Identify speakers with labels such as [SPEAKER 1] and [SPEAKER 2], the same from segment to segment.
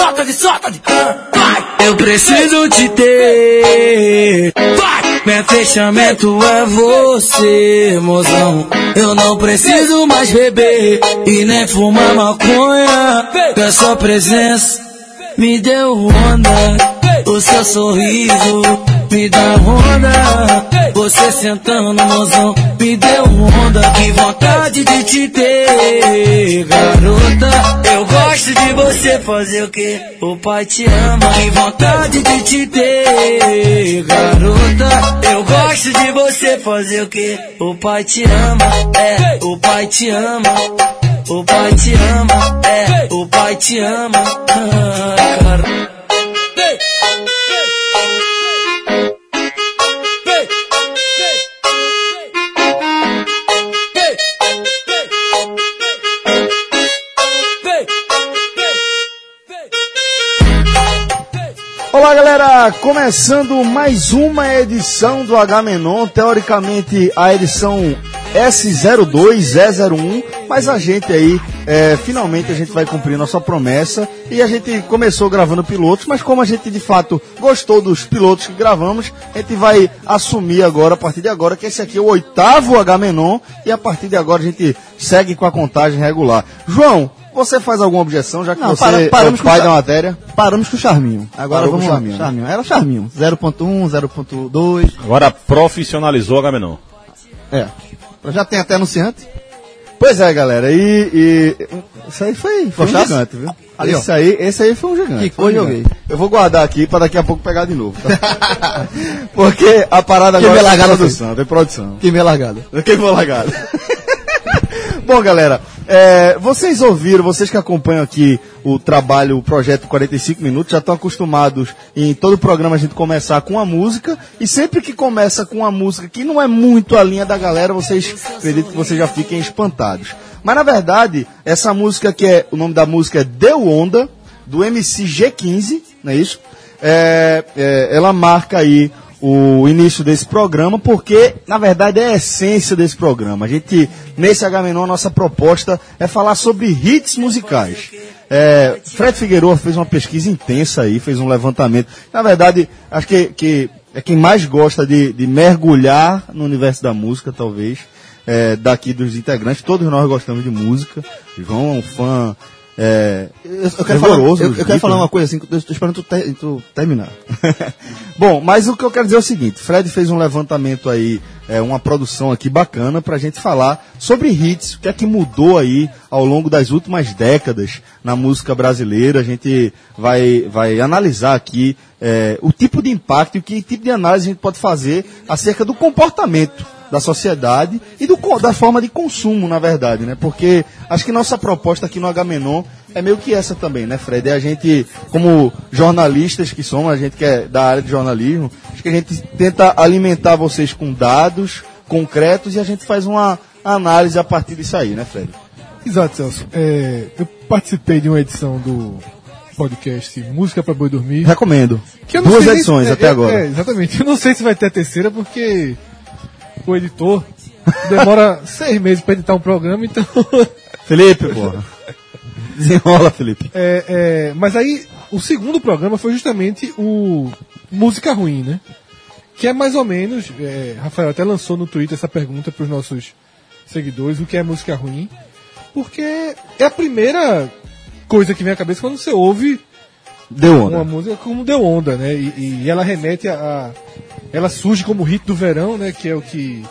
[SPEAKER 1] Tapa de vai. Eu preciso te ter. Vai. Meu fechamento é você, mozão. Eu não preciso mais beber e nem fumar maconha. Com a sua presença me deu onda. O seu sorriso me dá onda. Você sentando no mozão me deu onda. Que vontade de te ter, garota. Eu gosto de você fazer o que o pai te ama. Que vontade de te ter, garota. Eu gosto de você fazer o que o pai te ama. É, o pai te ama. O pai te ama, é, o pai te ama, ah, cara.
[SPEAKER 2] Olá galera, começando mais uma edição do H Menon, teoricamente a edição S02, E01, mas a gente aí, é, finalmente a gente vai cumprir nossa promessa e a gente começou gravando pilotos, mas como a gente de fato gostou dos pilotos que gravamos, a gente vai assumir agora, a partir de agora, que esse aqui é o oitavo H Menon e a partir de agora a gente segue com a contagem regular. João, você faz alguma objeção, já que
[SPEAKER 3] Não,
[SPEAKER 2] você
[SPEAKER 3] para-
[SPEAKER 2] é o
[SPEAKER 3] paramos com
[SPEAKER 2] pai
[SPEAKER 3] o
[SPEAKER 2] da
[SPEAKER 3] cha-
[SPEAKER 2] matéria?
[SPEAKER 3] Paramos com o Charminho. Agora
[SPEAKER 2] Parou
[SPEAKER 3] vamos
[SPEAKER 2] com o
[SPEAKER 3] lá.
[SPEAKER 2] Charminho,
[SPEAKER 3] Charminho.
[SPEAKER 2] né?
[SPEAKER 3] Era o Charminho. 0.1, 0.2.
[SPEAKER 4] Agora profissionalizou o Agamenon.
[SPEAKER 3] É. Já tem até anunciante.
[SPEAKER 2] Pois é, galera, e. e- Isso aí foi, foi um
[SPEAKER 3] Gostasse?
[SPEAKER 2] gigante, viu?
[SPEAKER 3] Ali, ó.
[SPEAKER 2] esse, aí, esse aí foi um gigante.
[SPEAKER 3] Que
[SPEAKER 2] foi um
[SPEAKER 3] coisa,
[SPEAKER 2] gigante.
[SPEAKER 3] joguei.
[SPEAKER 2] Eu vou guardar aqui pra daqui a pouco pegar de novo, tá? Porque a parada
[SPEAKER 3] Quem
[SPEAKER 2] agora
[SPEAKER 3] vai largar
[SPEAKER 2] é
[SPEAKER 3] no
[SPEAKER 2] produção, tem produção.
[SPEAKER 3] Queimei a largada.
[SPEAKER 2] Quem vou largar? Bom, galera, é, vocês ouviram, vocês que acompanham aqui o trabalho, o projeto 45 Minutos, já estão acostumados em todo programa a gente começar com a música, e sempre que começa com a música que não é muito a linha da galera, vocês acredito que vocês já fiquem espantados. Mas na verdade, essa música que é, o nome da música é Deu Onda, do MC G15, não é isso? É, é, ela marca aí o início desse programa, porque, na verdade, é a essência desse programa. A gente, nesse H-Menor, nossa proposta é falar sobre hits musicais. É, Fred Figueiredo fez uma pesquisa intensa aí, fez um levantamento. Na verdade, acho que, que é quem mais gosta de, de mergulhar no universo da música, talvez, é, daqui dos integrantes. Todos nós gostamos de música. João é um fã. É,
[SPEAKER 3] Eu, eu quero, falar, eu,
[SPEAKER 2] Fervoroso
[SPEAKER 3] eu
[SPEAKER 2] dos
[SPEAKER 3] quero
[SPEAKER 2] Beatles,
[SPEAKER 3] falar
[SPEAKER 2] né?
[SPEAKER 3] uma coisa assim, que eu tô, tô esperando tu, ter- tu terminar.
[SPEAKER 2] Bom, mas o que eu quero dizer é o seguinte: Fred fez um levantamento aí, é, uma produção aqui bacana pra gente falar sobre hits, o que é que mudou aí ao longo das últimas décadas na música brasileira. A gente vai, vai analisar aqui é, o tipo de impacto e o que tipo de análise a gente pode fazer acerca do comportamento da sociedade e do co- da forma de consumo, na verdade, né? Porque acho que nossa proposta aqui no Agamenon é meio que essa também, né, Fred? É a gente, como jornalistas que somos, a gente que é da área de jornalismo, acho que a gente tenta alimentar vocês com dados concretos e a gente faz uma análise a partir disso aí, né, Fred?
[SPEAKER 5] Exato, Celso. É, eu participei de uma edição do podcast Música pra Boi Dormir.
[SPEAKER 2] Recomendo.
[SPEAKER 5] que eu não
[SPEAKER 2] Duas
[SPEAKER 5] sei nem-
[SPEAKER 2] edições
[SPEAKER 5] é,
[SPEAKER 2] até
[SPEAKER 5] é,
[SPEAKER 2] agora.
[SPEAKER 5] é, exatamente. Eu não sei se vai ter a terceira, porque o editor demora seis meses pra editar um programa, então.
[SPEAKER 2] Felipe, porra. Desenrola, Felipe.
[SPEAKER 5] é, é, mas aí, o segundo programa foi justamente o Música Ruim, né? Que é mais ou menos. é, Rafael até lançou no Twitter essa pergunta pros nossos seguidores: o que é música ruim? Porque é a primeira coisa que vem à cabeça quando você ouve
[SPEAKER 2] Deu
[SPEAKER 5] uma
[SPEAKER 2] onda.
[SPEAKER 5] música como deu onda, né? E, e ela remete a, a- Ela surge como hit do verão, né? Que é o que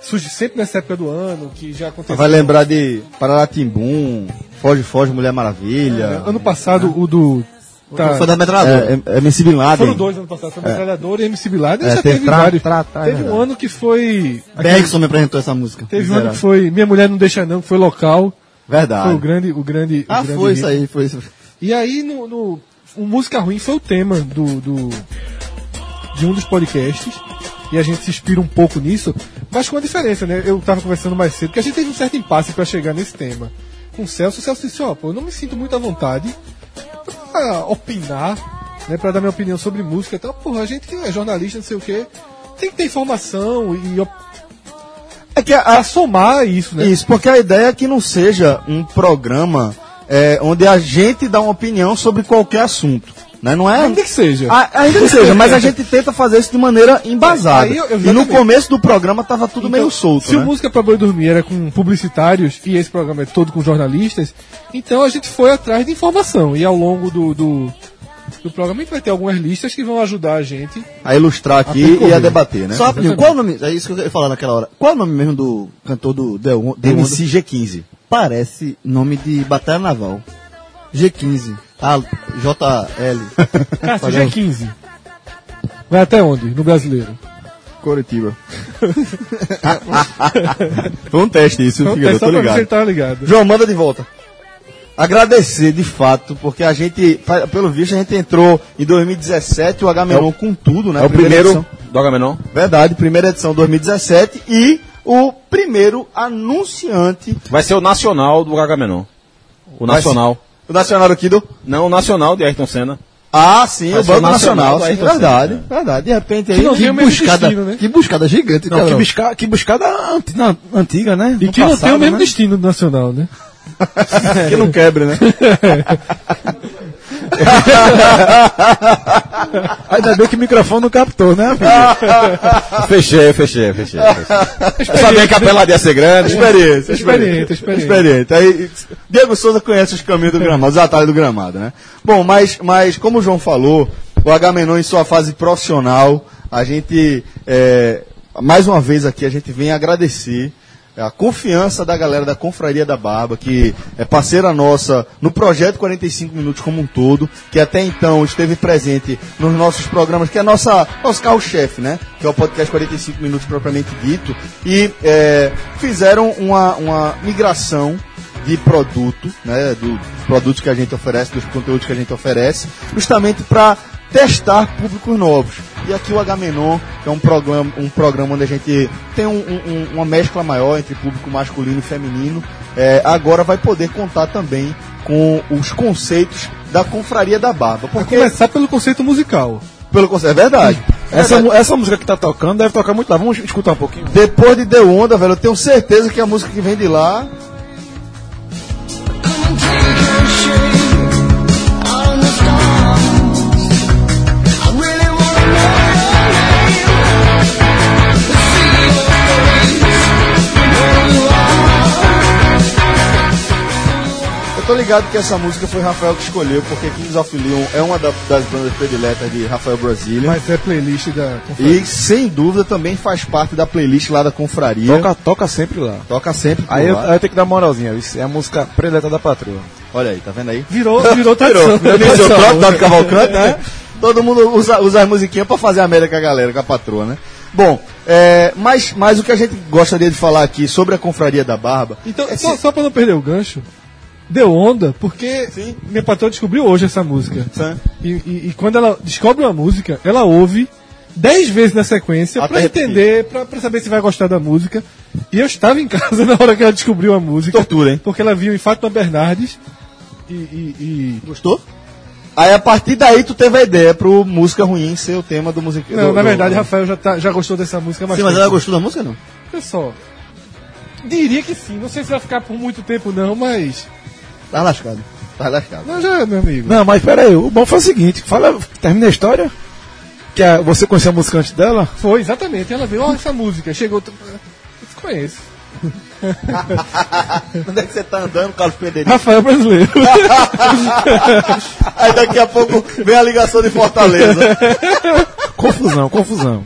[SPEAKER 5] surge sempre nessa época do ano, que já aconteceu.
[SPEAKER 2] Vai lembrar de Paralatimbum, Foge Foge, Mulher Maravilha.
[SPEAKER 5] Ano passado, o do. Tá,
[SPEAKER 3] Foi da metralhadora.
[SPEAKER 2] É, é, MC Bin Laden.
[SPEAKER 5] foram dois ano passado, foi Metralhadora e MC Biladen,
[SPEAKER 2] É,
[SPEAKER 5] já
[SPEAKER 2] teve
[SPEAKER 5] teve
[SPEAKER 2] tra-
[SPEAKER 5] vários.
[SPEAKER 2] tra- tra- é
[SPEAKER 5] teve um
[SPEAKER 2] verdade.
[SPEAKER 5] ano que foi.
[SPEAKER 3] Bergson me apresentou essa música.
[SPEAKER 5] Teve um ano que foi Minha Mulher Não Deixa Não, que foi local. Foi o
[SPEAKER 2] Verdade.
[SPEAKER 5] grande. O grande o
[SPEAKER 3] Ah,
[SPEAKER 5] grande
[SPEAKER 3] foi
[SPEAKER 5] hit.
[SPEAKER 3] isso aí, foi isso.
[SPEAKER 5] E aí, no, no- o Música Ruim foi o tema do, do- de um dos podcasts. E a gente se inspira um pouco nisso, mas com a diferença, né? Eu tava conversando mais cedo, que a gente teve um certo impasse para chegar nesse tema. Com o Celso, o Celso disse, ó, pô, eu não me sinto muito à vontade pra opinar, né? Pra dar minha opinião sobre música e tal. Porra, a gente que é jornalista, não sei o quê, tem que ter informação e, op-
[SPEAKER 2] É que a- a-
[SPEAKER 5] pra somar isso, né?
[SPEAKER 2] Isso, porque a ideia é que não seja um programa é, onde a gente dá uma opinião sobre qualquer assunto. Né? Não é.
[SPEAKER 5] Ainda que seja.
[SPEAKER 2] A- ainda que seja, mas a gente tenta fazer isso de maneira embasada.
[SPEAKER 5] Aí eu-
[SPEAKER 2] e no
[SPEAKER 5] exatamente.
[SPEAKER 2] começo do programa tava tudo
[SPEAKER 5] Então,
[SPEAKER 2] meio solto.
[SPEAKER 5] Se
[SPEAKER 2] né?
[SPEAKER 5] o Música pra Boi Dormir era com publicitários e esse programa é todo com jornalistas, então a gente foi atrás de informação. E ao longo do, do, do programa a gente vai ter algumas listas que vão ajudar a gente.
[SPEAKER 2] A ilustrar aqui
[SPEAKER 5] percorrer.
[SPEAKER 2] e a debater, né?
[SPEAKER 3] Só rapidinho, qual é o nome? É isso que eu ia falar naquela hora. Qual é o nome mesmo do cantor do The Won- The Wonder?
[SPEAKER 2] MCG15.
[SPEAKER 3] Parece nome de Batalha Naval. G15. Ah, JL.
[SPEAKER 5] Cássio,
[SPEAKER 3] Fazendo-
[SPEAKER 5] G15. Vai até onde? No brasileiro.
[SPEAKER 2] Coritiba. Foi um teste isso,
[SPEAKER 5] Então,
[SPEAKER 2] Figueiredo,
[SPEAKER 5] é só
[SPEAKER 2] tô
[SPEAKER 5] pra ver se
[SPEAKER 2] ligado.
[SPEAKER 5] ele tá ligado.
[SPEAKER 2] João, manda de volta. Agradecer, de fato, porque a gente, pa- pelo visto, a gente entrou em 2017, o H Menon com tudo, né?
[SPEAKER 4] É o primeiro
[SPEAKER 2] edição.
[SPEAKER 4] do Agamenon.
[SPEAKER 2] Verdade, primeira edição 2017 e o primeiro anunciante.
[SPEAKER 4] Vai ser o nacional do Agamenon. O
[SPEAKER 2] Vai
[SPEAKER 4] nacional.
[SPEAKER 2] O Nacional aqui do.
[SPEAKER 4] Não, o nacional de Ayrton Senna.
[SPEAKER 2] Ah, sim,
[SPEAKER 4] Vai
[SPEAKER 2] o
[SPEAKER 4] ser
[SPEAKER 2] Banco
[SPEAKER 4] o Nacional
[SPEAKER 2] Nacional.
[SPEAKER 4] do
[SPEAKER 2] sim,
[SPEAKER 4] Ayrton
[SPEAKER 2] verdade,
[SPEAKER 4] Senna,
[SPEAKER 2] verdade. De repente aí.
[SPEAKER 5] Que não tem o mesmo
[SPEAKER 3] buscada,
[SPEAKER 5] destino, né?
[SPEAKER 3] Que buscada gigante,
[SPEAKER 6] Não, que,
[SPEAKER 3] cara.
[SPEAKER 6] busca, que buscada anti- na- antiga, né?
[SPEAKER 5] E
[SPEAKER 6] No
[SPEAKER 5] que não tem
[SPEAKER 6] passado,
[SPEAKER 5] o mesmo
[SPEAKER 6] né?
[SPEAKER 5] destino do nacional, né?
[SPEAKER 2] que não quebre, né?
[SPEAKER 6] Ainda bem que o microfone não captou, né? Ah.
[SPEAKER 4] Fechei, fechei, fechei. Eu sabia que a pelada ia ser grande.
[SPEAKER 2] Experiência,
[SPEAKER 5] Experiente, experiente.
[SPEAKER 2] Experiente. Aí, Diego Souza conhece os caminhos do gramado, os atalhos do gramado, né? Bom, mas, mas como o João falou, o Agamenon em sua fase profissional, a gente, é, mais uma vez aqui, a gente vem agradecer a confiança da galera da Confraria da Barba, que é parceira nossa no projeto 45 Minutos como um todo, que até então esteve presente nos nossos programas, que é nossa, nosso carro-chefe, né? Que é o podcast 45 Minutos propriamente dito, e é, fizeram uma, uma migração de produto, né, do- dos produtos que a gente oferece, dos conteúdos que a gente oferece, justamente para testar públicos novos. E aqui o H-Menon, que é um programa, um programa onde a gente tem um- um- um- uma mescla maior entre público masculino e feminino, é, agora vai poder contar também com os conceitos da confraria da barba. Porque,
[SPEAKER 5] Começar pelo conceito musical.
[SPEAKER 2] pelo conceito, é verdade.
[SPEAKER 6] Essa, mu- essa música que tá tocando deve tocar muito lá. Vamos escutar um pouquinho.
[SPEAKER 2] Depois de The Onda, velho, eu tenho certeza que a música que vem de lá Eu tô ligado que essa música foi Rafael que escolheu, porque Kings of Leon é uma da- das bandas prediletas de Rafael Brasília.
[SPEAKER 5] Mas é playlist da Confraria.
[SPEAKER 2] E sem dúvida também faz parte da playlist lá da Confraria.
[SPEAKER 6] Toca, toca sempre lá.
[SPEAKER 2] Toca sempre. por
[SPEAKER 6] Aí eu,
[SPEAKER 2] lá.
[SPEAKER 6] aí eu tenho que dar uma moralzinha. Isso é a música predileta da patroa.
[SPEAKER 2] Olha aí, tá vendo aí?
[SPEAKER 5] Virou, virou tradição.
[SPEAKER 2] Virou. Vinícius Eutrópio, Dado Cavalcante, né? Todo mundo usa, usa as musiquinhas pra fazer a merda com a galera, com a patroa, né? Bom, é, mas, mas o que a gente gostaria de falar aqui sobre a Confraria da Barba.
[SPEAKER 5] Então,
[SPEAKER 2] é
[SPEAKER 5] só,
[SPEAKER 2] se-
[SPEAKER 5] só pra não perder o gancho, deu onda porque
[SPEAKER 2] Sim.
[SPEAKER 5] minha patroa descobriu hoje essa música.
[SPEAKER 2] Sim.
[SPEAKER 5] E, e- e quando ela descobre uma música, ela ouve dez vezes na sequência
[SPEAKER 2] Até
[SPEAKER 5] pra
[SPEAKER 2] repetir.
[SPEAKER 5] entender, pra, pra saber se vai gostar da música. E eu estava em casa na hora que ela descobriu a música.
[SPEAKER 2] Tortura, hein?
[SPEAKER 5] Porque ela viu em Fátima Bernardes e. e- e-
[SPEAKER 2] Gostou? Aí a partir daí tu teve a ideia pro Música Ruim ser o tema do musiquinho.
[SPEAKER 5] Não,
[SPEAKER 2] do-
[SPEAKER 5] na
[SPEAKER 2] do-
[SPEAKER 5] verdade, Rafael já, tá- já gostou dessa música mas
[SPEAKER 3] Sim, mas ela gostou da música, não?
[SPEAKER 5] Pessoal, diria que sim. Não sei se vai ficar por muito tempo, não, mas.
[SPEAKER 3] Tá lascado.
[SPEAKER 2] Tá lascado.
[SPEAKER 5] Não, já, é, meu amigo.
[SPEAKER 6] Não, mas pera aí. O bom foi o seguinte. Fala, termina a história. Que a- você conheceu a música antes dela?
[SPEAKER 5] Foi, exatamente. Ela veio, ó, essa música. Chegou. tu- Eu te conheço.
[SPEAKER 2] Onde é que você tá andando, Carlos Pedreirinho?
[SPEAKER 5] Rafael Brasileiro.
[SPEAKER 2] Aí daqui a pouco vem a ligação de Fortaleza.
[SPEAKER 6] Confusão, confusão.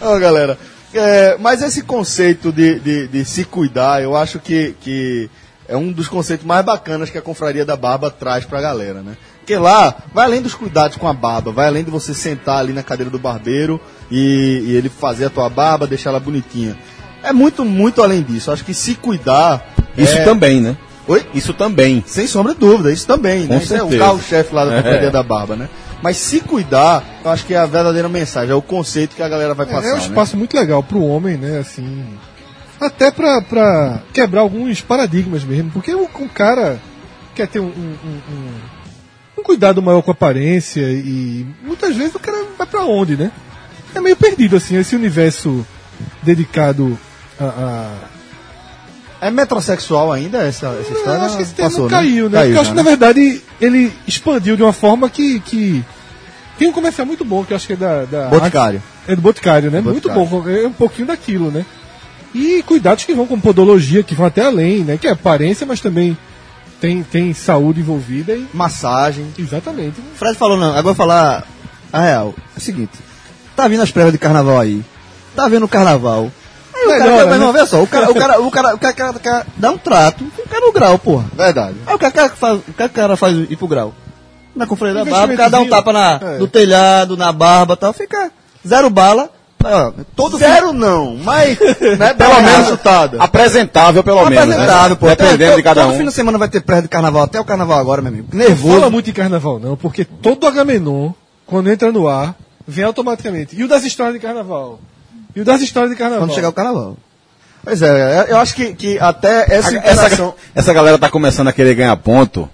[SPEAKER 2] Ó, galera, é, mas esse conceito de, de, de se cuidar, eu acho que, que é um dos conceitos mais bacanas que a Confraria da Barba traz pra galera, né? Porque lá, vai além dos cuidados com a barba, vai além de você sentar ali na cadeira do barbeiro e, e ele fazer a tua barba, deixar ela bonitinha. É muito, muito além disso. Eu Acho que se cuidar.
[SPEAKER 4] Isso
[SPEAKER 2] é-
[SPEAKER 4] também, né?
[SPEAKER 2] Oi?
[SPEAKER 4] Isso também.
[SPEAKER 2] Sem sombra de dúvida, isso também, né?
[SPEAKER 4] Com
[SPEAKER 2] Isso é o
[SPEAKER 4] certeza.
[SPEAKER 2] carro-chefe lá da Confraria
[SPEAKER 4] É.
[SPEAKER 2] da Barba, né? Mas se cuidar, eu acho que é a verdadeira mensagem, é o conceito que a galera vai passar.
[SPEAKER 5] é um
[SPEAKER 2] né?
[SPEAKER 5] espaço muito legal pro homem, né? Assim. Até pra, pra quebrar alguns paradigmas mesmo. Porque o, o cara quer ter um, um, um- um- um cuidado maior com a aparência e muitas vezes o cara vai pra onde, né? É meio perdido, assim, esse universo dedicado a- a,
[SPEAKER 2] É metrosexual ainda essa, essa história?
[SPEAKER 5] Eu acho que esse termo
[SPEAKER 2] Passou,
[SPEAKER 5] caiu, né? Porque eu acho que, na verdade, ele expandiu de uma forma que, que Tem um comercial muito bom que eu acho que é da. da
[SPEAKER 2] Boticário.
[SPEAKER 5] É do Boticário, né?
[SPEAKER 2] Boticário.
[SPEAKER 5] Muito bom. É um pouquinho daquilo, né? E cuidados que vão com podologia, que vão até além, né? Que é aparência, mas também tem, tem saúde envolvida. E...
[SPEAKER 2] Massagem.
[SPEAKER 5] Exatamente.
[SPEAKER 3] Fred falou não, agora falar a real. É o seguinte, tá vindo as prévias de carnaval aí, tá vendo o carnaval. Aí o cara,
[SPEAKER 5] Melhora,
[SPEAKER 3] mas não,
[SPEAKER 5] né?
[SPEAKER 3] vê só, o cara, o cara, o cara, o cara, o cara- o cara dá um trato, o cara no grau, porra.
[SPEAKER 2] Verdade.
[SPEAKER 3] Aí o cara, o cara faz, o cara, o cara faz ir pro grau. Na conferência da barba, o cara dá um
[SPEAKER 5] Investimentozinho.
[SPEAKER 3] tapa na, no telhado, na barba e tal, fica zero bala. Aí, ó, todo
[SPEAKER 2] Zero não, mas né,
[SPEAKER 4] É Pelo
[SPEAKER 2] pelo
[SPEAKER 4] menos-
[SPEAKER 2] menos resultado.
[SPEAKER 4] Apresentável, pelo menos. né?
[SPEAKER 3] é apresentável, pô.
[SPEAKER 4] Dependendo
[SPEAKER 3] Todo-
[SPEAKER 4] de cada
[SPEAKER 6] Então,
[SPEAKER 3] Todo fim
[SPEAKER 4] um.
[SPEAKER 3] de semana vai ter prévia de carnaval, até o carnaval agora, meu amigo. Nervoso.
[SPEAKER 5] Fala muito em carnaval, não, porque todo Agamenon, quando entra no ar, vem automaticamente. E o das histórias de carnaval? E o das histórias de carnaval?
[SPEAKER 3] Quando chegar o carnaval.
[SPEAKER 2] Pois é, eu acho que, que até essa
[SPEAKER 4] A- Essa,
[SPEAKER 2] interação.
[SPEAKER 4] essa galera tá começando a querer ganhar ponto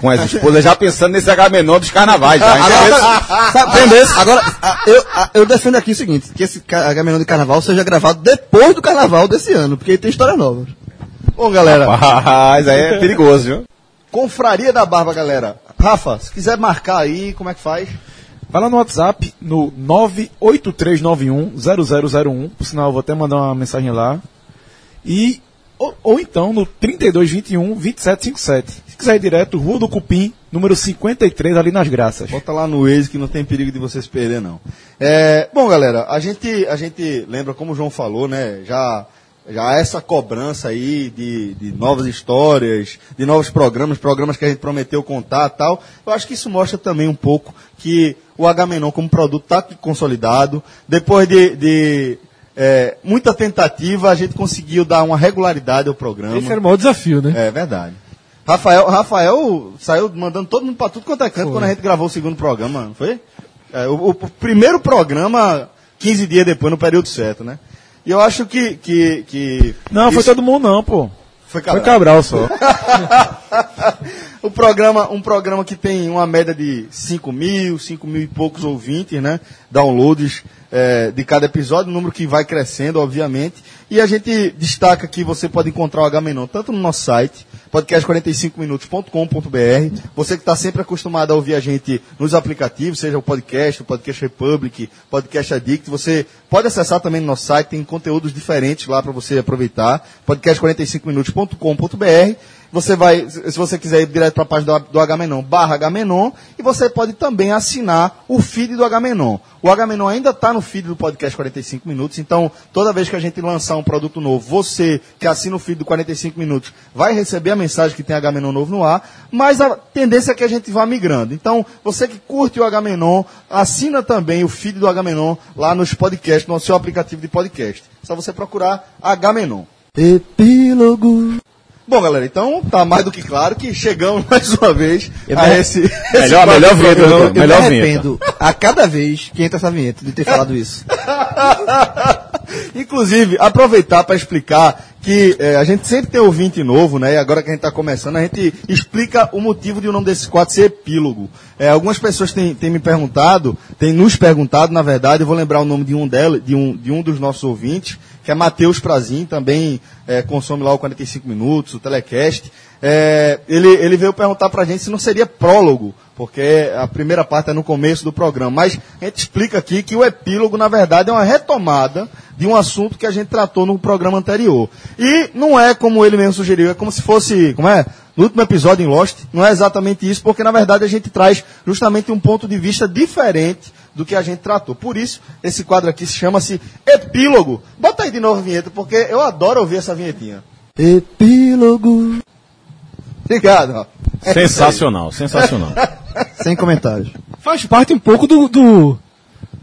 [SPEAKER 4] com as esposas, já pensando nesse H menor dos carnavais. Já, entendeu?
[SPEAKER 3] Ah,
[SPEAKER 2] tá-
[SPEAKER 3] Agora, sabe, um agora a- eu, a- eu defendo aqui o seguinte, que esse Agamenon de carnaval seja gravado depois do carnaval desse ano, porque aí tem história nova.
[SPEAKER 2] Bom, galera,
[SPEAKER 4] Rapaz, aí é perigoso, viu?
[SPEAKER 2] confraria da barba, galera. Rafa, se quiser marcar aí, como é que faz?
[SPEAKER 6] Vai lá no WhatsApp, no 983910001, por sinal eu vou até mandar uma mensagem lá. E, ou, ou então no 3221-2757. Se quiser ir direto, Rua do Cupim, número 53, ali nas Graças.
[SPEAKER 2] Bota lá no Waze que não tem perigo de você se perder, não. É, bom, galera, a gente, a gente lembra, como o João falou, né? Já, já essa cobrança aí de, de novas histórias, de novos programas, programas que a gente prometeu contar e tal. Eu acho que isso mostra também um pouco que o Agamenon como produto está consolidado. Depois de, de, é, muita tentativa, a gente conseguiu dar uma regularidade ao programa.
[SPEAKER 5] Esse era o maior desafio, né?
[SPEAKER 2] É verdade. Rafael, Rafael saiu mandando todo mundo pra tudo quanto é canto quando a gente gravou o segundo programa, não foi? É, o, o primeiro programa, 15 dias depois, no período certo, né? E eu acho que. que, que
[SPEAKER 6] Não, foi
[SPEAKER 2] isso-
[SPEAKER 6] todo mundo não, pô. Foi
[SPEAKER 2] foi Cabral.
[SPEAKER 6] Cabral só.
[SPEAKER 2] o programa, um programa que tem uma média de 5 mil, 5 mil e poucos ouvintes, né? Downloads eh, de cada episódio, número que vai crescendo, obviamente. E a gente destaca que você pode encontrar o Agamenon tanto no nosso site, podcast45minutos.com.br. Você que está sempre acostumado a ouvir a gente nos aplicativos, seja o podcast, o Podcast Republic, Podcast Addict, você pode acessar também no nosso site, tem conteúdos diferentes lá para você aproveitar, podcast45minutos.com.br. Você vai, se se você quiser ir direto para a página do, do Agamenon, barra Agamenon, e você pode também assinar o feed do Agamenon. O Agamenon ainda está no feed do podcast 45 Minutos, então toda vez que a gente lançar um produto novo, você que assina o feed do 45 Minutos vai receber a mensagem que tem Agamenon novo no ar, mas a tendência é que a gente vá migrando. Então, você que curte o Agamenon, assina também o feed do Agamenon lá nos podcasts, no seu aplicativo de podcast. É só você procurar Agamenon.
[SPEAKER 3] Epílogo.
[SPEAKER 2] Bom, galera, então tá mais do que claro que chegamos mais uma vez a
[SPEAKER 3] me-
[SPEAKER 2] esse.
[SPEAKER 4] Melhor, melhor vinheta,
[SPEAKER 3] Eu,
[SPEAKER 4] Antônio,
[SPEAKER 3] eu me
[SPEAKER 4] melhor vinheta.
[SPEAKER 3] arrependo a cada vez que entra essa vinheta de ter falado isso.
[SPEAKER 2] Inclusive, aproveitar para explicar que eh, a gente sempre tem ouvinte novo, né? E agora que a gente está começando, a gente explica o motivo de o nome desse quadro ser epílogo. Eh, algumas pessoas têm, têm me perguntado, têm nos perguntado, na verdade, eu vou lembrar o nome de um dela, de um, de um dos nossos ouvintes, que é Matheus Prazim, também eh, consome lá o 45 Minutos, o Telecast. Eh, ele, ele veio perguntar pra gente se não seria prólogo, porque a primeira parte é no começo do programa. Mas a gente explica aqui que o epílogo, na verdade, é uma retomada de um assunto que a gente tratou no programa anterior. E não é como ele mesmo sugeriu, é como se fosse, como é? No último episódio em Lost, não é exatamente isso, porque na verdade a gente traz justamente um ponto de vista diferente do que a gente tratou. Por isso, esse quadro aqui se chama-se Epílogo. Bota aí de novo a vinheta, porque eu adoro ouvir essa vinhetinha.
[SPEAKER 3] Epílogo.
[SPEAKER 2] Obrigado, Rafa.
[SPEAKER 4] Sensacional, sensacional.
[SPEAKER 3] Sem comentários.
[SPEAKER 5] Faz parte um pouco do, do,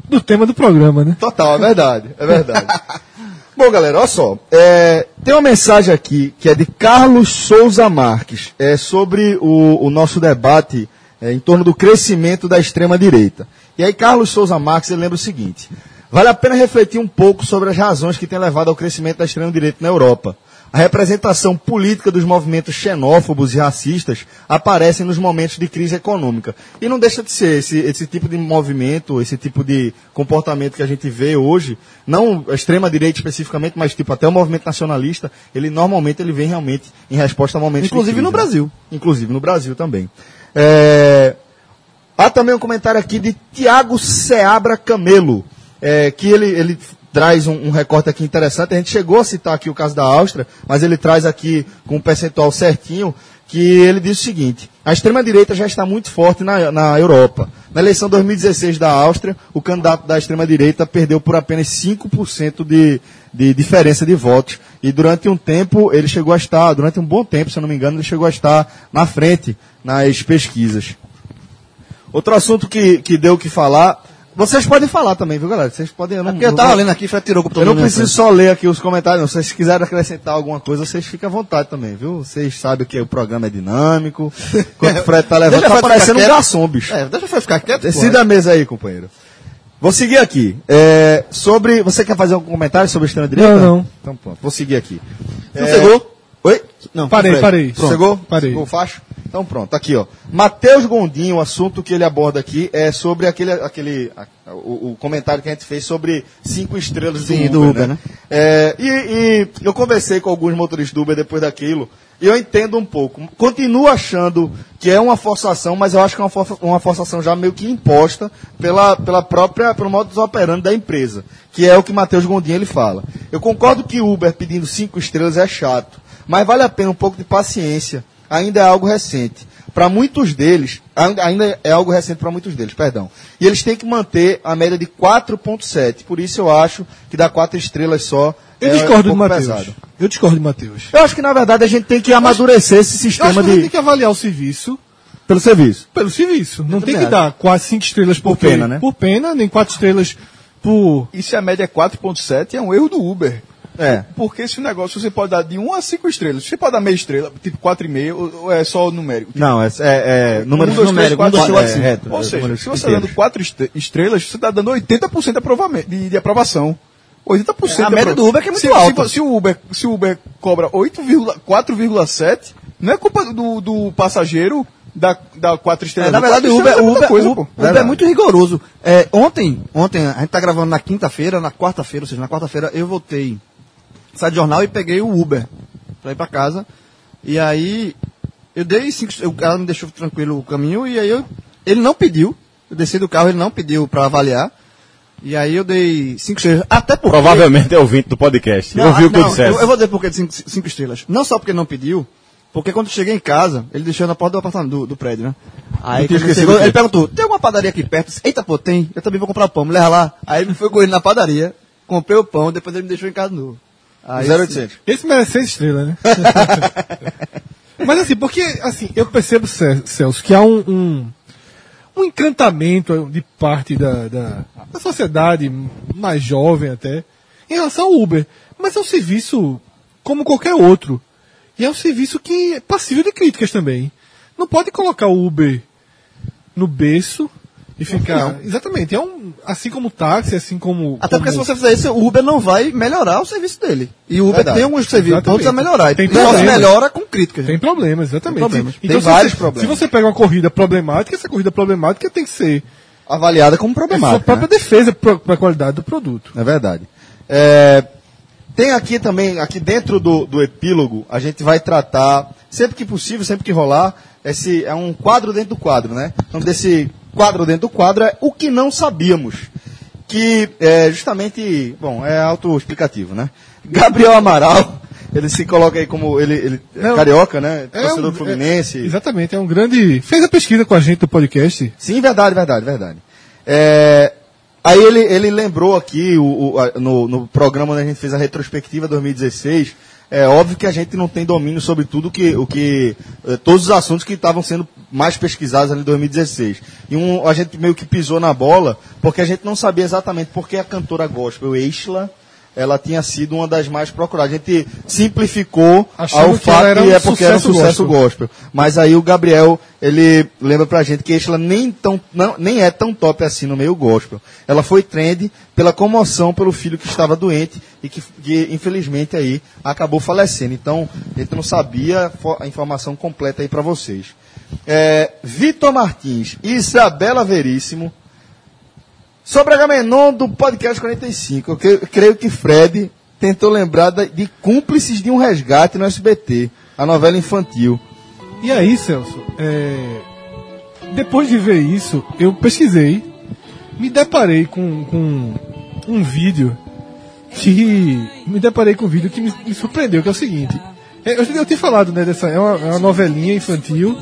[SPEAKER 5] do tema do programa, né?
[SPEAKER 2] Total, é verdade, é verdade. Bom, galera, olha só. é, tem uma mensagem aqui que é de Carlos Souza Marques, é sobre o, o nosso debate é, em torno do crescimento da extrema-direita. E aí, Carlos Souza Marques ele lembra o seguinte: vale a pena refletir um pouco sobre as razões que têm levado ao crescimento da extrema-direita na Europa. A representação política dos movimentos xenófobos e racistas aparece nos momentos de crise econômica. E não deixa de ser esse, esse tipo de movimento, esse tipo de comportamento que a gente vê hoje, não a extrema-direita especificamente, mas tipo até o movimento nacionalista, ele normalmente ele vem realmente em resposta a momentos né?
[SPEAKER 3] Inclusive
[SPEAKER 2] de crise,
[SPEAKER 3] no
[SPEAKER 2] né?
[SPEAKER 3] Brasil.
[SPEAKER 2] Inclusive no Brasil também. É, Há também um comentário aqui de Tiago Seabra Camelo, é, que ele, ele traz um, um recorte aqui interessante. A gente chegou a citar aqui o caso da Áustria, mas ele traz aqui com um percentual certinho, que ele diz o seguinte, a extrema-direita já está muito forte na, na Europa. Na eleição 2016 da Áustria, o candidato da extrema-direita perdeu por apenas 5% de, de diferença de votos. E durante um tempo, ele chegou a estar, durante um bom tempo, se eu não me engano, ele chegou a estar na frente nas pesquisas. Outro assunto que, que deu o que falar. Vocês podem falar também, viu, galera? Vocês podem. Eu não,
[SPEAKER 3] É Porque eu tava lendo né, aqui, Fred tirou o
[SPEAKER 2] eu
[SPEAKER 3] computador.
[SPEAKER 2] não
[SPEAKER 3] da minha
[SPEAKER 2] preciso só ler aqui os comentários, não. Se vocês quiserem acrescentar alguma coisa, vocês ficam à vontade também, viu? Vocês sabem que o programa é dinâmico. Quando o Fred tá levando,
[SPEAKER 3] Deixa
[SPEAKER 2] tá
[SPEAKER 3] eu ficar
[SPEAKER 2] parecendo um
[SPEAKER 3] quieto.
[SPEAKER 2] garçom, bicho.
[SPEAKER 3] frente. É, deixa eu ficar quieto.
[SPEAKER 2] Decida a mesa aí, companheiro. Vou seguir aqui. É, sobre. Você quer fazer algum comentário sobre a extrema-direita?
[SPEAKER 5] Não, não.
[SPEAKER 2] Então pronto, vou seguir aqui. É,
[SPEAKER 3] Não chegou? Oi? Não,
[SPEAKER 5] Parei,
[SPEAKER 3] Fred.
[SPEAKER 5] parei.
[SPEAKER 3] Pronto.
[SPEAKER 2] Chegou?
[SPEAKER 5] parei.
[SPEAKER 2] Chegou o facho? Então pronto, tá aqui ó. Matheus Gondim, o assunto que ele aborda aqui é sobre aquele, aquele a- o, o comentário que a gente fez sobre cinco estrelas
[SPEAKER 3] Sim,
[SPEAKER 2] do
[SPEAKER 3] do
[SPEAKER 2] Uber,
[SPEAKER 3] Uber,
[SPEAKER 2] né?
[SPEAKER 3] né?
[SPEAKER 2] É, e, e eu conversei com alguns motoristas do Uber depois daquilo e eu entendo um pouco. Continuo achando que é uma forçação, mas eu acho que é uma, força- uma forçação já meio que imposta pela, pela própria, pelo modo operando da empresa, que é o que Matheus Gondim ele fala. Eu concordo que Uber pedindo cinco estrelas é chato, mas vale a pena um pouco de paciência. Ainda é algo recente. Para muitos deles, ainda- ainda é algo recente para muitos deles, perdão. E eles têm que manter a média de 4.7. Por isso eu acho que dar quatro estrelas só
[SPEAKER 5] Eu
[SPEAKER 2] é
[SPEAKER 5] discordo
[SPEAKER 2] um
[SPEAKER 5] de
[SPEAKER 2] pouco
[SPEAKER 5] Matheus.
[SPEAKER 2] pesado.
[SPEAKER 5] Eu discordo de Matheus.
[SPEAKER 2] Eu acho que na verdade a gente tem que amadurecer esse
[SPEAKER 5] Eu acho
[SPEAKER 2] sistema
[SPEAKER 5] que você tem
[SPEAKER 2] de
[SPEAKER 5] que avaliar o serviço
[SPEAKER 2] pelo serviço.
[SPEAKER 5] pelo serviço. Não tem que
[SPEAKER 2] também
[SPEAKER 5] dar quase cinco estrelas por,
[SPEAKER 2] pena, né?
[SPEAKER 5] Por pena, nem quatro estrelas por.
[SPEAKER 7] E se a média é 4.7, é um erro do Uber.
[SPEAKER 2] É.
[SPEAKER 7] Porque esse negócio você pode dar de 1 a 5 estrelas. Você pode dar meia estrela, tipo 4,5, ou, ou é só o numérico?
[SPEAKER 2] Não, é, é, é número
[SPEAKER 7] Um, dois, três,
[SPEAKER 2] numérico, um,
[SPEAKER 7] quatro,
[SPEAKER 2] dois,
[SPEAKER 7] cinco,
[SPEAKER 2] quatro,
[SPEAKER 7] assim.
[SPEAKER 2] é, reto,
[SPEAKER 7] Ou
[SPEAKER 2] é,
[SPEAKER 7] seja,
[SPEAKER 2] números
[SPEAKER 7] se você está
[SPEAKER 2] inteiros.
[SPEAKER 7] dando 4 estrelas, você está dando 80% de, aprova- de, de aprovação. 80%
[SPEAKER 3] A
[SPEAKER 7] de
[SPEAKER 3] média
[SPEAKER 7] aprova-
[SPEAKER 3] do Uber que é muito
[SPEAKER 7] se, se-
[SPEAKER 3] alta.
[SPEAKER 7] Se, o Uber, se o Uber cobra 8,4, 4,7, não é culpa do, do passageiro da, da 4 estrelas.
[SPEAKER 3] É, na
[SPEAKER 7] não.
[SPEAKER 3] verdade, o
[SPEAKER 7] Quatro
[SPEAKER 3] Uber,
[SPEAKER 7] estrelas é
[SPEAKER 3] o
[SPEAKER 7] muita
[SPEAKER 3] Uber,
[SPEAKER 7] coisa,
[SPEAKER 3] o
[SPEAKER 7] pô.
[SPEAKER 3] Uber é muito rigoroso. É, ontem, ontem, a gente tá gravando na quinta-feira, na quarta-feira, ou seja, na quarta-feira eu voltei. Saí do jornal e peguei o Uber pra ir pra casa. E aí, eu dei cinco. eu- O cara me deixou tranquilo o caminho e aí eu, ele não pediu. Eu desci do carro, ele não pediu pra avaliar. E aí eu dei cinco estrelas. Até porque.
[SPEAKER 4] Provavelmente é ouvinte do podcast.
[SPEAKER 3] Não,
[SPEAKER 4] Ouviu o que eu
[SPEAKER 3] não,
[SPEAKER 4] dissesse.
[SPEAKER 3] Eu, vou dizer porque de cinco, cinco estrelas. Não só porque não pediu, porque quando eu cheguei em casa, ele deixou na porta do apartamento, do, do prédio, né? Aí quando ele chegou, ele perguntou, tem alguma padaria aqui perto? Eu disse, Eita, pô, tem. Eu também vou comprar pão, me leva lá. Aí ele foi correndo na padaria, comprei o pão, depois ele me deixou em casa de novo. Aí,
[SPEAKER 2] 0800.
[SPEAKER 5] Ah, Esse merece seis estrelas, né? Mas assim, porque assim, eu percebo, Cé- Celso, que há um, um, um encantamento de parte da, da, da sociedade mais jovem até em relação ao Uber. Mas é um serviço como qualquer outro. E é um serviço que é passível de críticas também. Não pode colocar o Uber no berço e ficar. Exatamente. É um. Assim como o táxi, assim como.
[SPEAKER 3] Até porque se
[SPEAKER 5] como-
[SPEAKER 3] você fizer isso, o Uber não vai melhorar o serviçso dele. E o Uber
[SPEAKER 2] Verdade.
[SPEAKER 3] tem alguns serviços,
[SPEAKER 5] Exatamente.
[SPEAKER 3] todos a melhorar. E
[SPEAKER 5] Tem
[SPEAKER 3] só se
[SPEAKER 5] problemas.
[SPEAKER 3] melhora com críticas.
[SPEAKER 5] Tem problemas, exatamente.
[SPEAKER 3] Tem problemas.
[SPEAKER 5] Então,
[SPEAKER 2] Tem
[SPEAKER 5] se
[SPEAKER 2] vários
[SPEAKER 5] você,
[SPEAKER 2] problemas.
[SPEAKER 5] Se você pega uma corrida problemática, essa corrida problemática tem que ser
[SPEAKER 2] Avaliada como
[SPEAKER 5] a sua
[SPEAKER 2] problemática. né?
[SPEAKER 5] própria defesa para a qualidade do produto.
[SPEAKER 2] É verdade. É, tem aqui também, aqui dentro do, do epílogo, a gente vai tratar, sempre que possível, sempre que rolar, esse é um quadro dentro do quadro, né? Então, desse quadro dentro do quadro é o que não sabíamos. Que é justamente, bom, é autoexplicativo, né? Gabriel Amaral, ele se coloca aí como, ele, ele é
[SPEAKER 5] Não.
[SPEAKER 2] carioca, né?
[SPEAKER 5] É
[SPEAKER 2] Torcedor
[SPEAKER 5] um- é-
[SPEAKER 2] fluminense.
[SPEAKER 5] Exatamente, é um grande. Fez a pesquisa com a gente do podcast.
[SPEAKER 2] Sim, verdade, verdade, verdade. É, aí ele, ele lembrou aqui o, o- a- no, no programa onde a gente fez a retrospectiva 2016. É óbvio que a gente não tem domínio sobre tudo que, o que eh, todos os assuntos que estavam sendo mais pesquisados ali em 2016. E um, a gente meio que pisou na bola porque a gente não sabia exatamente por que a cantora gospel Isla ela tinha sido uma das mais procuradas. A gente simplificou
[SPEAKER 5] Achando
[SPEAKER 2] ao
[SPEAKER 5] que
[SPEAKER 2] fato
[SPEAKER 5] ela era
[SPEAKER 2] que
[SPEAKER 5] um
[SPEAKER 2] é porque era um
[SPEAKER 5] sucesso
[SPEAKER 2] sucesso
[SPEAKER 5] gospel.
[SPEAKER 2] gospel. Mas aí o Gabriel, ele lembra pra gente que Estela nem, tão, não, nem é tão top assim no meio gospel. Ela foi trend pela comoção pelo filho que estava doente e que, que, infelizmente aí acabou falecendo. Então, a gente não sabia fo- a informação completa aí pra vocês. É, Vitor Martins, Isabela Veríssimo, Sobre a Gamenon do Podcast 45, eu cre- creio que Fred tentou lembrar da- de Cúmplices de um Resgate no SBT, a novela infantil.
[SPEAKER 5] E aí, Celso, é, depois de ver isso, eu pesquisei, me deparei com, com um vídeo que. Me deparei com um vídeo que me, me surpreendeu, que é o seguinte. É, Eu, eu tinha falado, né, dessa. É uma, é uma novelinha infantil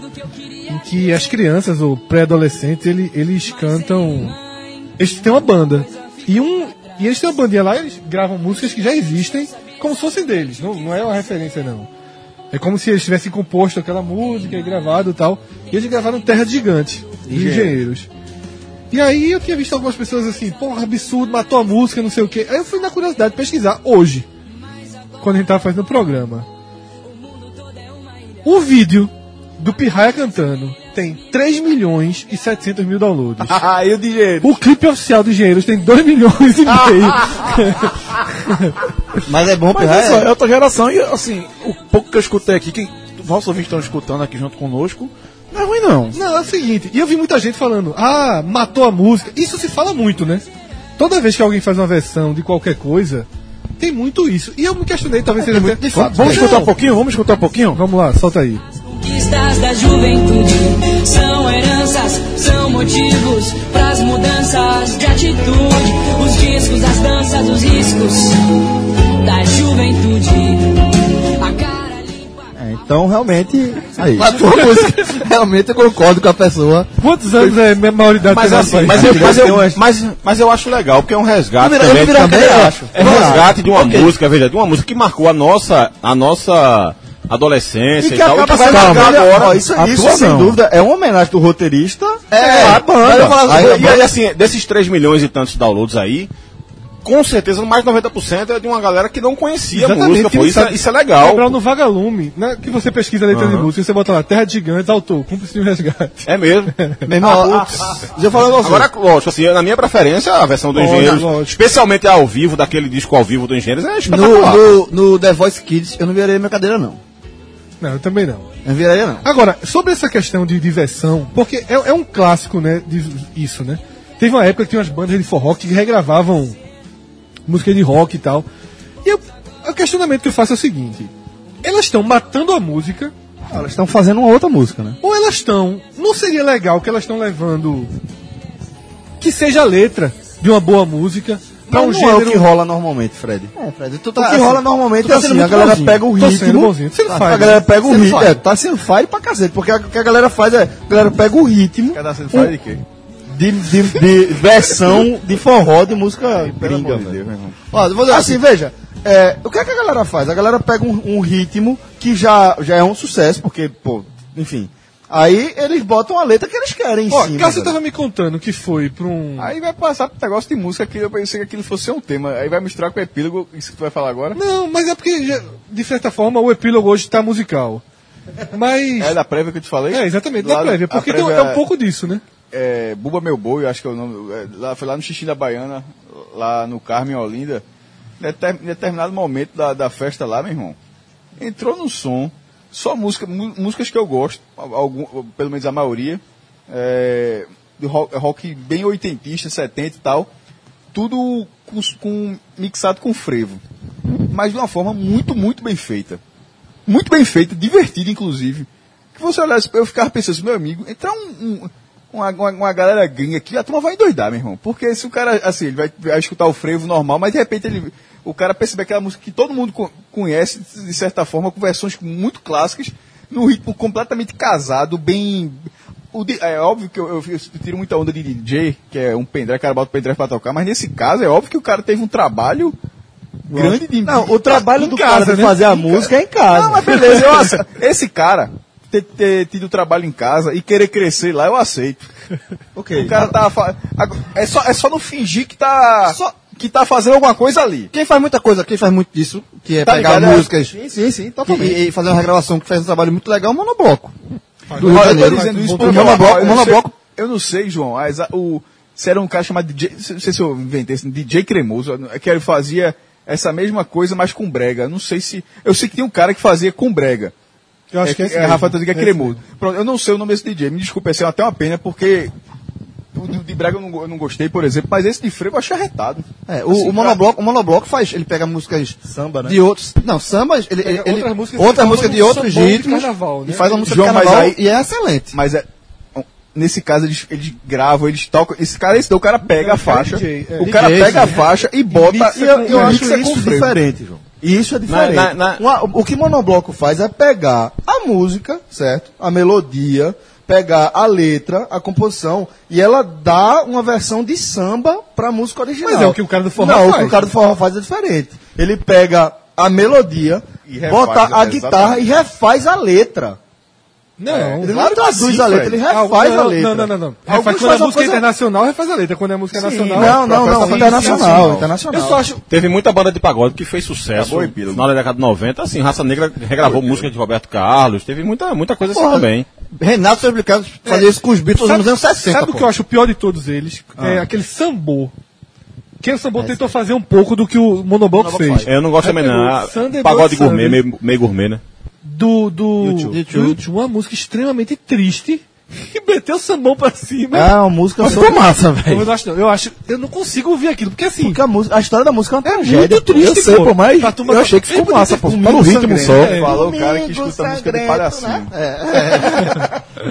[SPEAKER 5] em que as crianças ou pré-adolescentes ele, eles cantam. Eles têm uma banda. E, um, e eles têm uma bandinha lá, eles gravam músicas que já existem como se fossem deles. Não, não é uma referência, não. É como se eles tivessem composto aquela música e gravado e tal. E eles gravaram Terra de Gigante, de Engenheiros. E aí eu tinha visto algumas pessoas assim, porra, absurdo, matou a música, não sei o quê. Aí eu fui na curiosidade pesquisar hoje, quando a gente tava fazendo o programa. O vídeo do Pirraia cantando tem 3 milhões e 700 mil downloads.
[SPEAKER 7] Ah, e o dinheiro?
[SPEAKER 5] O clipe oficial do Engenheiros tem 2 milhões e meio.
[SPEAKER 3] Mas é bom
[SPEAKER 6] Mas
[SPEAKER 3] pra
[SPEAKER 6] essa é outra geração e, assim, o pouco que eu escutei aqui, que nossos ouvintes estão escutando aqui junto conosco, não é ruim, não.
[SPEAKER 5] Não, é o seguinte, e eu vi muita gente falando, ah, matou a música. Isso se fala muito, né? Toda vez que alguém faz uma versão de qualquer coisa, tem muito isso. E eu me questionei, talvez seja É, muito
[SPEAKER 6] Vamos, vamos escutar um pouquinho? Vamos escutar um pouquinho?
[SPEAKER 5] Vamos lá, solta aí.
[SPEAKER 8] Conquistas da juventude são heranças, são motivos pras mudanças de atitude. Os discos, as danças, os riscos da juventude. A cara limpa.
[SPEAKER 3] Então, realmente, aí. matou a música. Realmente eu concordo com a pessoa.
[SPEAKER 5] Quantos anos é minha maioridade
[SPEAKER 4] Mas
[SPEAKER 5] tem
[SPEAKER 4] assim,
[SPEAKER 5] rapaz?
[SPEAKER 4] mas eu, mas, eu,
[SPEAKER 3] Eu acho-
[SPEAKER 4] mas, mas eu acho legal, porque é um resgate
[SPEAKER 3] Eu
[SPEAKER 4] também.
[SPEAKER 3] também acho.
[SPEAKER 4] É um
[SPEAKER 3] Eu
[SPEAKER 4] resgate de uma
[SPEAKER 3] Ok.
[SPEAKER 4] música, veja, de uma música que marcou a nossa, a nossa adolescência e, tal. e tá, que vai
[SPEAKER 2] Calma,
[SPEAKER 4] marcar agora.
[SPEAKER 2] ó, isso, isso sem dúvida, é uma homenagem do roteirista
[SPEAKER 3] É,
[SPEAKER 2] à
[SPEAKER 3] mas
[SPEAKER 2] banda.
[SPEAKER 3] eu falo-
[SPEAKER 4] Aí,
[SPEAKER 3] eu-
[SPEAKER 4] e aí, assim, desses 3 milhões e tantos downloads aí, com certeza mais de 90% é de uma galera que não conhecia a música,
[SPEAKER 5] que
[SPEAKER 4] pô.
[SPEAKER 5] não
[SPEAKER 4] Isso, é-
[SPEAKER 5] sabe.
[SPEAKER 4] isso é legal.
[SPEAKER 5] Lembrar no Vagalume, né, que você pesquisa a letra de música, você bota lá, Terra de Gigantes, autor, cúmplice de um resgate.
[SPEAKER 4] É mesmo.
[SPEAKER 3] Meu irmão, ó, deixa eu falar com você.
[SPEAKER 4] Agora, lógico, assim, na minha preferência, a versão do
[SPEAKER 5] Lógico,
[SPEAKER 4] Engenheiros,
[SPEAKER 5] lógico.
[SPEAKER 4] especialmente ao vivo, daquele disco ao vivo do Engenheiros, é espetacular.
[SPEAKER 3] no, no, no The Voice Kids, eu não virei minha cadeira, não.
[SPEAKER 5] Não, eu também não.
[SPEAKER 3] Eu não viraria, não.
[SPEAKER 5] Agora, sobre essa questão de diversão, porque é, é um clássico, né? de- isso, né? Teve uma época que tinha umas bandas de forró que regravavam música de rock e tal. E eu- o questionamento que eu faço é o seguinte: elas estão matando a música
[SPEAKER 2] Ah, Elas estão fazendo uma outra música, né?
[SPEAKER 5] ou elas estão. Não seria legal que elas estão levando. que seja a letra de uma boa música pra
[SPEAKER 2] Não,
[SPEAKER 5] um
[SPEAKER 2] não
[SPEAKER 5] gênero.
[SPEAKER 2] é o que rola normalmente, Fred.
[SPEAKER 3] É, Fred, tu
[SPEAKER 2] o que
[SPEAKER 3] assim,
[SPEAKER 2] rola normalmente
[SPEAKER 3] tu tá
[SPEAKER 2] é assim,
[SPEAKER 3] sendo
[SPEAKER 2] a
[SPEAKER 3] muito
[SPEAKER 2] galera
[SPEAKER 3] bonzinho.
[SPEAKER 2] pega o
[SPEAKER 5] Tô sendo
[SPEAKER 2] ritmo.
[SPEAKER 5] bonzinho. Você não
[SPEAKER 2] a-
[SPEAKER 5] faz,
[SPEAKER 2] a galera
[SPEAKER 5] né?
[SPEAKER 2] pega o
[SPEAKER 3] Você não
[SPEAKER 2] ritmo.
[SPEAKER 3] faz.
[SPEAKER 2] É, tá sendo fire pra cacete, porque a- o que a galera faz é. A galera pega o ritmo.
[SPEAKER 7] Cada sendo faz de quê?
[SPEAKER 2] de, de, de versão de forró de música gringa, velho. Ó, vou dizer assim, veja, é, o que é que a galera faz? A galera pega um, um ritmo que já, já é um sucesso, porque, pô, enfim. Aí eles botam a letra que eles querem em
[SPEAKER 5] Ó,
[SPEAKER 2] cima.
[SPEAKER 5] Cássio
[SPEAKER 2] velho. Ah,
[SPEAKER 5] tava me contando que foi pra um.
[SPEAKER 7] Aí vai passar pro negócio de música que eu pensei que aquilo fosse ser um tema. Aí vai misturar com o epílogo, isso que tu vai falar agora.
[SPEAKER 5] Não, mas é porque, já- de certa forma, o epílogo hoje tá musical. Mas.
[SPEAKER 7] É da prévia que eu te falei?
[SPEAKER 5] É, exatamente,
[SPEAKER 7] Lá
[SPEAKER 5] da
[SPEAKER 7] no-
[SPEAKER 5] prévia,
[SPEAKER 7] a
[SPEAKER 5] porque tem-
[SPEAKER 7] prévia
[SPEAKER 5] é um pouco disso, né?
[SPEAKER 7] é, Buba Meu Boi, eu acho que é o nome. é, lá, foi lá no Xixi da Baiana, lá no Carmen Olinda. Em deter- em determinado momento da, da festa lá, meu irmão, entrou num som, só música, mu- músicas que eu gosto, al- algum, pelo menos a maioria, é, de ro- rock, bem oitentista, setenta e tal, tudo com, s- com- mixado com frevo, mas de uma forma muito, muito bem feita. Muito bem feita, divertida, inclusive. Que você olhasse, eu ficava pensando assim, meu amigo, entrar um, um- uma, uma, uma galera gringa aqui, a turma vai endoidar, meu irmão. Porque se o cara, assim, ele vai, vai escutar o frevo normal, mas de repente ele, o cara percebe aquela música que todo mundo co- conhece, de certa forma, com versões muito clássicas, num ritmo completamente casado, bem. o di- é óbvio que eu, eu- eu tiro muita onda de DJ, que é um pendrive, o cara bota o pendrive pra tocar, mas nesse caso é óbvio que o cara teve um trabalho grande de
[SPEAKER 2] Não, o trabalho
[SPEAKER 7] em
[SPEAKER 2] do
[SPEAKER 7] casa,
[SPEAKER 2] cara de
[SPEAKER 7] né?
[SPEAKER 2] fazer a
[SPEAKER 7] Em
[SPEAKER 2] música é em
[SPEAKER 7] não,
[SPEAKER 2] casa.
[SPEAKER 7] mas beleza, eu aceito. Esse cara ter, ter tido trabalho em casa e querer crescer lá, eu aceito. O cara tá. fa- Agora, É só, é só não fingir que tá. Que tá fazendo alguma coisa ali.
[SPEAKER 3] Quem faz muita coisa, quem faz muito disso, que é
[SPEAKER 7] Tá
[SPEAKER 3] pegar
[SPEAKER 7] ligado?
[SPEAKER 3] músicas
[SPEAKER 7] Sim, sim, sim,
[SPEAKER 3] e,
[SPEAKER 7] totalmente.
[SPEAKER 3] e fazer uma regravação que faz um trabalho muito legal, monobloco.
[SPEAKER 7] Olha,
[SPEAKER 3] Do
[SPEAKER 7] eu tô
[SPEAKER 3] Janeiro.
[SPEAKER 7] dizendo isso
[SPEAKER 3] O
[SPEAKER 7] porque eu-
[SPEAKER 3] monobloco,
[SPEAKER 7] eu,
[SPEAKER 3] o
[SPEAKER 7] não sei-
[SPEAKER 3] monobloco
[SPEAKER 7] eu não sei, João. a exa- o, se era um cara chamado DJ. Não sei se eu inventei esse DJ Cremoso, eu- que ele fazia essa mesma coisa, mas com brega. Eu Não sei se. Eu sei que tem um cara que fazia com brega.
[SPEAKER 5] Eu acho que é esse.
[SPEAKER 7] é,
[SPEAKER 5] mesmo.
[SPEAKER 7] Rafa Tanzica
[SPEAKER 5] Esse
[SPEAKER 7] Cremoso. Pronto, eu não sei o nome desse DJ, me desculpa, esse é até uma pena, porque o de, de Braga eu não, go- eu não gostei, por exemplo, mas esse de frevo eu achei arretado. Assim,
[SPEAKER 3] É, o, o monobloco, o monobloco faz, ele pega músicas
[SPEAKER 2] Samba, né?
[SPEAKER 3] de outros, não, sambas, ele, ele,
[SPEAKER 5] Pega
[SPEAKER 3] ele-
[SPEAKER 5] outras músicas
[SPEAKER 3] outras músicas,
[SPEAKER 5] que formam
[SPEAKER 3] de
[SPEAKER 5] um
[SPEAKER 3] outros
[SPEAKER 5] sambão de
[SPEAKER 3] ritmos
[SPEAKER 5] carnaval, né?
[SPEAKER 3] e faz uma música
[SPEAKER 7] João,
[SPEAKER 3] de
[SPEAKER 7] mas
[SPEAKER 3] carnaval
[SPEAKER 7] aí-
[SPEAKER 3] e é excelente.
[SPEAKER 7] Mas é. nesse caso, eles, eles gravam, eles tocam. Esse cara, esse daí, o cara pega a faixa.
[SPEAKER 5] DJ, é.
[SPEAKER 7] O cara
[SPEAKER 3] DJ,
[SPEAKER 7] pega a faixa e bota.
[SPEAKER 2] E eu, eu acho
[SPEAKER 7] mixa com
[SPEAKER 2] isso
[SPEAKER 7] frevo.
[SPEAKER 2] diferente, João. E isso é diferente.
[SPEAKER 4] Na- na- na-
[SPEAKER 2] Uma- o que Monobloco faz é pegar a música, certo? A melodia, pegar a letra, a composição, e ela dá uma versão de samba pra música original.
[SPEAKER 5] Mas é o que o cara do forró
[SPEAKER 2] Não, o
[SPEAKER 5] faz.
[SPEAKER 2] que o cara do forró faz é diferente. Ele pega a melodia,
[SPEAKER 7] E refaz,
[SPEAKER 2] bota a
[SPEAKER 7] exatamente.
[SPEAKER 2] guitarra e refaz a letra.
[SPEAKER 5] Não,
[SPEAKER 2] É, Ele não traduz a letra, ele
[SPEAKER 5] Ah,
[SPEAKER 2] refaz
[SPEAKER 5] não,
[SPEAKER 2] a letra.
[SPEAKER 5] Não, não, não. não.
[SPEAKER 2] Alguns
[SPEAKER 5] Refaz quando é
[SPEAKER 2] fazem uma
[SPEAKER 5] música
[SPEAKER 2] coisa-
[SPEAKER 5] internacional, refaz a letra. Quando é música nacional.
[SPEAKER 2] Não, não, não,
[SPEAKER 5] Sim,
[SPEAKER 2] internacional,
[SPEAKER 5] sim,
[SPEAKER 2] internacional.
[SPEAKER 5] Eu só acho.
[SPEAKER 4] Teve muita banda de pagode que fez sucesso na hora da década de 90. Assim, Raça Negra regravou música de Roberto Carlos. Teve muita, muita coisa assim também.
[SPEAKER 3] Renato foi obrigado a fazer isso com os Beatles nos anos 60.
[SPEAKER 5] É, Sabe o
[SPEAKER 3] pô.
[SPEAKER 5] que eu acho o pior de todos eles?
[SPEAKER 2] Ah.
[SPEAKER 5] É aquele sambô. Que o sambô
[SPEAKER 2] é.
[SPEAKER 5] tentou fazer um pouco do que o Monobloco fez.
[SPEAKER 4] Eu não gosto também, não. Ah,
[SPEAKER 5] Sunday
[SPEAKER 4] Pagode
[SPEAKER 5] Boy
[SPEAKER 4] gourmet,
[SPEAKER 5] Sunday.
[SPEAKER 4] meio, meio gourmet, né?
[SPEAKER 5] Do. do
[SPEAKER 3] YouTube.
[SPEAKER 5] do YouTube, Uma música extremamente triste. E meteu o sambão pra cima.
[SPEAKER 2] É uma música sobre... massa, velho.
[SPEAKER 5] Eu não acho, não. Eu acho. Eu não consigo ouvir aquilo. Porque assim.
[SPEAKER 2] É Porque a, música, a história da música é uma tragédia.
[SPEAKER 6] Muito triste, eu sei, pô, mas eu achei que ficou massa, pô. Tá no ritmo só.
[SPEAKER 7] Falou o cara que escuta música de palhacinho.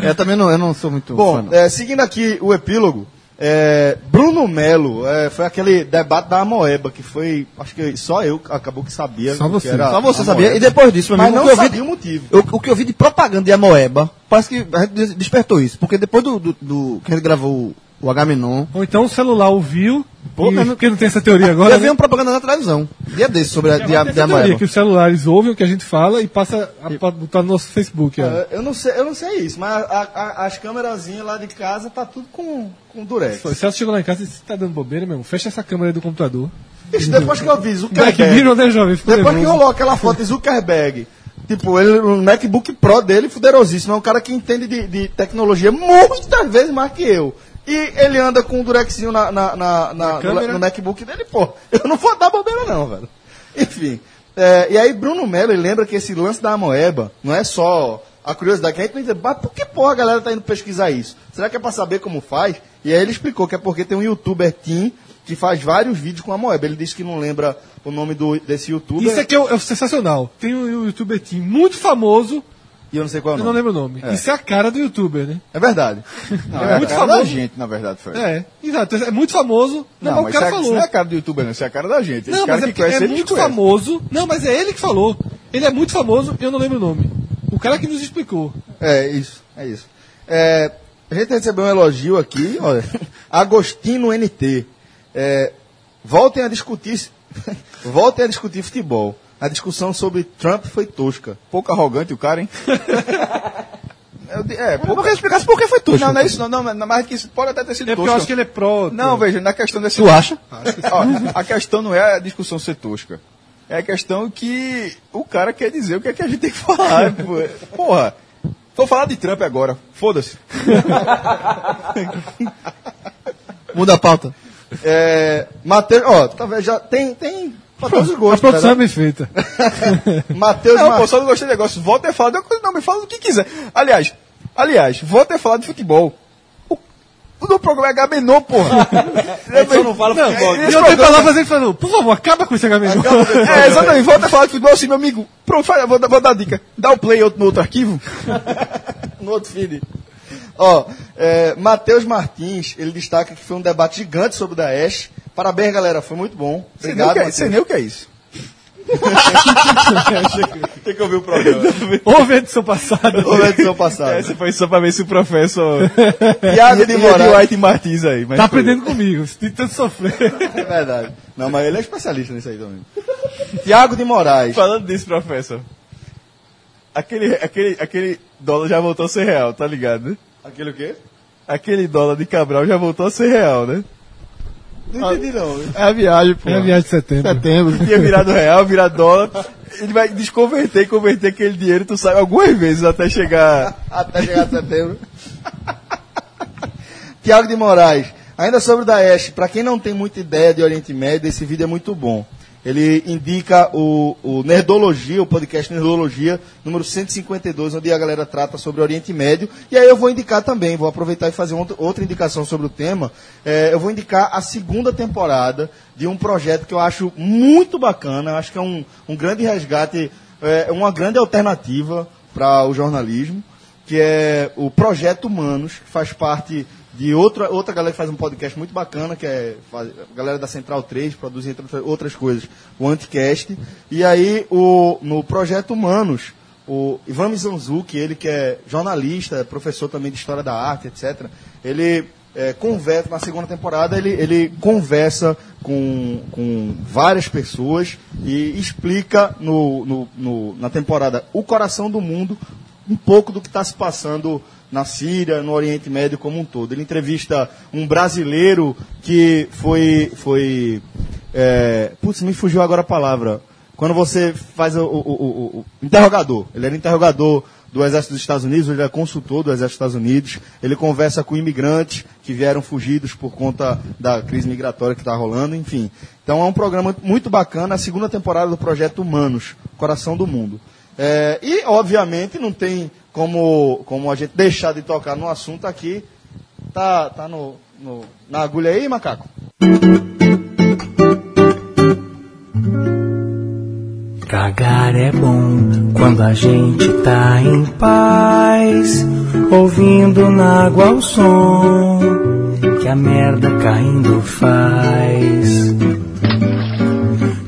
[SPEAKER 3] Eu também não, eu não sou muito fã,
[SPEAKER 2] né? Bom,
[SPEAKER 3] não.
[SPEAKER 2] é, seguindo aqui o epílogo, é, Bruno Melo, é, foi aquele debate da Amoeba, que foi, acho que só eu acabou que sabia.
[SPEAKER 5] Só
[SPEAKER 2] que
[SPEAKER 5] você.
[SPEAKER 2] era
[SPEAKER 3] Só você
[SPEAKER 2] Amoeba.
[SPEAKER 3] sabia. E depois disso, meu
[SPEAKER 2] Mas
[SPEAKER 3] amigo,
[SPEAKER 2] não
[SPEAKER 3] o que eu vi,
[SPEAKER 2] sabia o motivo.
[SPEAKER 3] eu- o que eu vi de propaganda de Amoeba, parece que a gente des- despertou isso. Porque depois do, do, do- que a gente gravou o Agamenon,
[SPEAKER 5] Ou então o celular ouviu.
[SPEAKER 3] Pô,
[SPEAKER 5] e,
[SPEAKER 3] mas não-
[SPEAKER 5] Porque não tem essa teoria agora.
[SPEAKER 3] eu
[SPEAKER 5] né?
[SPEAKER 2] um
[SPEAKER 3] vi uma propaganda na televisão, um dia desse, sobre
[SPEAKER 5] É,
[SPEAKER 3] a, de, a- de
[SPEAKER 5] Essa teoria
[SPEAKER 3] Amoeba.
[SPEAKER 5] que os celulares ouvem o que a gente fala e passa a pa- botar no nosso Facebook. ó.
[SPEAKER 2] É, eu, não sei, eu não sei isso, mas a- a- as câmerazinhas lá de casa tá tudo com, com durex.
[SPEAKER 5] O Celso chegou lá em casa e disse: tá dando bobeira mesmo? Fecha essa câmera aí do computador.
[SPEAKER 2] Isso, depois que eu vi
[SPEAKER 5] Black
[SPEAKER 2] Zuckerberg,
[SPEAKER 5] Mirror, né, jovem? Ficou
[SPEAKER 2] é. depois que
[SPEAKER 5] nervoso.
[SPEAKER 2] rolou aquela foto de Zuckerberg, tipo, ele, o MacBook Pro dele, fuderosíssimo, é um cara que entende de, de tecnologia muitas vezes mais que eu. E ele anda com um durexinho na, na- na- na-
[SPEAKER 5] câmera.
[SPEAKER 2] no MacBook dele, pô, eu não vou dar bobeira não, velho. Enfim, é, e aí Bruno Melo, ele lembra que esse lance da Amoeba não é só a curiosidade que a gente não entende, mas por que porra a galera tá indo pesquisar isso? Será que é pra saber como faz? E aí ele explicou que é porque tem um youtuber Tim que faz vários vídeos com a Amoeba. Ele disse que não lembra o nome do- desse youtuber.
[SPEAKER 5] Isso aqui é, o- é o sensacional. Tem um youtuber team muito famoso,
[SPEAKER 2] E eu não sei qual é o
[SPEAKER 5] eu
[SPEAKER 2] nome.
[SPEAKER 5] não lembro o nome. Isso é a cara do youtuber, né?
[SPEAKER 2] É verdade.
[SPEAKER 7] Não,
[SPEAKER 5] É
[SPEAKER 7] é,
[SPEAKER 5] muito
[SPEAKER 7] a cara da
[SPEAKER 5] famoso.
[SPEAKER 7] gente, na verdade, Fred.
[SPEAKER 5] É, exato. É muito famoso. Não,
[SPEAKER 7] Não,
[SPEAKER 5] mas o
[SPEAKER 7] mas
[SPEAKER 5] cara
[SPEAKER 7] isso é- isso
[SPEAKER 5] falou.
[SPEAKER 7] não é a cara do youtuber, não. Isso é a cara da gente. Esse
[SPEAKER 5] Não,
[SPEAKER 7] cara
[SPEAKER 5] mas é,
[SPEAKER 7] que conhece
[SPEAKER 5] é
[SPEAKER 7] ele,
[SPEAKER 5] muito
[SPEAKER 7] conhece.
[SPEAKER 5] famoso. Não, mas é ele que falou. Ele é muito famoso, eu não lembro o nome. O cara que nos explicou.
[SPEAKER 2] É isso, é isso. É, a gente recebeu um elogio aqui, olha. Agostino NT. É, voltem a discutir. voltem a discutir futebol. A discussão sobre Trump foi tosca.
[SPEAKER 7] Pouco arrogante o cara, hein? Eu di- é, pouco...
[SPEAKER 3] explicasse por que foi tudo.
[SPEAKER 7] Não, não é isso, não, não, não, mas que isso pode até ter sido
[SPEAKER 5] É porque eu
[SPEAKER 7] tosco.
[SPEAKER 5] acho que ele é pró.
[SPEAKER 7] Não, veja, na questão desse.
[SPEAKER 3] Tu acha?
[SPEAKER 7] Ó, a questão não é a discussão ser tosca. É a questão que o cara quer dizer o que é que a gente tem que falar. pô. Porra, vou falar de Trump agora. Foda-se.
[SPEAKER 3] Muda a pauta.
[SPEAKER 2] É, Matheus, ó, tá vendo? Já tem, tem pra todos os
[SPEAKER 5] A
[SPEAKER 2] gostos. né?
[SPEAKER 5] produção é bem feita.
[SPEAKER 2] Matheus
[SPEAKER 7] Não,
[SPEAKER 2] Mar-
[SPEAKER 7] pô, só não gostei do negócio. Volta a falar de uma coisa. Não, me fala do que quiser. Aliás, aliás, volta a falar de futebol. O, o do programa é Gamenon, porra. Eu não falo futebol.
[SPEAKER 5] E eu tenho palavras aí falando, por favor, acaba com esse HMG.
[SPEAKER 7] É, exatamente. Volta a falar de futebol, sim, meu amigo. Pronto, fala, vou, dar- vou dar a dica. Dá o play outro- no outro arquivo.
[SPEAKER 2] no outro feed. Ó, é, Matheus Martins, ele destaca que foi um debate gigante sobre o Daesh. Parabéns, galera, foi muito bom.
[SPEAKER 7] Você nem o
[SPEAKER 2] Obrigado,
[SPEAKER 7] que é-
[SPEAKER 2] Matheus.
[SPEAKER 7] Você nem o que é isso.
[SPEAKER 2] Tem que ouvir o programa.
[SPEAKER 5] Houve a edição passada.
[SPEAKER 2] Ou na edição passada.
[SPEAKER 7] Essa foi só pra ver se o professor.
[SPEAKER 2] Iago de
[SPEAKER 7] Ia
[SPEAKER 2] Moraes.
[SPEAKER 7] White Martins aí. Mas
[SPEAKER 5] Tá
[SPEAKER 7] foi.
[SPEAKER 5] aprendendo comigo, de tanto sofrer.
[SPEAKER 2] É verdade. Não, mas ele é especialista nisso aí também. Tiago de Moraes.
[SPEAKER 7] Falando disso, professor. Aquele, aquele, aquele dólar já voltou a ser real, tá ligado, né?
[SPEAKER 2] Aquele o quê?
[SPEAKER 7] Aquele dólar de Cabral já voltou a ser real, né?
[SPEAKER 2] Não entendi não.
[SPEAKER 7] É a viagem, pô.
[SPEAKER 5] É a viagem de setembro.
[SPEAKER 7] Tinha virado real, virar dólar. Ele vai desconverter e converter aquele dinheiro, tu sabe, algumas vezes até chegar.
[SPEAKER 2] Até chegar a setembro. Tiago de Moraes. Ainda sobre o Daesh, para quem não tem muita ideia de Oriente Médio, esse vídeo é muito bom. Ele indica o, o Nerdologia, o podcast Nerdologia, número 152, onde a galera trata sobre o Oriente Médio. E aí eu vou indicar também, vou aproveitar e fazer outra- outra indicação sobre o tema. É, eu vou indicar a segunda temporada de um projeto que eu acho muito bacana, eu acho que é um, um grande resgate, é uma grande alternativa para o jornalismo que é o Projeto Humanos, que faz parte de outra, outra galera que faz um podcast muito bacana, que é faz- a galera da Central 3, produz entre outra- outras coisas, o Anticast. E aí, o, no Projeto Humanos, o Ivan Mizanzuki, ele que é jornalista, professor também de História da Arte, etc., ele é, conversa, na segunda temporada, ele, ele conversa com, com várias pessoas e explica no, no- no- na temporada O Coração do Mundo um pouco do que está se passando na Síria, no Oriente Médio como um todo. Ele entrevista um brasileiro que foi. foi é, putz, me fugiu agora a palavra. Quando você faz o, o- o- o- o interrogador, ele era interrogador do Exército dos Estados Unidos, ele era consultor do Exército dos Estados Unidos, ele conversa com imigrantes que vieram fugidos por conta da crise migratória que está rolando, enfim. Então é um programa muito bacana, a segunda temporada do projeto Humanos, Coração do Mundo. É, e, obviamente, não tem como, como a gente deixar de tocar no assunto aqui. Tá, tá no, no- na agulha aí, macaco?
[SPEAKER 1] Cagar é bom quando a gente tá em paz, ouvindo na água o som que a merda caindo faz.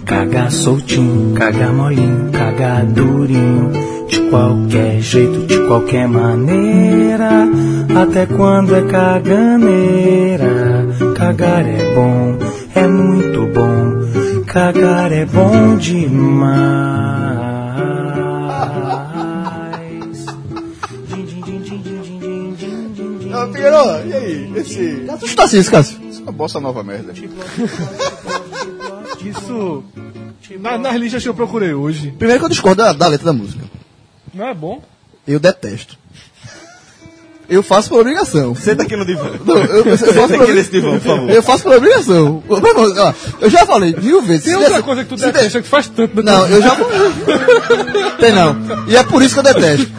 [SPEAKER 1] Cagar soltinho, cagar molinho, cagar durinho, de qualquer jeito, de qualquer maneira, até quando é caganeira. Cagar é bom, é muito bom, cagar é bom demais. Din, din, din, din, din, din, din, din, din, din.
[SPEAKER 7] Tá,
[SPEAKER 2] Ah, Figueiredo, e aí? Esse...
[SPEAKER 3] Assusta isso, Cássio.
[SPEAKER 7] Isso é uma bossa nova merda.
[SPEAKER 5] Isso. na- nas listas que eu procurei hoje.
[SPEAKER 3] Primeiro que eu discordo da, da letra da música.
[SPEAKER 5] Não é bom?
[SPEAKER 3] Eu detesto. Eu faço por obrigação.
[SPEAKER 2] Senta aqui no divã.
[SPEAKER 3] Não, eu, eu- eu faço por
[SPEAKER 2] aqui
[SPEAKER 3] obri-
[SPEAKER 2] nesse divã, por favor.
[SPEAKER 3] Eu faço por obrigação. Ô, meu irmão, ó, Eu já falei mil vezes.
[SPEAKER 5] Tem
[SPEAKER 3] se
[SPEAKER 5] outra
[SPEAKER 3] desse-
[SPEAKER 5] coisa que tu
[SPEAKER 3] se
[SPEAKER 5] detesta que tu faz tanto. né?
[SPEAKER 3] Não, eu já. Tem não. E é por isso que eu detesto.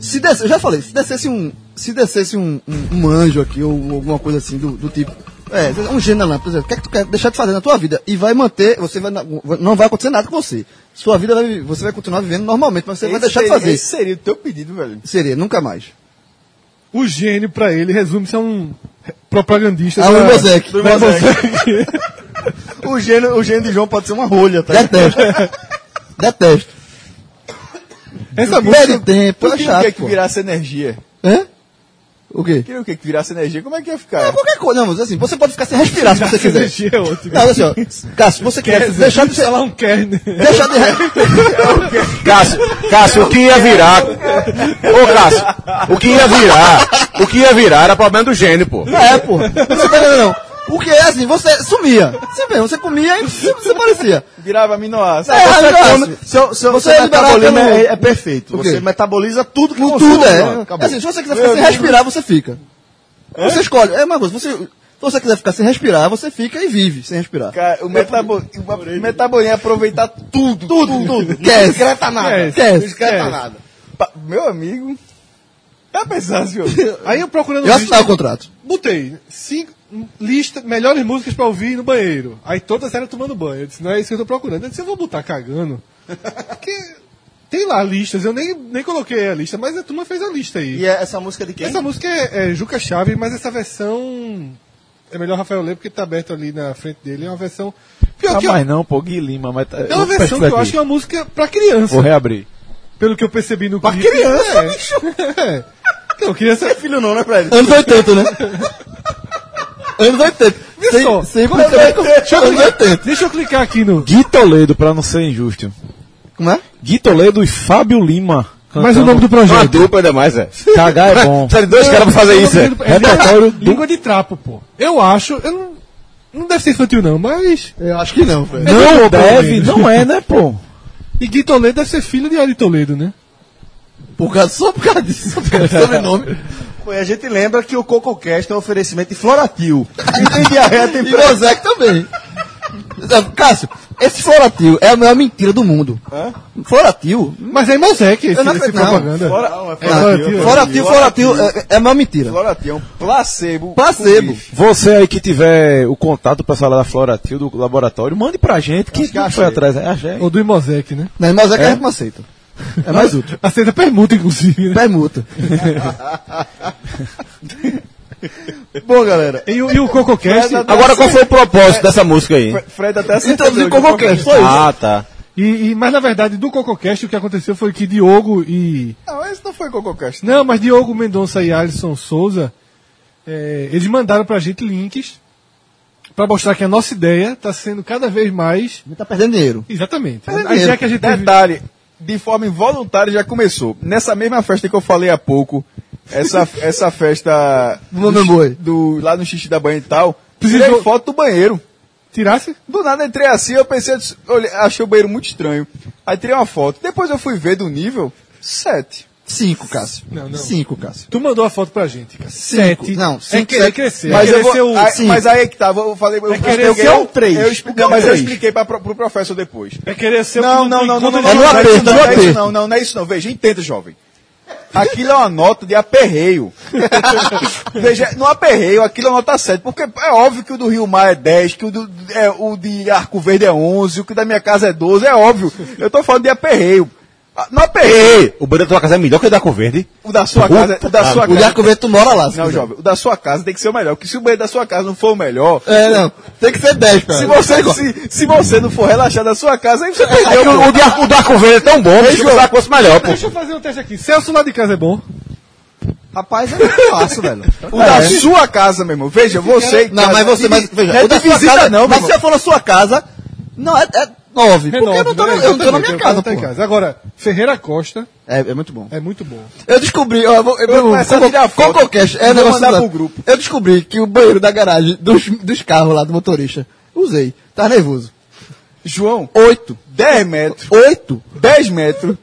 [SPEAKER 3] Se desse, eu já falei, se descesse um. Se descesse um, um, um anjo aqui, ou alguma coisa assim do, do tipo. É, um gênio lá, por exemplo, o que é que tu quer deixar de fazer na tua vida? E vai manter, você vai. na- Não vai acontecer nada com você. Sua vida vai, você vai continuar vivendo normalmente, mas você vai deixar de fazer.
[SPEAKER 7] Esse seria o teu pedido, velho.
[SPEAKER 3] Seria, nunca mais.
[SPEAKER 5] O gênio pra ele resume-se a um propagandista. é
[SPEAKER 3] Ah,
[SPEAKER 5] da-
[SPEAKER 3] o Bozek.
[SPEAKER 5] da Mosaic.
[SPEAKER 2] O gênio, o gênio de João pode ser uma rolha, tá?
[SPEAKER 3] Detesto. Detesto.
[SPEAKER 5] Essa
[SPEAKER 3] Perde tempo,
[SPEAKER 7] Tu queria o
[SPEAKER 3] é
[SPEAKER 7] que,
[SPEAKER 3] chato,
[SPEAKER 7] que
[SPEAKER 3] pô.
[SPEAKER 7] virasse energia?
[SPEAKER 3] Hã? O quê?
[SPEAKER 7] Queria o que, que virasse energia? Como é que ia ficar?
[SPEAKER 3] Não, qualquer coisa. Não, mas assim, você pode ficar sem respirar se você quiser.
[SPEAKER 5] energia é ótimo.
[SPEAKER 3] Não, assim, ó. Cássio, se você quer deixar de ser...
[SPEAKER 5] Sei lá, um kernel.
[SPEAKER 3] Deixar de...
[SPEAKER 4] Cássio, Cássio, o que ia virar? Ô, Cássio, o que ia virar? O que ia virar era problema do gênio, pô.
[SPEAKER 3] Não é, pô. Você tá entendendo, não. Porque, assim, você sumia. Você mesmo, você comia e você você parecia.
[SPEAKER 7] Virava aminoácido.
[SPEAKER 3] É,
[SPEAKER 2] Você
[SPEAKER 3] Cássio.
[SPEAKER 2] come- seu, seu,
[SPEAKER 3] Você
[SPEAKER 2] seu
[SPEAKER 3] é liberado
[SPEAKER 2] metabolismo
[SPEAKER 3] pelo-
[SPEAKER 2] é, é perfeito.
[SPEAKER 3] O quê?
[SPEAKER 2] Você metaboliza tudo que
[SPEAKER 3] Com
[SPEAKER 2] consome,
[SPEAKER 3] tudo,
[SPEAKER 2] mano.
[SPEAKER 3] é.
[SPEAKER 2] Acabou.
[SPEAKER 3] Assim, se você quiser ficar sem respirar, você fica. Você escolhe. É, mas você... Se você quiser ficar sem respirar, você fica e vive sem respirar. É
[SPEAKER 7] Cara, o metabo... o metabolismo ia aproveitar tudo.
[SPEAKER 3] Tudo, tudo. Quer. Discreta nada. Quer. Discreta nada.
[SPEAKER 7] Pa- Meu amigo. Tá pensando, senhor?
[SPEAKER 5] Aí eu procurando
[SPEAKER 3] Eu
[SPEAKER 5] lista,
[SPEAKER 3] assinava o contrato.
[SPEAKER 5] botei cinco hum, lista, melhores músicas pra ouvir no banheiro. Aí todas eram tomando banho. Eu disse, não é isso que eu tô procurando. Eu disse, eu vou botar cagando. Porque tem lá listas, eu nem, nem coloquei a lista, mas a turma fez a lista aí.
[SPEAKER 2] E é essa música de quem?
[SPEAKER 5] Essa música é, é Juca Chaves, mas essa versão. É melhor Rafael ler porque tá aberto ali na frente dele. É uma versão. Pior
[SPEAKER 2] Tá
[SPEAKER 6] Ah,
[SPEAKER 5] que eu-
[SPEAKER 6] mas não, pô, Guilherme, mas... tá-
[SPEAKER 5] é uma
[SPEAKER 6] vou
[SPEAKER 5] versão que
[SPEAKER 6] pesquisar
[SPEAKER 5] eu acho
[SPEAKER 6] aqui.
[SPEAKER 5] que é uma música pra criança.
[SPEAKER 6] Vou reabrir.
[SPEAKER 5] Pelo que eu percebi no clipe. Pra criança, é. bicho! É. Então, criança é filho não, né, pra ele?
[SPEAKER 3] Anos 80, né? Anos 80.
[SPEAKER 5] Viu só?
[SPEAKER 3] Sem, sem Deixa eu- Anos 80.
[SPEAKER 5] Deixa eu clicar aqui no.
[SPEAKER 6] Gui Toledo, pra não ser injusto.
[SPEAKER 3] Como é?
[SPEAKER 6] Gui Toledo e Fábio Lima.
[SPEAKER 5] Mas o nome do
[SPEAKER 4] Uma
[SPEAKER 5] projeto.
[SPEAKER 4] dupla ainda mais, é.
[SPEAKER 6] Cagar é bom.
[SPEAKER 4] Precisa de dois caras pra fazer isso, é.
[SPEAKER 5] É
[SPEAKER 6] Repertório do-
[SPEAKER 5] língua de trapo, pô. Eu acho. Eu não, não deve ser infantil, não, mas.
[SPEAKER 3] Eu acho que não, velho.
[SPEAKER 6] Não deve,
[SPEAKER 5] menos.
[SPEAKER 6] não é, né, pô?
[SPEAKER 5] E Gui Toledo deve ser filho de Ari Toledo, né?
[SPEAKER 3] Por causa, só por causa disso, só por causa do sobrenome.
[SPEAKER 2] Pô, e a gente lembra que o CocoCast é um oferecimento de Floratil. E tem diarreia, tem
[SPEAKER 3] E Bozek também. Cássio, esse Floratil é a maior mentira do mundo. Floratil?
[SPEAKER 5] Mas é Mosek esse,
[SPEAKER 3] Eu não
[SPEAKER 5] esse
[SPEAKER 3] acredito, não.
[SPEAKER 5] propaganda.
[SPEAKER 7] Fora... Não, é
[SPEAKER 3] Não,
[SPEAKER 5] Floratil,
[SPEAKER 3] Floratil, Floratil, é, é a maior mentira.
[SPEAKER 7] Floratil, é um placebo.
[SPEAKER 3] Placebo.
[SPEAKER 7] com bife.
[SPEAKER 6] Você aí que tiver o contato pra sala da Floratil, do laboratório, mande pra gente que, que foi atrás. É, achei.
[SPEAKER 5] Ou do Imosek, né?
[SPEAKER 7] Tá
[SPEAKER 3] Não, Bozek é. a gente não aceita. É mais útil.
[SPEAKER 5] Aceita permuta, inclusive. né?
[SPEAKER 3] Permuta. Bom, galera.
[SPEAKER 5] E, o- e o CocoCast,
[SPEAKER 4] Agora, qual foi o propósito dessa música aí?
[SPEAKER 7] Fred até se
[SPEAKER 3] Introduzir o CocoCast. Foi isso.
[SPEAKER 4] Ah, tá.
[SPEAKER 5] e, e, mas na verdade, do CocoCast, o que aconteceu foi que Diogo e...
[SPEAKER 7] Não, esse Ah, não foi CocoCast.
[SPEAKER 5] Não, mas Diogo Mendonça e Alisson Souza, eh, eles mandaram pra gente links pra mostrar que a nossa ideia tá sendo cada vez mais...
[SPEAKER 3] A gente tá perdendo dinheiro.
[SPEAKER 5] Exatamente.
[SPEAKER 7] Mas,
[SPEAKER 5] A ideia que a gente teve...
[SPEAKER 7] Detalhe, de forma involuntária já começou. Nessa mesma festa que eu falei há pouco, essa, essa festa
[SPEAKER 3] Do Mamãe Boi.
[SPEAKER 7] do, lá no xixi da banheira e tal,
[SPEAKER 5] Precisou-
[SPEAKER 3] um-
[SPEAKER 7] tirei foto do banheiro.
[SPEAKER 5] Tirasse?
[SPEAKER 7] Do nada entrei assim, eu pensei, eu disse, olhei, achei o banheiro muito estranho. Aí tirei uma foto. Depois eu fui ver do nível, 7.
[SPEAKER 3] Cinco, Cássio.
[SPEAKER 5] Não, não.
[SPEAKER 3] Cinco, Cássio.
[SPEAKER 5] Tu mandou a foto pra gente, cara. Sete.
[SPEAKER 3] Não,
[SPEAKER 5] é
[SPEAKER 3] cinco,
[SPEAKER 5] querer
[SPEAKER 3] sete.
[SPEAKER 5] crescer.
[SPEAKER 7] Mas,
[SPEAKER 5] é
[SPEAKER 7] eu
[SPEAKER 5] querer
[SPEAKER 7] vou,
[SPEAKER 5] ser o-
[SPEAKER 7] aí,
[SPEAKER 3] Ah, sim.
[SPEAKER 7] mas aí é que tava, eu falei, eu
[SPEAKER 5] É querer
[SPEAKER 7] expliquei-
[SPEAKER 5] ser o
[SPEAKER 2] três.
[SPEAKER 7] Eu expliquei,
[SPEAKER 2] Não,
[SPEAKER 7] não, mas eu
[SPEAKER 2] três.
[SPEAKER 7] expliquei pra, pro, pro professor depois.
[SPEAKER 5] é querer ser o
[SPEAKER 7] Não,
[SPEAKER 5] que
[SPEAKER 7] não, não, não, não,
[SPEAKER 5] encontra ninguém.
[SPEAKER 7] não, não,
[SPEAKER 3] no
[SPEAKER 7] é isso não,
[SPEAKER 3] aperto, no
[SPEAKER 7] não é isso
[SPEAKER 3] aperto.
[SPEAKER 7] não, não, não é isso não. Veja, entenda, jovem. Aquilo é uma nota de aperreio. Veja, no aperreio, aquilo é uma nota 7. Porque é óbvio que o do Rio Mar é 10, que o, do, é, o de Arco Verde é 11, o que da minha casa é 12, é óbvio. Eu tô falando de aperreio. Ah, No aperreio,
[SPEAKER 4] Ei, o banheiro da tua casa é melhor que o da Cor Verde.
[SPEAKER 7] o da sua casa, o da sua
[SPEAKER 3] O
[SPEAKER 7] casa.
[SPEAKER 3] Jaco Verde, tu mora lá. se
[SPEAKER 7] Não,
[SPEAKER 3] quiser.
[SPEAKER 7] jovem, o da sua casa tem que ser o melhor. Porque se o banheiro da sua casa não for o melhor,
[SPEAKER 3] É, não. Tem que ser dez, cara.
[SPEAKER 7] se você, se, se você não for relaxar da sua casa, aí você
[SPEAKER 4] É que
[SPEAKER 7] perdeu.
[SPEAKER 4] o, o, de Ar- o da Cor Verde é tão bom, bicho, que o da fosse melhor, pô.
[SPEAKER 5] Deixa eu fazer um teste aqui. Celso lá de casa é bom.
[SPEAKER 3] Rapaz, é muito fácil, velho.
[SPEAKER 7] O da sua casa, meu irmão. Veja, você.
[SPEAKER 3] É. Não, mas você, mas veja,
[SPEAKER 7] não é
[SPEAKER 3] o da
[SPEAKER 7] de
[SPEAKER 3] sua
[SPEAKER 7] visita,
[SPEAKER 3] casa,
[SPEAKER 7] não, meu
[SPEAKER 3] Mas se
[SPEAKER 7] irmão.
[SPEAKER 3] eu for na sua casa, não, é, é nove. Porque
[SPEAKER 5] Renove,
[SPEAKER 3] eu não tô, na-
[SPEAKER 5] né?
[SPEAKER 3] eu não tô na
[SPEAKER 5] Exatamente,
[SPEAKER 3] minha
[SPEAKER 5] o cara
[SPEAKER 3] casa,
[SPEAKER 5] não tá em
[SPEAKER 3] pô.
[SPEAKER 5] casa. Agora, Ferreira Costa
[SPEAKER 3] É, é muito bom.
[SPEAKER 5] é muito bom.
[SPEAKER 3] Eu descobri, ó, eu vou, eu, vou
[SPEAKER 7] começar a
[SPEAKER 3] Coco-
[SPEAKER 7] tirar foto.
[SPEAKER 3] Cococast, é
[SPEAKER 7] Vou
[SPEAKER 3] negócio
[SPEAKER 7] mandar
[SPEAKER 3] da-
[SPEAKER 7] pro grupo.
[SPEAKER 3] Eu descobri que o banheiro da garagem dos, dos carros lá do motorista, usei. Tá nervoso.
[SPEAKER 7] João,
[SPEAKER 3] Oito.
[SPEAKER 7] 10 metros,
[SPEAKER 3] Oito?
[SPEAKER 7] 10 metros,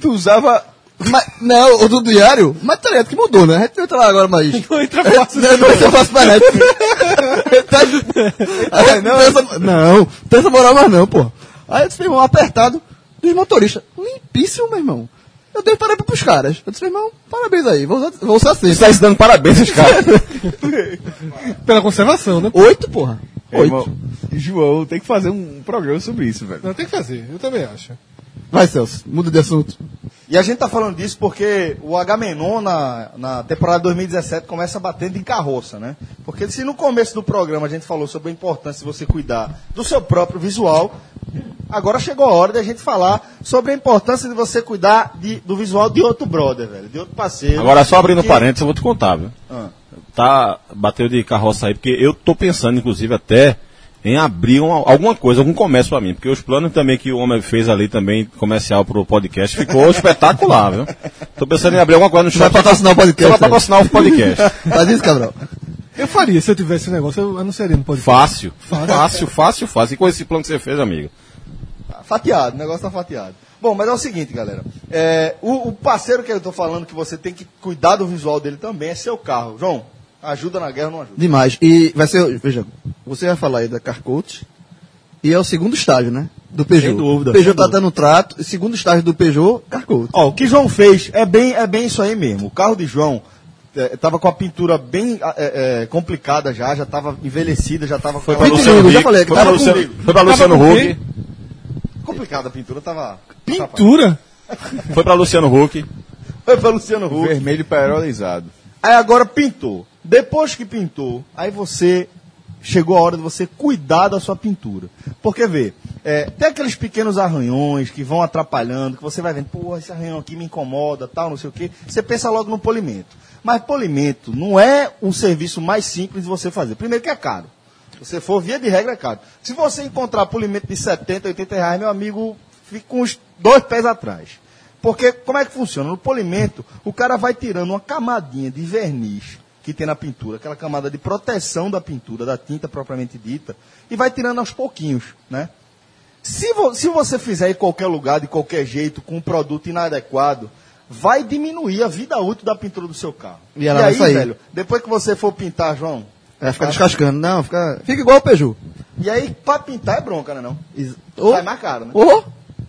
[SPEAKER 7] tu usava.
[SPEAKER 3] Mas, não, o do diário, mas tá ligado que mudou, né? A gente não entra lá agora mais.
[SPEAKER 5] Não entra fácil.
[SPEAKER 3] Eu não entra fácil mais, né? Tá- a
[SPEAKER 2] É,
[SPEAKER 3] gente não, tem essa- não, tem essa moral mais não, pô. Aí eu disse, meu irmão, apertado dos motoristas. Limpíssimo, meu irmão. Eu dei parabéns pros caras. Eu disse, meu irmão, parabéns aí, vou usar, vou usar assim.
[SPEAKER 4] Você tá se dando parabéns, esses caras.
[SPEAKER 5] É, Pela conservação, né?
[SPEAKER 3] Oito, porra.
[SPEAKER 7] Meu
[SPEAKER 3] Oito.
[SPEAKER 7] irmão, João, tem que fazer um, um programa sobre isso, velho.
[SPEAKER 5] Não, tem que fazer. Eu também acho.
[SPEAKER 3] Vai, Celso, muda de assunto.
[SPEAKER 2] E a gente tá falando disso porque o Agamenon na, na temporada 2017 começa batendo em carroça, né? Porque se no começo do programa a gente falou sobre a importância de você cuidar do seu próprio visual, agora chegou a hora da gente falar sobre a importância de você cuidar de- do visual de outro brother, velho, de outro parceiro.
[SPEAKER 4] Agora, só abrindo
[SPEAKER 2] Que-
[SPEAKER 4] parênteses, eu vou te contar, viu?
[SPEAKER 2] Ah.
[SPEAKER 4] Tá, bateu de carroça aí, porque eu tô pensando, inclusive, até em abrir uma- alguma coisa, algum comércio pra mim. Porque os planos também que o homem fez ali também, comercial pro podcast, ficou espetacular, viu? Tô pensando em abrir alguma coisa no
[SPEAKER 3] Vai
[SPEAKER 4] shopping.
[SPEAKER 3] patrocinar o
[SPEAKER 4] Você vai
[SPEAKER 3] podcast. né?
[SPEAKER 4] patrocinar o podcast.
[SPEAKER 3] Faz isso, Cabral.
[SPEAKER 5] Eu faria. Se eu tivesse um negócio, eu anunciaria no podcast.
[SPEAKER 4] Fácil. Fácil, fácil, fácil. E com esse plano que você fez, amigo?
[SPEAKER 2] Fatiado, o negócio tá fatiado. Bom, mas é o seguinte, galera. É, o, o parceiro que eu tô falando que você tem que cuidar do visual dele também é seu carro. João, ajuda na guerra ou não ajuda?
[SPEAKER 3] Demais. E vai ser, veja, você vai falar aí da Carcoat. E é o segundo estágio, né? Do Peugeot.
[SPEAKER 2] Sem dúvida.
[SPEAKER 3] Peugeot tá dando trato. e Segundo estágio do Peugeot, Carcoat.
[SPEAKER 2] Ó, o que João fez é bem, é bem isso aí mesmo. O carro de João estava com a pintura bem é, é, complicada já, já estava envelhecida, já estava com
[SPEAKER 3] pra
[SPEAKER 2] aquela-
[SPEAKER 3] Luciano Huck, já falei,
[SPEAKER 4] foi pra
[SPEAKER 3] tava
[SPEAKER 4] Luciano,
[SPEAKER 3] comigo.
[SPEAKER 4] foi pra Luciano
[SPEAKER 5] Tava com
[SPEAKER 4] Huck.
[SPEAKER 2] complicada a pintura, estava
[SPEAKER 5] Pintura?
[SPEAKER 4] Foi pra Luciano Huck.
[SPEAKER 2] Foi para Luciano Huck.
[SPEAKER 7] Vermelho perolizado.
[SPEAKER 2] Aí agora pintou. Depois que pintou, aí você chegou a hora de você cuidar da sua pintura. Porque vê, é, tem aqueles pequenos arranhões que vão atrapalhando, que você vai vendo, pô, esse arranhão aqui me incomoda, tal, não sei o quê. Você pensa logo no polimento. Mas polimento não é o serviço mais simples de você fazer. Primeiro que é caro. Se você for via de regra, é caro. Se você encontrar polimento de 70, 80 reais, meu amigo, fica com os dois pés atrás. Porque como é que funciona? No polimento, o cara vai tirando uma camadinha de verniz que tem na pintura, aquela camada de proteção da pintura, da tinta propriamente dita, e vai tirando aos pouquinhos, né? Se, vo- se você fizer em qualquer lugar, de qualquer jeito, com um produto inadequado, vai diminuir a vida útil da pintura do seu carro.
[SPEAKER 3] E ela vai
[SPEAKER 2] aí,
[SPEAKER 3] sair.
[SPEAKER 2] velho, depois que você for pintar, João,
[SPEAKER 3] Vai
[SPEAKER 2] Ah.
[SPEAKER 3] ficar É, descascando. Não, fica, fica igual o Peugeot.
[SPEAKER 2] e aí pra pintar é bronca, né não?
[SPEAKER 3] Is-
[SPEAKER 2] Sai mais caro, né?
[SPEAKER 3] Oh,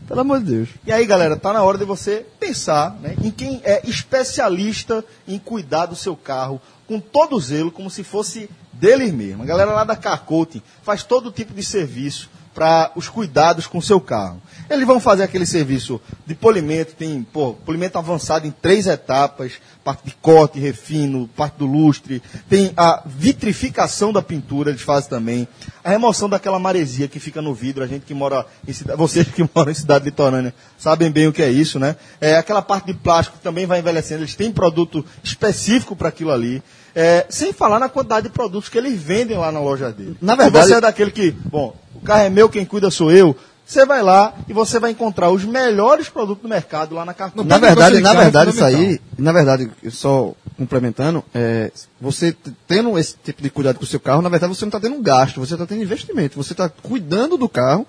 [SPEAKER 3] pelo amor de Deus.
[SPEAKER 2] E aí, galera, tá na hora de você pensar né, em quem é especialista em cuidar do seu carro com todo o zelo, como se fosse dele mesmo. A galera lá da Car Coating faz todo tipo de serviço, para os cuidados com o seu carro. Eles vão fazer aquele serviço de polimento, tem pô, polimento avançado em três etapas, parte de corte, refino, parte do lustre, tem a vitrificação da pintura, eles fazem também, a remoção daquela maresia que fica no vidro, a gente que mora em cidade, vocês que moram em cidade litorânea sabem bem o que é isso, né? É, aquela parte de plástico que também vai envelhecendo, eles têm produto específico para aquilo ali. É, sem falar na quantidade de produtos que eles vendem lá na loja dele.
[SPEAKER 3] Na verdade-
[SPEAKER 2] Se você é daquele que, bom, o carro é meu, quem cuida sou eu, você vai lá e você vai encontrar os melhores produtos do mercado lá na Cartoon.
[SPEAKER 3] na verdade, na verdade, isso aí, na verdade, eu só complementando, é, você t- tendo esse tipo de cuidado com o seu carro, na verdade você não está tendo um gasto, você está tendo investimento, você está cuidando do carro,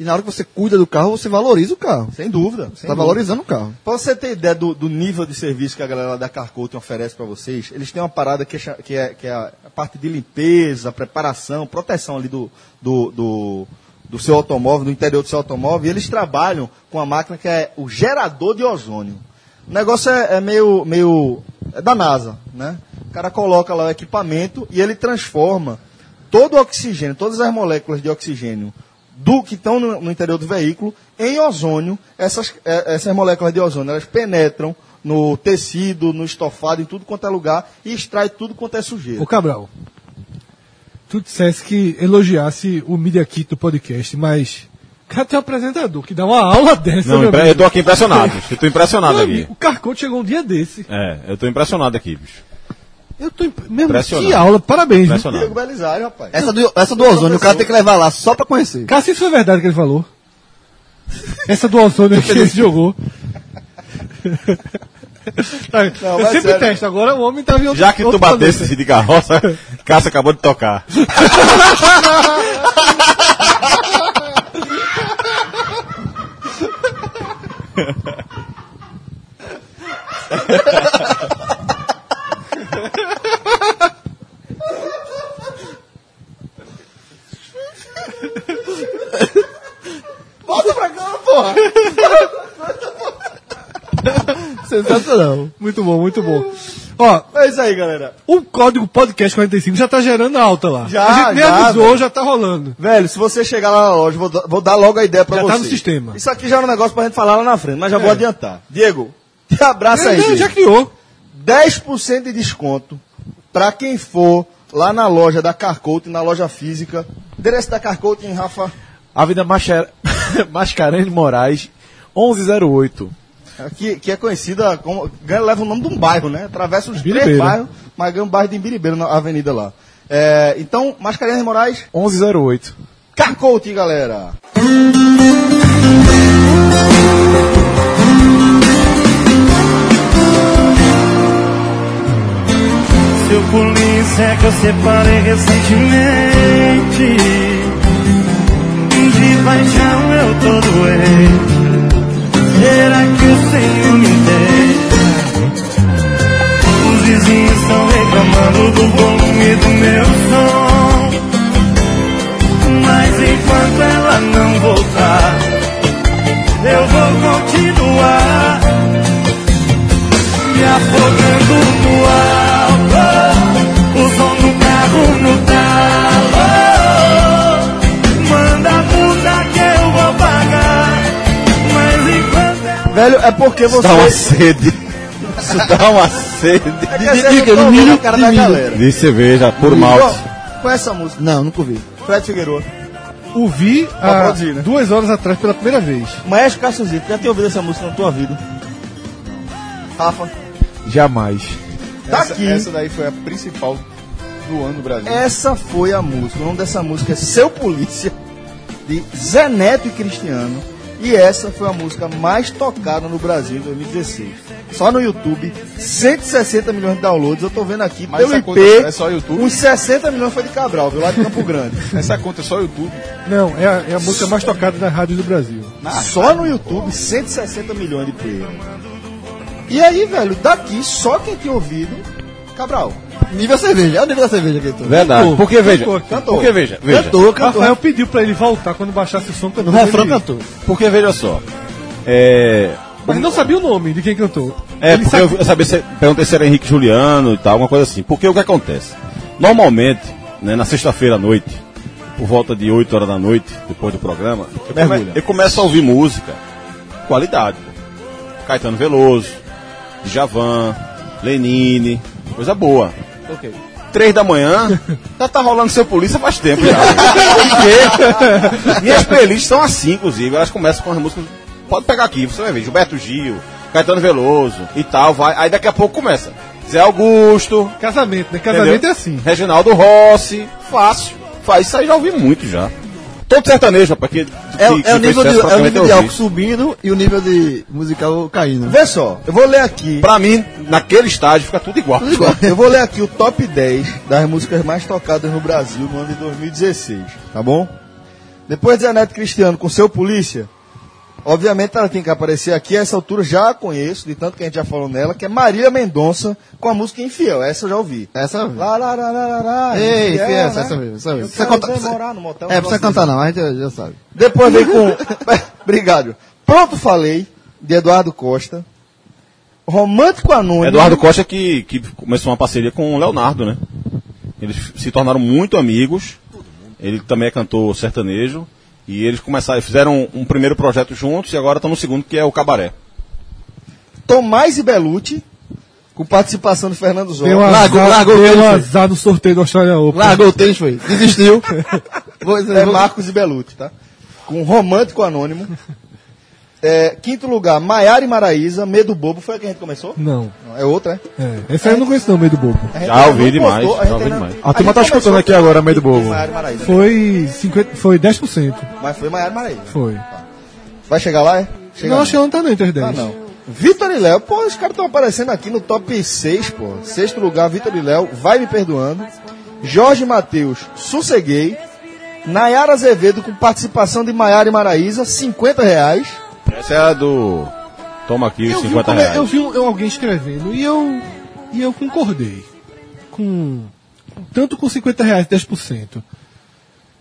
[SPEAKER 3] e na hora que você cuida do carro, você valoriza o carro.
[SPEAKER 2] Sem dúvida. Sem
[SPEAKER 3] Você está
[SPEAKER 2] dúvida.
[SPEAKER 3] valorizando o carro.
[SPEAKER 2] Pra você ter ideia do, do nível de serviço que a galera da Carcouten oferece pra vocês, eles têm uma parada que é, cha- que é- que é a parte de limpeza, preparação, proteção ali do, do, do- do seu automóvel, do interior do seu automóvel, e eles trabalham com a máquina que é o gerador de ozônio. O negócio é, é meio, meio. é da NASA, né? O cara coloca lá o equipamento e ele transforma todo o oxigênio, todas as moléculas de oxigênio do que estão no, no interior do veículo em ozônio. Essas, é, essas moléculas de ozônio elas penetram no tecido, no estofado, em tudo quanto é lugar e extrai tudo quanto é sujeira.
[SPEAKER 5] Ô Cabral, tu dissesse que elogiasse o Media Kit do podcast, mas cadê o apresentador que dá uma aula dessa,
[SPEAKER 4] Não,
[SPEAKER 5] meu
[SPEAKER 4] impre- eu
[SPEAKER 5] amigo?
[SPEAKER 4] tô aqui impressionado. Eu tô impressionado
[SPEAKER 5] Meu
[SPEAKER 4] aqui.
[SPEAKER 5] amigo, O Carcote chegou um dia desse.
[SPEAKER 4] É, eu tô impressionado aqui, bicho.
[SPEAKER 5] Eu tô imp... Meu amigo, que
[SPEAKER 4] Impressionado.
[SPEAKER 5] aula, parabéns. viu?
[SPEAKER 4] Impressionado.
[SPEAKER 2] Belisário, rapaz.
[SPEAKER 3] Essa do, essa do ozônio, o cara tem que levar lá só para conhecer.
[SPEAKER 5] Cássio, isso é verdade que ele falou. Essa do Alzheimer que ele jogou. Tá, eu
[SPEAKER 2] mas
[SPEAKER 5] sempre
[SPEAKER 2] sério.
[SPEAKER 5] testo, agora o homem tá em outro-
[SPEAKER 4] Já que tu
[SPEAKER 5] outro
[SPEAKER 4] batesse
[SPEAKER 5] planeta.
[SPEAKER 4] de carroça, Cássio acabou de tocar.
[SPEAKER 3] Sensacional.
[SPEAKER 5] Muito bom, muito bom. Ó,
[SPEAKER 2] É isso aí, galera.
[SPEAKER 5] o código podcast 45 já tá gerando alta lá.
[SPEAKER 2] Já,
[SPEAKER 5] a gente nem
[SPEAKER 2] já,
[SPEAKER 5] avisou,
[SPEAKER 2] velho.
[SPEAKER 5] já tá rolando.
[SPEAKER 2] Velho, se você chegar lá na loja, vou, dar- vou dar logo a ideia pra
[SPEAKER 5] Já
[SPEAKER 2] você.
[SPEAKER 5] tá no sistema.
[SPEAKER 2] Isso aqui já é um negócio pra gente falar lá na frente, mas já vou adiantar. Diego, te abraça aí.
[SPEAKER 5] Ele
[SPEAKER 2] Diego.
[SPEAKER 5] já criou.
[SPEAKER 2] 10% de desconto para quem for lá na loja da Carcote, na loja física. Endereço da Carcote em Rafa.
[SPEAKER 6] Avenida Macha- Mascarenhas Moraes, 1108.
[SPEAKER 2] Que, que é conhecida como. ganha- Leva o nome de um bairro, né? Atravessa os três
[SPEAKER 5] Biribeira.
[SPEAKER 2] bairros, mas ganha o bairro de Imbiribeira, na avenida lá. É, então, Mascarenhas Moraes,
[SPEAKER 6] 1108.
[SPEAKER 2] Carcote, galera!
[SPEAKER 9] Seu polícia que eu separei recentemente De paixão eu tô doente Será que o Senhor me deixa? Os vizinhos estão reclamando do volume do meu som Mas enquanto ela não voltar Eu vou continuar me afogando no álcool. O som do carro no talo. Manda a multa que eu vou pagar. Mas enquanto ela
[SPEAKER 2] Velho, é porque você.
[SPEAKER 4] Dá uma sede. Isso dá uma sede.
[SPEAKER 2] É que essa eu tô ouvindo a cara da galera.
[SPEAKER 4] De cerveja, por malte.
[SPEAKER 2] Ó, Com é essa música,
[SPEAKER 3] Não, nunca ouvi.
[SPEAKER 2] Fred Figueiredo.
[SPEAKER 5] Ouvi
[SPEAKER 2] Pra
[SPEAKER 5] há
[SPEAKER 2] produzir, né?
[SPEAKER 5] duas horas atrás pela primeira vez.
[SPEAKER 2] Maestro Cássio Zito, já tem ouvido essa música na tua vida? Rafa, tá
[SPEAKER 6] Jamais.
[SPEAKER 2] daqui.
[SPEAKER 7] Essa, essa daí foi a principal do ano do Brasil.
[SPEAKER 2] Essa foi a música. O nome dessa música é Seu Polícia, de Zé Neto e Cristiano. E essa foi a música mais tocada no Brasil em 2016. Só no YouTube, 160 milhões de downloads. Eu tô vendo aqui
[SPEAKER 7] Mas
[SPEAKER 2] pelo
[SPEAKER 7] essa
[SPEAKER 2] IP.
[SPEAKER 7] conta é só YouTube?
[SPEAKER 2] Uns 60 milhões foi de Cabral, viu? Lá de Campo Grande.
[SPEAKER 7] Essa conta é só YouTube.
[SPEAKER 5] Não, é a, é a música mais tocada na rádio do Brasil.
[SPEAKER 2] só no YouTube, 160 milhões de players. E aí, velho, daqui só quem tinha ouvido, Cabral.
[SPEAKER 3] Nível cerveja, é o nível da cerveja que eu tô.
[SPEAKER 4] Verdade. Porque veja.
[SPEAKER 5] cantou, cantou.
[SPEAKER 4] Porque veja, veja.
[SPEAKER 3] Cantou, cantou.
[SPEAKER 5] Rafael pediu pra ele voltar quando baixasse o som
[SPEAKER 3] No
[SPEAKER 5] cantando.
[SPEAKER 3] refrão
[SPEAKER 5] ele-
[SPEAKER 3] cantou.
[SPEAKER 4] Porque veja só. É.
[SPEAKER 5] Mas não sabia o nome de quem cantou.
[SPEAKER 4] É,
[SPEAKER 5] Ele
[SPEAKER 4] porque
[SPEAKER 5] sabia-
[SPEAKER 4] eu, eu sabia se, perguntei se era Henrique Juliano e tal, alguma coisa assim. Porque o que acontece? Normalmente, né, na sexta-feira à noite, por volta de 8 horas da noite, depois do programa, eu, come-
[SPEAKER 6] Mergulha.
[SPEAKER 4] eu começo a ouvir música, qualidade. pô. Caetano Veloso, Djavan, Lenine, coisa boa. Três da manhã, já tá rolando seu polícia faz tempo já. Porque minhas playlists são assim, inclusive. Elas começam com as músicas. Pode pegar aqui, você vai ver. Gilberto Gil, Caetano Veloso e tal, vai. Aí daqui a pouco começa. Zé Augusto,
[SPEAKER 5] Casamento, né? Casamento
[SPEAKER 4] Entendeu?
[SPEAKER 5] é assim.
[SPEAKER 4] Reginaldo Rossi, fácil. Faz isso aí já ouvi muito já. Todo sertanejo, rapaz. Que,
[SPEAKER 3] É,
[SPEAKER 4] que-
[SPEAKER 3] é o
[SPEAKER 4] que
[SPEAKER 3] nível,
[SPEAKER 4] fez sucesso
[SPEAKER 3] de, é o nível de
[SPEAKER 4] praticamente eu
[SPEAKER 3] álcool
[SPEAKER 4] ouvi.
[SPEAKER 3] subindo e o nível de musical caindo.
[SPEAKER 2] Vê só, eu vou ler aqui.
[SPEAKER 4] Pra mim, naquele estágio, fica tudo igual.
[SPEAKER 2] Eu vou ler aqui o top 10 das músicas mais tocadas no Brasil no ano de 2016, tá bom? Depois de Zanetti Cristiano com seu Polícia, obviamente ela tem que aparecer aqui, a essa altura já a conheço, de tanto que a gente já falou nela, que é Marília Mendonça com a música Infiel, essa eu já ouvi.
[SPEAKER 3] Essa
[SPEAKER 2] Lá, lá, lá, lá, lá, lá,
[SPEAKER 3] Ei,
[SPEAKER 2] Infiel,
[SPEAKER 3] que essa,
[SPEAKER 2] né?
[SPEAKER 3] essa mesmo, essa mesmo.
[SPEAKER 2] Eu quero ver morar no motel, um
[SPEAKER 3] é, precisa
[SPEAKER 2] negócio
[SPEAKER 3] cantar não, a gente já- já sabe.
[SPEAKER 2] Depois vem com. Obrigado. Pronto Falei, de Eduardo Costa. Romântico Anônimo.
[SPEAKER 4] Eduardo Costa que, que começou uma parceria com o Leonardo, né? Eles se tornaram muito amigos. Ele também é cantor sertanejo. E eles começaram, fizeram um primeiro projeto juntos e agora estão no segundo, que é o Cabaré.
[SPEAKER 2] Tomás e Belucci, com participação de Fernando Zorro.
[SPEAKER 5] Deu
[SPEAKER 3] Largou-
[SPEAKER 5] azar,
[SPEAKER 3] largou o
[SPEAKER 5] deu
[SPEAKER 3] tênis, foi.
[SPEAKER 5] azar no sorteio do Australia Open.
[SPEAKER 3] Largou o tênis, foi. Desistiu. Vou-
[SPEAKER 2] É
[SPEAKER 3] vou-
[SPEAKER 2] Marcos e Belucci, tá? Com Romântico Anônimo. É, quinto lugar, Maiara e Maraíza, Medo Bobo, foi a que a gente começou?
[SPEAKER 5] Não.
[SPEAKER 2] Não, é outra, né?
[SPEAKER 5] É, esse aí eu não conheço não, meio do bobo.
[SPEAKER 2] A gente
[SPEAKER 4] Já ouvi
[SPEAKER 2] não
[SPEAKER 4] demais,
[SPEAKER 2] postou,
[SPEAKER 4] já
[SPEAKER 2] gente
[SPEAKER 4] ouvi
[SPEAKER 2] ainda-
[SPEAKER 4] demais.
[SPEAKER 6] A turma tá
[SPEAKER 2] gente
[SPEAKER 6] escutando
[SPEAKER 2] começou
[SPEAKER 6] aqui agora, Meio do
[SPEAKER 2] com
[SPEAKER 6] Bobo.
[SPEAKER 2] Maiara e Maraíza,
[SPEAKER 5] Foi, 50, foi 10%.
[SPEAKER 2] mas foi Maiara e Maraíza.
[SPEAKER 5] Foi.
[SPEAKER 2] Vai chegar lá, é? Chega
[SPEAKER 5] não, acho que ela não tá não entre as 10.
[SPEAKER 2] Ah, não. Vitor e Léo, pô, os caras estão aparecendo aqui no top 6, pô. Sexto lugar, Vitor e Léo, vai me perdoando. Jorge Matheus, sosseguei. Nayara Azevedo, com participação de Maiara e Maraíza, 50 reais.
[SPEAKER 4] Essa é a do. Toma aqui os
[SPEAKER 5] Eu vi, um
[SPEAKER 4] 50
[SPEAKER 5] come-
[SPEAKER 4] reais.
[SPEAKER 5] eu vi um- eu- alguém escrevendo e eu, e eu concordei. Com, tanto com 50 reais 10%.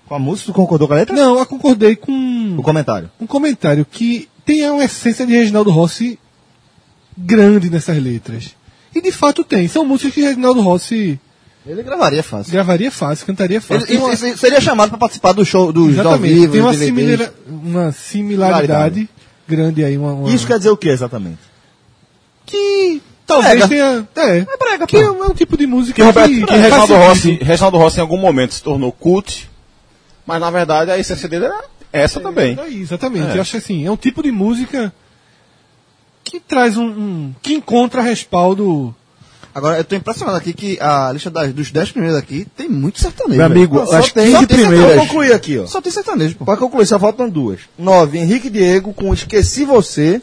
[SPEAKER 2] Com a música, tu concordou com a letra?
[SPEAKER 5] Não, eu concordei com
[SPEAKER 2] O comentário.
[SPEAKER 5] um comentário que tem uma essência de Reginaldo Rossi grande nessas letras. E de fato tem. São músicas que Reginaldo Rossi
[SPEAKER 3] Ele gravaria fácil.
[SPEAKER 5] gravaria fácil, cantaria fácil.
[SPEAKER 3] Ele-
[SPEAKER 5] Tem uma-
[SPEAKER 3] ele- ele seria chamado pra participar do show dos ao
[SPEAKER 5] exatamente.
[SPEAKER 3] vivo,
[SPEAKER 5] tem uma,
[SPEAKER 3] dos DVDs.
[SPEAKER 5] similar- uma similaridade grande aí. Uma, uma-
[SPEAKER 2] Isso quer dizer o que exatamente?
[SPEAKER 5] que talvez
[SPEAKER 3] Prega.
[SPEAKER 5] tenha. É,
[SPEAKER 3] prega,
[SPEAKER 5] que é um é um tipo de música
[SPEAKER 4] Que Roberto, que
[SPEAKER 5] faz
[SPEAKER 4] Reginaldo
[SPEAKER 5] sentido.
[SPEAKER 4] Rossi, Reginaldo Rossi em algum momento se tornou cult, mas na verdade a essência dele era essa também.
[SPEAKER 5] Daí, exatamente.
[SPEAKER 4] É.
[SPEAKER 5] Eu acho que, assim, é um tipo de música que traz um. um- que encontra respaldo.
[SPEAKER 3] Agora, eu tô impressionado aqui que a lista das- dos 10 primeiros aqui tem muito sertanejo.
[SPEAKER 6] Meu
[SPEAKER 3] velho.
[SPEAKER 6] amigo,
[SPEAKER 3] só
[SPEAKER 6] as
[SPEAKER 3] tem-
[SPEAKER 6] 15
[SPEAKER 3] só tem sertanejo.
[SPEAKER 6] primeiras.
[SPEAKER 2] Vou concluir aqui, ó.
[SPEAKER 3] Só tem sertanejo, pô.
[SPEAKER 2] Pra concluir, só faltam duas. Nove, Henrique Diego com Esqueci Você.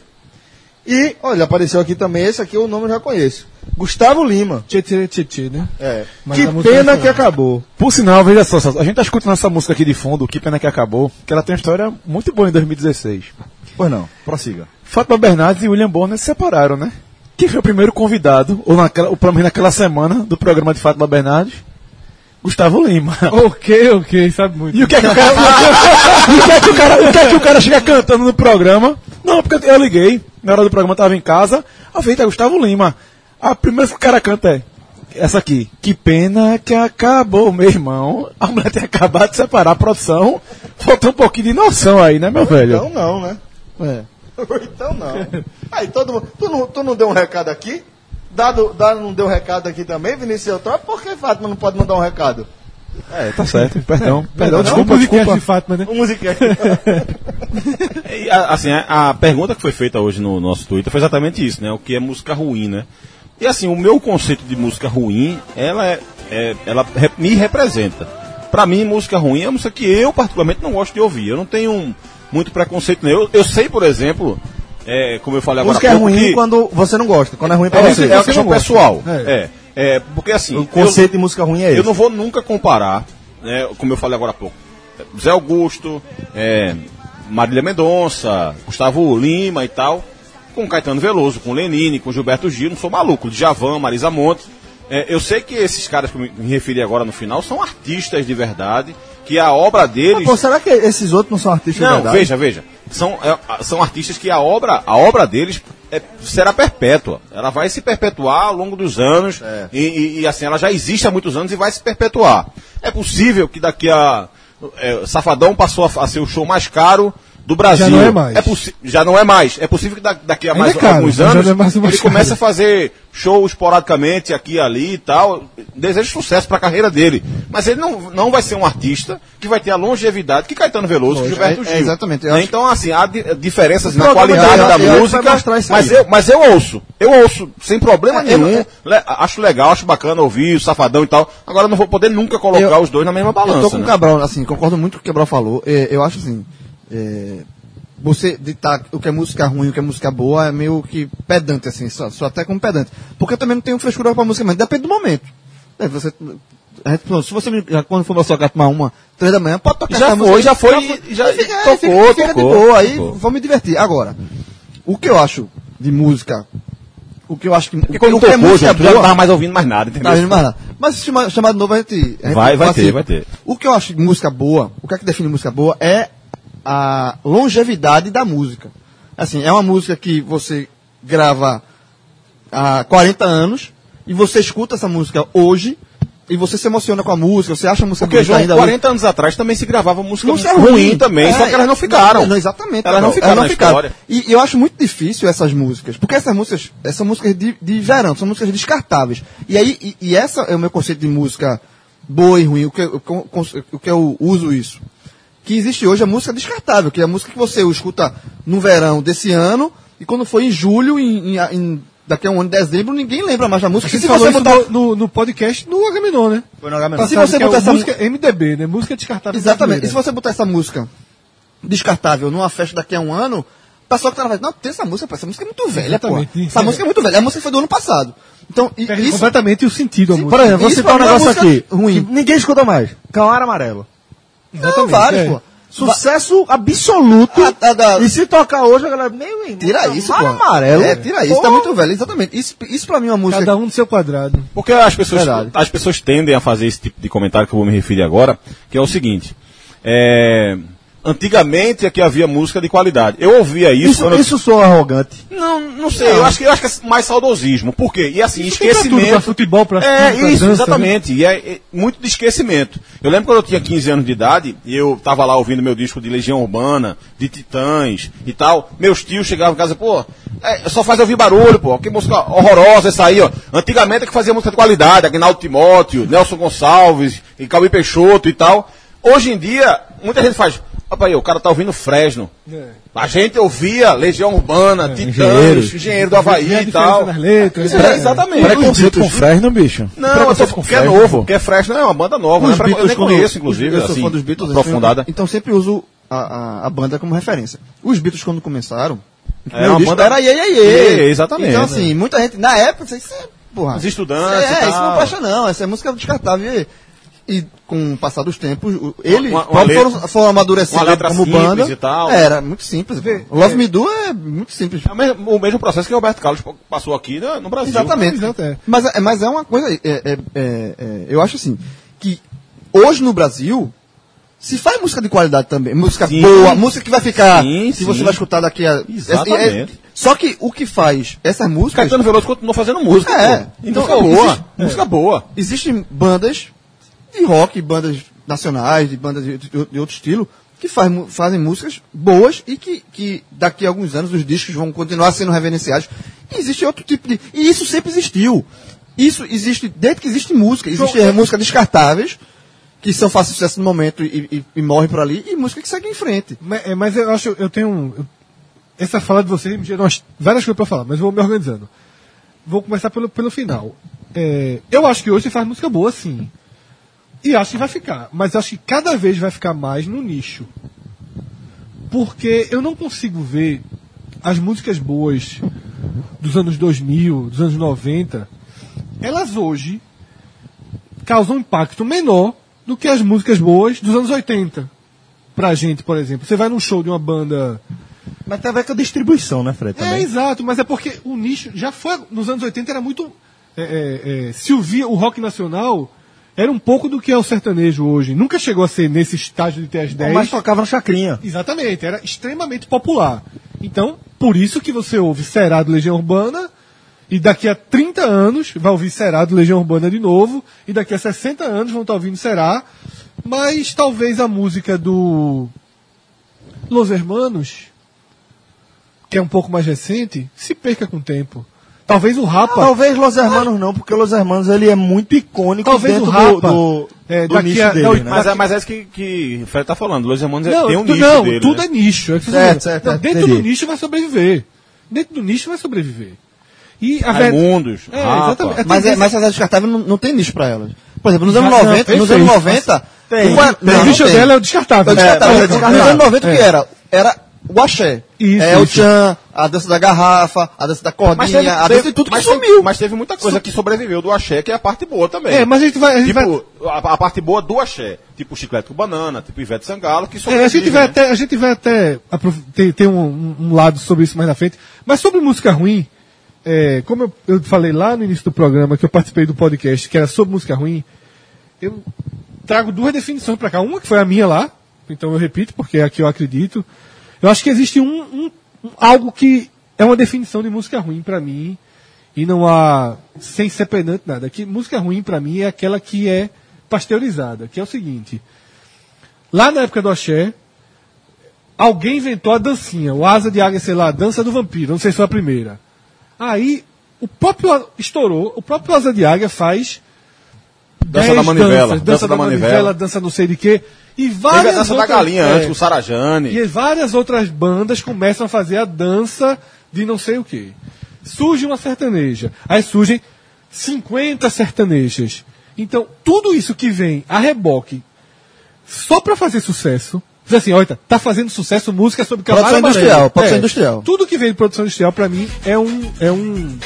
[SPEAKER 2] E, olha, apareceu aqui também, esse aqui o nome eu já conheço. Gustavo Lima.
[SPEAKER 5] Tchê, tchê, tchê, tchê, né?
[SPEAKER 2] É.
[SPEAKER 5] Mas a
[SPEAKER 2] Que
[SPEAKER 5] música
[SPEAKER 2] pena
[SPEAKER 5] não
[SPEAKER 2] que acabou.
[SPEAKER 6] Por sinal, veja só, Celso, a gente tá escutando essa música aqui de fundo, Que Pena Que Acabou, que ela tem uma história muito boa em 2016.
[SPEAKER 2] Pois não, prossiga.
[SPEAKER 6] Fátima Bernardes e William Bonner se separaram, né? Quem foi o primeiro convidado, ou naquela, ou pelo menos naquela semana, do programa de Fátima Bernardes? Gustavo Lima.
[SPEAKER 5] Ok, ok, sabe muito.
[SPEAKER 6] E o que é que o cara. e o que é que o cara, o que é que o cara chega cantando no programa? Não, porque eu liguei, na hora do programa eu tava em casa, a feita é Gustavo Lima. A primeira que o cara canta é essa aqui. Que pena que acabou, meu irmão. A mulher tem acabado de separar a produção. Faltou um pouquinho de noção aí, né, meu velho?
[SPEAKER 2] Então não, né? É. Então não. Aí todo mundo. Tu não, tu não deu um recado aqui? Dado, dado não deu um recado aqui também, Vinícius Eutrópio? Por que Fátima não pode mandar um recado?
[SPEAKER 6] É, tá certo. Perdão, perdão,
[SPEAKER 5] Desculpa,
[SPEAKER 6] desculpa, desculpa.
[SPEAKER 5] o podcast de Fátima, né?
[SPEAKER 2] O musiquete.
[SPEAKER 4] E, a- assim, a, a pergunta que foi feita hoje no nosso Twitter foi exatamente isso, né? O que é música ruim, né? E assim, o meu conceito de música ruim, ela é, é- ela re- me representa. Pra mim, música ruim é uma música que eu particularmente não gosto de ouvir. Eu não tenho muito preconceito. nenhum. Eu, eu sei, por exemplo, é, como eu falei agora
[SPEAKER 2] Música
[SPEAKER 4] há
[SPEAKER 2] é
[SPEAKER 4] pouco,
[SPEAKER 2] ruim
[SPEAKER 4] que-
[SPEAKER 2] quando você não gosta, quando é ruim pra
[SPEAKER 4] É,
[SPEAKER 2] você.
[SPEAKER 4] é uma questão pessoal. É. É, porque assim.
[SPEAKER 2] O conceito de música ruim é
[SPEAKER 4] Eu
[SPEAKER 2] esse.
[SPEAKER 4] não vou nunca comparar, né, como eu falei agora há pouco, Zé Augusto, é, Marília Mendonça, Gustavo Lima e tal, com Caetano Veloso, com Lenine, com Gilberto Gil, não sou maluco, Djavan, Marisa Monte. É, eu sei que esses caras que eu me- me referi agora no final são artistas de verdade, que a obra deles...
[SPEAKER 2] Pô, será que esses outros não são artistas de
[SPEAKER 4] Não,
[SPEAKER 2] verdade?
[SPEAKER 4] veja, veja. São, é, a- são artistas que a obra, a obra deles é- será perpétua. Ela vai se perpetuar ao longo dos anos. E, e- e, assim, ela já existe há muitos anos e vai se perpetuar. É possível É que daqui a é, Safadão passou a, a ser o show mais caro do Brasil.
[SPEAKER 5] não é mais.
[SPEAKER 4] possi- já não é mais. É possível que da- daqui a
[SPEAKER 5] Ainda
[SPEAKER 4] mais
[SPEAKER 5] é caro,
[SPEAKER 4] alguns
[SPEAKER 5] mas já
[SPEAKER 4] anos
[SPEAKER 5] não é mais o mais
[SPEAKER 4] ele comece
[SPEAKER 5] caro.
[SPEAKER 4] a fazer show esporadicamente aqui e ali e tal. Desejo sucesso para a carreira dele. Mas ele não, não vai ser um artista que vai ter a longevidade que Caetano Veloso, que Gilberto
[SPEAKER 3] é-
[SPEAKER 4] Gil.
[SPEAKER 3] é exatamente, eu acho-
[SPEAKER 4] Então, assim, há di- diferenças na
[SPEAKER 3] programa
[SPEAKER 4] qualidade
[SPEAKER 3] dele,
[SPEAKER 4] da
[SPEAKER 3] eu acho que vai
[SPEAKER 4] música.
[SPEAKER 3] mostrar isso
[SPEAKER 4] Mas
[SPEAKER 3] aí.
[SPEAKER 4] eu, mas eu ouço. Eu ouço sem problema
[SPEAKER 3] É, eu-
[SPEAKER 4] nenhum.
[SPEAKER 3] é-
[SPEAKER 4] Le- acho legal, acho bacana ouvir o Safadão e tal. Agora eu não vou poder nunca colocar
[SPEAKER 3] Eu-
[SPEAKER 4] os dois na mesma balança.
[SPEAKER 3] Eu tô com o
[SPEAKER 4] né?
[SPEAKER 3] Cabral, assim, concordo muito com o que o Cabral falou. É, eu acho assim, é, você ditar o que é música ruim e o que é música boa é meio que pedante, assim, só, só até como pedante. Porque eu também não tenho frescura pra música, mas depende do momento. É, você, a gente falou, se você me- já, quando for pra sua casa tomar uma, três da manhã, pode tocar
[SPEAKER 4] Já
[SPEAKER 3] essa
[SPEAKER 4] foi,
[SPEAKER 3] música. aí.
[SPEAKER 4] já foi,
[SPEAKER 3] foi.
[SPEAKER 4] já
[SPEAKER 3] Aí fica, aí
[SPEAKER 4] tocou,
[SPEAKER 3] fica, fica
[SPEAKER 4] tocou,
[SPEAKER 3] de boa, aí
[SPEAKER 4] tocou.
[SPEAKER 3] vou me divertir. Agora, o que eu acho de música, o que eu acho que...
[SPEAKER 4] Porque quando
[SPEAKER 3] o que é
[SPEAKER 4] tocou,
[SPEAKER 3] música
[SPEAKER 4] João, tu já não
[SPEAKER 3] boa-
[SPEAKER 4] tava mais ouvindo mais nada,
[SPEAKER 3] Tá, a gente
[SPEAKER 4] entendeu?
[SPEAKER 3] não vai lá. Mas se chama- chamar de novo a gente. a gente assim.
[SPEAKER 4] Vai- vai ter,
[SPEAKER 3] participa.
[SPEAKER 4] vai ter.
[SPEAKER 3] O que eu acho de música boa, o que é que define música boa é a longevidade da música. Assim, é uma música que você grava há 40 anos e você escuta essa música hoje e você se emociona com a música, você acha a música
[SPEAKER 4] Porque,
[SPEAKER 3] bonita
[SPEAKER 4] João,
[SPEAKER 3] ainda
[SPEAKER 4] 40 anos atrás também se gravava música
[SPEAKER 3] Música
[SPEAKER 4] ruim, também,
[SPEAKER 3] É,
[SPEAKER 4] só que elas não ficaram.
[SPEAKER 3] Não, exatamente.
[SPEAKER 4] Elas não ficaram na história.
[SPEAKER 3] E eu acho muito difícil essas músicas, porque essas músicas essas são músicas de, de verão, são músicas descartáveis. E aí, e, e essa é o meu conceito de música boa e ruim, o que, eu- con- con- o que eu uso isso. Que existe hoje a música descartável, que é a música que você escuta no verão desse ano, e quando for em julho, em, em- em- daqui a um ano, em dezembro, ninguém lembra mais da música.
[SPEAKER 5] Você
[SPEAKER 3] Se
[SPEAKER 5] falou
[SPEAKER 3] você
[SPEAKER 5] isso no,
[SPEAKER 3] botar.
[SPEAKER 5] no, no podcast no Agamenon, né?
[SPEAKER 3] Foi no Agamenon.
[SPEAKER 5] Se
[SPEAKER 3] Sabe
[SPEAKER 5] você
[SPEAKER 3] que é
[SPEAKER 5] botar
[SPEAKER 3] o
[SPEAKER 5] essa
[SPEAKER 3] música-
[SPEAKER 5] música MDB, né? Música descartável.
[SPEAKER 3] Exatamente. E se
[SPEAKER 5] brasileira.
[SPEAKER 3] você botar essa música descartável numa festa daqui a um ano, o pessoal que tá na festa, não, tem essa música, pô, essa música é muito velha, pô.
[SPEAKER 5] Exatamente.
[SPEAKER 3] Essa música é muito velha, a música foi do ano passado. Então, e,
[SPEAKER 5] Perde
[SPEAKER 3] isso...
[SPEAKER 5] completamente o sentido da
[SPEAKER 3] Sim,
[SPEAKER 5] música.
[SPEAKER 2] Por exemplo, vou
[SPEAKER 3] Isso
[SPEAKER 2] citar um
[SPEAKER 3] pra mim é uma
[SPEAKER 2] negócio aqui.
[SPEAKER 3] música ruim.
[SPEAKER 2] que ninguém escuta mais. Calar amarelo.
[SPEAKER 3] Não, vários,
[SPEAKER 5] é.
[SPEAKER 3] pô.
[SPEAKER 2] Sucesso absoluto.
[SPEAKER 3] A- a É, da-
[SPEAKER 2] E se tocar hoje, a galera. Meu irmão,
[SPEAKER 5] tá
[SPEAKER 3] Tira isso, pô.
[SPEAKER 2] Calar amarelo.
[SPEAKER 3] É, tira isso, tá muito velho, exatamente. Isso, isso pra mim é uma música...
[SPEAKER 5] Cada um do seu quadrado.
[SPEAKER 4] Porque as pessoas,
[SPEAKER 3] Verdade.
[SPEAKER 4] as pessoas tendem a fazer esse tipo de comentário que eu vou me referir agora, que é o seguinte. É, antigamente é que havia música de qualidade. Eu ouvia isso,
[SPEAKER 2] Isso,
[SPEAKER 4] quando eu-
[SPEAKER 2] isso soa arrogante.
[SPEAKER 4] Não, não sei. Eu acho, que, eu acho que é mais saudosismo. Por quê? E assim,
[SPEAKER 5] Isso tem pra
[SPEAKER 4] esquecimento.
[SPEAKER 5] tudo, pra futebol, pra
[SPEAKER 4] É,
[SPEAKER 5] tudo, pra
[SPEAKER 4] isso,
[SPEAKER 5] dança, né?
[SPEAKER 4] exatamente. E é, é muito de esquecimento. Eu lembro quando eu tinha 15 anos de idade, e eu tava lá ouvindo meu disco de Legião Urbana, de Titãs e tal. Meus tios chegavam em casa, pô, é, só faz ouvir barulho, pô. Que música horrorosa essa aí, ó. Antigamente é que fazia música de qualidade, Agnaldo Timóteo, Nelson Gonçalves, e Cauê Peixoto e tal. Hoje em dia, muita gente faz, opa aí, o cara tá ouvindo Fresno.
[SPEAKER 5] É.
[SPEAKER 4] A gente ouvia Legião Urbana, Titãs, Engenheiro, do Havaí
[SPEAKER 5] Vê a
[SPEAKER 4] e
[SPEAKER 5] diferença
[SPEAKER 4] tal.
[SPEAKER 5] nas letras,
[SPEAKER 4] Isso,
[SPEAKER 5] né?
[SPEAKER 4] é, exatamente.
[SPEAKER 6] Preconceito com Fresno, bicho.
[SPEAKER 4] Não, eu tô, porque é novo, porque é fresh, não é uma banda nova, né?
[SPEAKER 3] Os
[SPEAKER 4] Pra- eu nem
[SPEAKER 3] quando-
[SPEAKER 4] conheço, inclusive,
[SPEAKER 3] eu sou
[SPEAKER 4] assim,
[SPEAKER 3] fã dos Beatles, assim,
[SPEAKER 4] aprofundada.
[SPEAKER 3] então sempre uso a, a, a banda como referência. Os Beatles, quando começaram, o
[SPEAKER 4] Era É uma
[SPEAKER 3] disco
[SPEAKER 4] banda-
[SPEAKER 3] era iê, iê,
[SPEAKER 4] Iê,
[SPEAKER 3] iê.
[SPEAKER 4] exatamente.
[SPEAKER 3] Então, assim, muita gente, na época, isso é, porra.
[SPEAKER 4] Os estudantes
[SPEAKER 3] isso É,
[SPEAKER 4] e
[SPEAKER 3] isso
[SPEAKER 4] tal.
[SPEAKER 3] não presta não, essa é música descartável. E, e com o passar dos tempos, o- eles
[SPEAKER 4] Uma- uma
[SPEAKER 3] próprios
[SPEAKER 4] letra-
[SPEAKER 3] foram, foram amadurecendo
[SPEAKER 4] uma letra
[SPEAKER 3] como
[SPEAKER 4] simples
[SPEAKER 3] banda.
[SPEAKER 4] e tal.
[SPEAKER 3] Era muito simples. pô. Love Me Do é muito simples.
[SPEAKER 4] É o mesmo, o mesmo processo que o Roberto Carlos passou aqui né, no Brasil.
[SPEAKER 3] Exatamente.
[SPEAKER 5] Exato, é.
[SPEAKER 3] Mas, é- mas é uma coisa. é- é- é- é, eu acho assim, que hoje no Brasil se faz música de qualidade também. Música
[SPEAKER 4] Sim.
[SPEAKER 3] boa, música que vai ficar.
[SPEAKER 4] Sim,
[SPEAKER 3] que
[SPEAKER 4] sim.
[SPEAKER 3] você vai escutar daqui a.
[SPEAKER 4] Exatamente.
[SPEAKER 3] é- é- só que o que faz essas músicas.
[SPEAKER 4] Caetano Veloso continuou fazendo música.
[SPEAKER 3] É.
[SPEAKER 4] pô.
[SPEAKER 3] Então,
[SPEAKER 4] música
[SPEAKER 3] eu-
[SPEAKER 4] boa.
[SPEAKER 3] existe-
[SPEAKER 4] Música boa.
[SPEAKER 3] Existem bandas de rock, bandas nacionais, de bandas de, de- de outro estilo, que faz mu- fazem músicas boas e que, que daqui a alguns anos os discos vão continuar sendo reverenciados. E existe outro tipo de. E isso sempre existiu. Isso existe desde que existe música. Existem músicas descartáveis, que são fácil sucesso no momento e, e- e morrem por ali, e música que segue em frente.
[SPEAKER 5] Mas, é, mas eu acho, eu tenho. um- eu- essa fala de vocês me gerou umas- várias coisas pra falar, mas eu vou me organizando. Vou começar pelo, pelo final. É, eu acho que hoje faz música boa, sim. E acho que vai ficar. Mas acho que cada vez vai ficar mais no nicho. Porque eu não consigo ver as músicas boas dos anos 2000, dos anos 90, elas hoje causam um impacto menor do que as músicas boas dos anos 80 pra gente, por exemplo. Você vai num show de uma banda.
[SPEAKER 2] Mas tem a ver com a distribuição, né, Fred?
[SPEAKER 5] É, exato, mas é porque o nicho já foi. Nos anos 80 era muito. é, é, é, se ouvia o rock nacional, era um pouco do que é o sertanejo hoje. Nunca chegou a ser nesse estágio de ter as 10.
[SPEAKER 2] Mas tocava no Chacrinha.
[SPEAKER 5] Exatamente, era extremamente popular. Então, por isso que você ouve Cerado Legião Urbana, e daqui a 30 anos vai ouvir Cerado Legião Urbana de novo, e daqui a 60 anos vão estar ouvindo Será. Mas talvez a música do Los Hermanos, que é um pouco mais recente, se perca com o tempo. Talvez o Rapa.
[SPEAKER 4] Ah,
[SPEAKER 2] Talvez Los Hermanos não, porque Los Hermanos ele é muito icônico
[SPEAKER 5] Talvez
[SPEAKER 2] dentro
[SPEAKER 5] o Rapa.
[SPEAKER 2] do, do,
[SPEAKER 5] É,
[SPEAKER 2] do
[SPEAKER 5] daqui
[SPEAKER 2] nicho
[SPEAKER 5] a-
[SPEAKER 2] dele,
[SPEAKER 5] não,
[SPEAKER 2] né?
[SPEAKER 4] Mas, é, mas é isso que, que o Fred tá falando. Los Hermanos é-
[SPEAKER 5] Não,
[SPEAKER 4] tem um
[SPEAKER 5] tu-
[SPEAKER 4] nicho
[SPEAKER 5] não,
[SPEAKER 4] dele.
[SPEAKER 5] tudo
[SPEAKER 4] né?
[SPEAKER 5] é nicho. É que
[SPEAKER 2] Certo,
[SPEAKER 5] vocês lembram.
[SPEAKER 2] certo,
[SPEAKER 5] Não,
[SPEAKER 2] certo,
[SPEAKER 5] dentro
[SPEAKER 2] entendi.
[SPEAKER 5] do nicho vai sobreviver. Dentro do nicho vai sobreviver. E a ver-
[SPEAKER 4] Raimundos.
[SPEAKER 5] É,
[SPEAKER 4] Rapa.
[SPEAKER 5] exatamente.
[SPEAKER 3] Mas, é, mas as descartáveis não, não tem nicho pra elas. Por exemplo, nos anos
[SPEAKER 5] Mas não,
[SPEAKER 3] 90, nos
[SPEAKER 5] perfeito.
[SPEAKER 3] anos 90,
[SPEAKER 2] Tem,
[SPEAKER 3] uma-
[SPEAKER 5] Não,
[SPEAKER 3] não,
[SPEAKER 5] o nicho
[SPEAKER 3] não tem.
[SPEAKER 5] dela é o descartável.
[SPEAKER 3] Eu descartava,
[SPEAKER 5] É,
[SPEAKER 3] eu descartava. Nos anos 90 o que
[SPEAKER 5] É.
[SPEAKER 3] era? Era o axé.
[SPEAKER 5] Isso,
[SPEAKER 3] é o
[SPEAKER 5] isso.
[SPEAKER 3] tchan, a dança da garrafa, a dança da cordinha, a dança de tudo que
[SPEAKER 4] mas
[SPEAKER 3] sumiu.
[SPEAKER 4] Teve, mas teve muita coisa que sobreviveu do axé, que é a parte boa também.
[SPEAKER 5] É, mas a gente vai. A gente vai
[SPEAKER 4] Tipo, a, a parte boa do axé. Tipo chiclete com banana, tipo Ivete Sangalo, que
[SPEAKER 5] É, a gente
[SPEAKER 4] né?
[SPEAKER 5] vai até, a gente vai até aprof- ter, ter um, um- um lado sobre isso mais na frente. Mas sobre música ruim, é, como eu, eu falei lá no início do programa, que eu participei do podcast, que era sobre música ruim, eu trago duas definições pra cá. Uma que foi a minha lá, então eu repito, porque é a que eu acredito. Eu acho que existe um, um- um- algo que é uma definição de música ruim pra mim, e não há, sem ser pedante nada, que música ruim pra mim é aquela que é pasteurizada, que é o seguinte... Lá na época do Axé, alguém inventou a dancinha, o Asa de Águia, sei lá, a dança do vampiro, não sei se foi a primeira. Aí, o próprio a- estourou, o próprio Asa de Águia faz.
[SPEAKER 4] Dança
[SPEAKER 5] 10
[SPEAKER 4] da manivela,
[SPEAKER 5] danças, dança, da, manivela, dança não sei de quê. E várias
[SPEAKER 4] Teve a dança da
[SPEAKER 5] outras-
[SPEAKER 4] galinha
[SPEAKER 5] é,
[SPEAKER 4] antes, com o Sarajane.
[SPEAKER 5] e várias outras bandas começam a fazer a dança de não sei o que. Surge uma sertaneja. Aí surgem 50 sertanejas. Então, tudo isso que vem a reboque só pra fazer sucesso. Diz assim, olha, tá fazendo sucesso música sobre cavalo
[SPEAKER 3] Produção
[SPEAKER 5] amarelo.
[SPEAKER 3] industrial, produção industrial.
[SPEAKER 5] Tudo que vem de produção industrial, pra mim, é um. É um.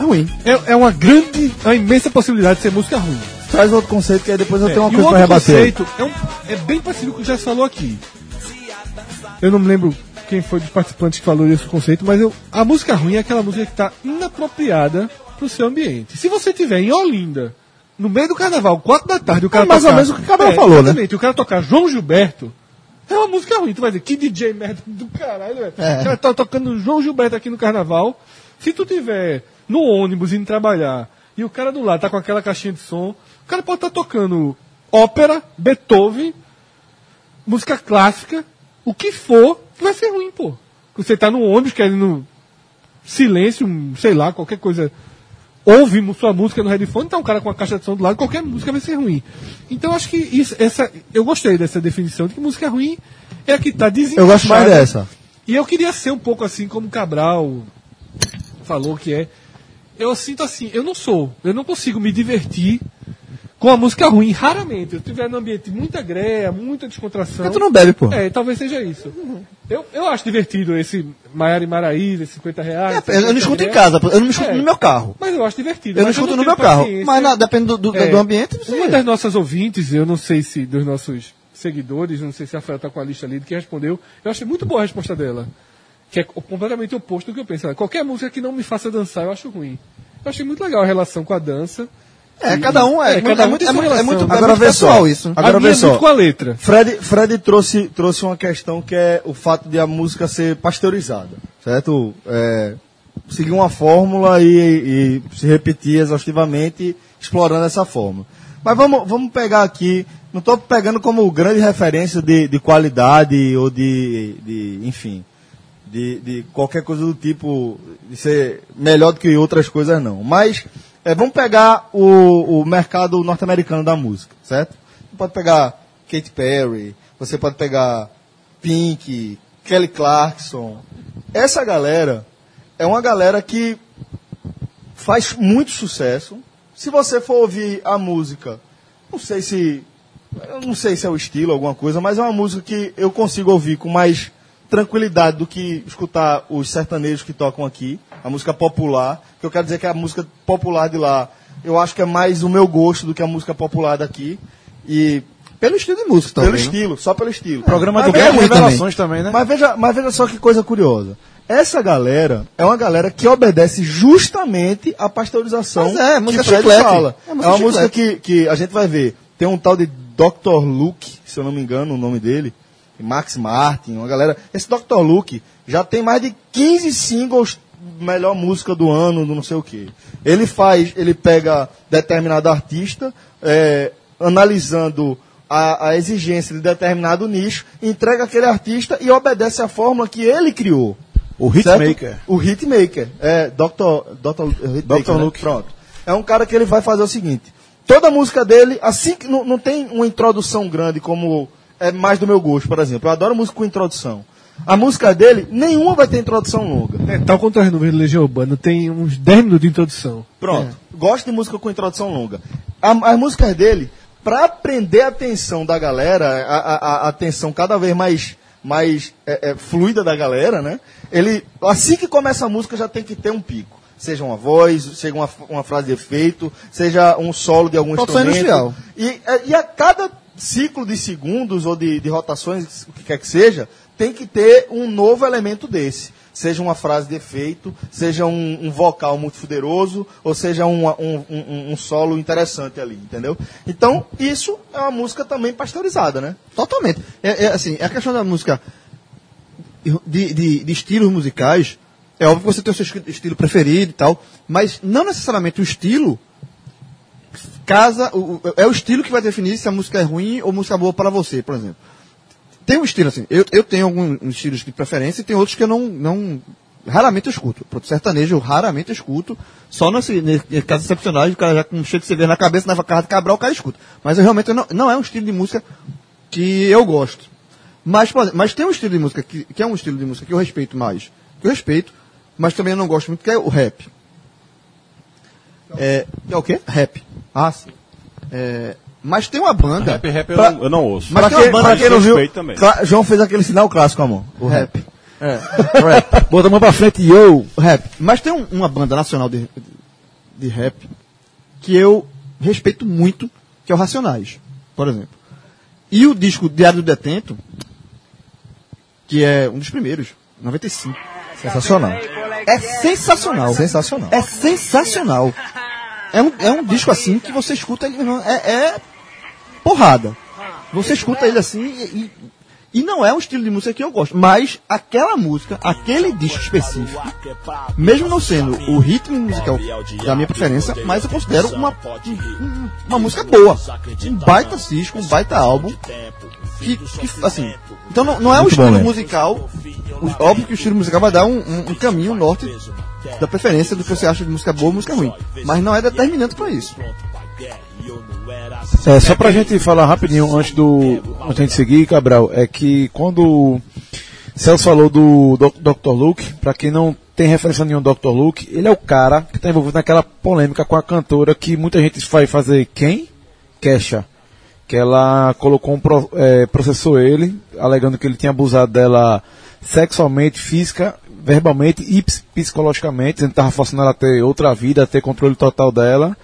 [SPEAKER 3] É ruim.
[SPEAKER 5] É, é uma grande, é uma imensa possibilidade de ser música ruim.
[SPEAKER 2] Traz outro conceito que aí depois
[SPEAKER 3] É.
[SPEAKER 2] eu tenho uma
[SPEAKER 5] É, E o
[SPEAKER 2] coisa pra
[SPEAKER 5] outro
[SPEAKER 2] rebater.
[SPEAKER 5] conceito é, um- é bem parecido com o que já se falou aqui. Eu não me lembro quem foi dos participantes que falou esse conceito, mas eu- a música ruim é aquela música que está inapropriada pro seu ambiente. Se você tiver em Olinda, no meio do carnaval, 4 da tarde, o cara
[SPEAKER 2] É
[SPEAKER 5] É,
[SPEAKER 2] mais ou menos o que o Cabral falou, né?
[SPEAKER 5] exatamente, o cara tocar João Gilberto, é uma música ruim. Tu vai dizer, que DJ merda do caralho, velho. O cara tá tocando João Gilberto aqui no carnaval. Se tu tiver no ônibus indo trabalhar e o cara do lado tá com aquela caixinha de som, o cara pode estar tocando ópera, Beethoven, música clássica, o que for, vai ser ruim, pô. Você tá no ônibus querendo silêncio, um, sei lá, qualquer coisa. Ouve mu- sua música no headphone, tá um cara com a caixa de som do lado, qualquer música vai ser ruim. Então acho que isso, essa, eu gostei dessa definição de que música ruim é a que tá
[SPEAKER 2] Eu
[SPEAKER 5] desencaixada.
[SPEAKER 2] gosto mais dessa.
[SPEAKER 5] E eu queria ser um pouco assim como Cabral falou que é. Eu sinto assim, eu não sou, eu não consigo me divertir com a música ruim, raramente. Eu tiver num ambiente de muita greia, muita descontração.
[SPEAKER 3] Porque tu não bebe, pô.
[SPEAKER 5] É, talvez seja isso. Eu, eu acho divertido esse Maiara e Maraíza, 50 reais.
[SPEAKER 3] É, Eu, eu não escuto em
[SPEAKER 5] 50 reais.
[SPEAKER 3] casa, pô. eu não escuto
[SPEAKER 5] É.
[SPEAKER 3] no meu carro.
[SPEAKER 5] Mas eu acho divertido.
[SPEAKER 3] Eu não
[SPEAKER 5] Mas
[SPEAKER 3] escuto no
[SPEAKER 5] tenho
[SPEAKER 3] meu carro.
[SPEAKER 5] paciência.
[SPEAKER 3] Mas na- depende do, do,
[SPEAKER 5] É.
[SPEAKER 3] do ambiente, você-
[SPEAKER 5] Uma das nossas ouvintes, eu não sei se dos nossos seguidores, não sei se a Rafael está com a lista ali de quem respondeu, eu achei muito boa a resposta dela. Que é completamente oposto do que eu penso. Ela, Qualquer música que não me faça dançar, eu acho ruim. Eu achei muito legal a relação com a dança.
[SPEAKER 3] É, cada um é,
[SPEAKER 5] É, cada um
[SPEAKER 3] é, muito,
[SPEAKER 5] tem
[SPEAKER 3] é,
[SPEAKER 5] sua
[SPEAKER 3] muito, é
[SPEAKER 5] relação.
[SPEAKER 3] muito, é
[SPEAKER 2] Agora
[SPEAKER 3] muito
[SPEAKER 2] vê só.
[SPEAKER 3] pessoal isso.
[SPEAKER 2] Agora
[SPEAKER 5] a minha
[SPEAKER 2] vê
[SPEAKER 5] é
[SPEAKER 2] só.
[SPEAKER 5] muito com a letra.
[SPEAKER 2] Fred, Fred trouxe, trouxe uma questão que é o fato de a música ser pasteurizada, certo? É, seguir uma fórmula e, e se repetir exaustivamente, explorando essa fórmula. Mas vamos, vamos pegar aqui, não estou pegando como grande referência de, de qualidade ou de, de enfim, de, de qualquer coisa do tipo, de ser melhor do que outras coisas não. Mas é, vamos pegar o, o mercado norte-americano da música, certo? Você pode pegar Katy Perry, você pode pegar Pink, Kelly Clarkson. Essa galera é uma galera que faz muito sucesso. Se você for ouvir a música, não sei se eu não sei se é o estilo alguma coisa, mas é uma música que eu consigo ouvir com mais tranquilidade do que escutar os sertanejos que tocam aqui, a música popular, que eu quero dizer é que a música popular de lá, eu acho que é mais o meu gosto do que a música popular daqui e
[SPEAKER 3] Pelo estilo de música,
[SPEAKER 2] pelo
[SPEAKER 3] talvez. né?
[SPEAKER 2] estilo, só pelo estilo.
[SPEAKER 6] Programa
[SPEAKER 2] Mas
[SPEAKER 6] do
[SPEAKER 2] veja
[SPEAKER 6] Guerra
[SPEAKER 2] muito também.
[SPEAKER 6] Revelações também, né?
[SPEAKER 2] Mas veja, mas veja só que coisa curiosa. Essa galera é uma galera que obedece justamente à pasteurização
[SPEAKER 3] Mas é, música
[SPEAKER 2] que Fred
[SPEAKER 3] chiclete.
[SPEAKER 2] fala. É,
[SPEAKER 3] É música
[SPEAKER 2] uma música que,
[SPEAKER 3] chiclete.
[SPEAKER 2] que a gente vai ver. Tem um tal de Dr. Luke, se eu não me engano o nome dele, e Max Martin, uma galera. Esse Dr. Luke já tem mais de 15 singles melhor música do ano, do não sei o quê. Ele faz, ele pega determinado artista, é, analisando a, a exigência de determinado nicho, entrega aquele artista e obedece à fórmula que ele criou.
[SPEAKER 6] O
[SPEAKER 2] certo?
[SPEAKER 6] hitmaker.
[SPEAKER 2] O hitmaker. É, Dr. Dr. Hitmaker,
[SPEAKER 6] Dr.
[SPEAKER 2] né?
[SPEAKER 6] Luke.
[SPEAKER 2] Pronto. É um cara que ele vai fazer o seguinte. Toda música dele, assim que não, não tem uma introdução grande como é mais do meu gosto, por exemplo. Eu adoro música com introdução. A música dele, nenhuma vai ter introdução longa.
[SPEAKER 5] É, tal quanto as nuvens do Legião Urbana, tem uns 10 minutos de introdução.
[SPEAKER 2] Pronto. É. Gosto de música com introdução longa. A- as músicas dele, para prender a atenção da galera, a, a- a atenção cada vez mais, mais é, é, fluida da galera, né? Ele, assim que começa a música, já tem que ter um pico. Seja uma voz, seja uma, uma frase de efeito, seja um solo de algum
[SPEAKER 3] Produção
[SPEAKER 2] instrumento.
[SPEAKER 3] industrial.
[SPEAKER 2] E, é, e a cada ciclo de segundos ou de, de rotações, o que quer que seja, tem que ter um novo elemento desse. Seja uma frase de efeito, seja um, um vocal muito fuderoso, ou seja um, um- um- um solo interessante ali, entendeu? Então, isso é uma música também pasteurizada, né?
[SPEAKER 3] Totalmente. É, é assim, é a questão da música de, de, de estilos musicais. É óbvio que você tem o seu esqui- estilo preferido e tal, mas não necessariamente o estilo casa. o- o- é o estilo que vai definir se a música é ruim ou música boa para você, por exemplo. Tem um estilo assim, eu, eu tenho alguns estilos de preferência e tem outros que eu não. não raramente eu escuto. Pronto, sertanejo eu raramente escuto. Só nesse, nesse caso excepcionais, o cara já com cheio de cerveja na cabeça, na cara de cabral, o cara escuta. Mas eu realmente eu não, não é um estilo de música que eu gosto. Mas, por exemplo, mas tem um estilo de música que, que é um estilo de música que eu respeito mais. Que eu respeito, mas também eu não gosto muito, que é o rap. É, é o quê? Rap. Ah, sim. É, mas tem uma banda.
[SPEAKER 4] Rap, rap eu,
[SPEAKER 2] Pra-
[SPEAKER 4] não, eu não ouço.
[SPEAKER 2] Mas
[SPEAKER 3] tem uma banda
[SPEAKER 4] que eu respeito também.
[SPEAKER 2] Cla- João fez aquele sinal clássico, amor.
[SPEAKER 3] O rap.
[SPEAKER 6] Bota a mão pra frente e eu.
[SPEAKER 3] rap. É. Mas tem um- uma banda nacional de, de rap que eu respeito muito, que é o Racionais, por exemplo. E o disco Diário do Detento, que é um dos primeiros, 95.
[SPEAKER 2] Sensacional.
[SPEAKER 3] É sensacional.
[SPEAKER 2] Sensacional.
[SPEAKER 3] É sensacional. É um, é um disco assim que você escuta ele. não- É, é porrada. Você escuta ele assim e, e, e não é um estilo de música que eu gosto. Mas aquela música, aquele disco específico, mesmo não sendo o ritmo musical da minha preferência, mas eu considero uma, um- uma música boa. Um baita disco, um baita álbum. Que, que, assim. Então não, não é um
[SPEAKER 2] Muito bom,
[SPEAKER 3] estilo
[SPEAKER 2] né?
[SPEAKER 3] musical. o- Óbvio que o estilo musical vai dar um, um- um caminho, um norte da preferência do que você acha de música boa ou música ruim. Mas não é determinante pra isso.
[SPEAKER 6] É, só pra gente falar rapidinho antes do. Antes de seguir, Cabral, é que quando o Celso falou do Doc- Dr. Luke, pra quem não tem referência nenhuma ao Dr. Luke, ele é o cara que tá envolvido naquela polêmica com a cantora que muita gente vai fazer quem? Kesha. Que ela colocou um pro- é, processou ele, alegando que ele tinha abusado dela sexualmente, física, verbalmente e ps- psicologicamente, dizendo que tava forçando ela a ter outra vida, a ter controle total dela.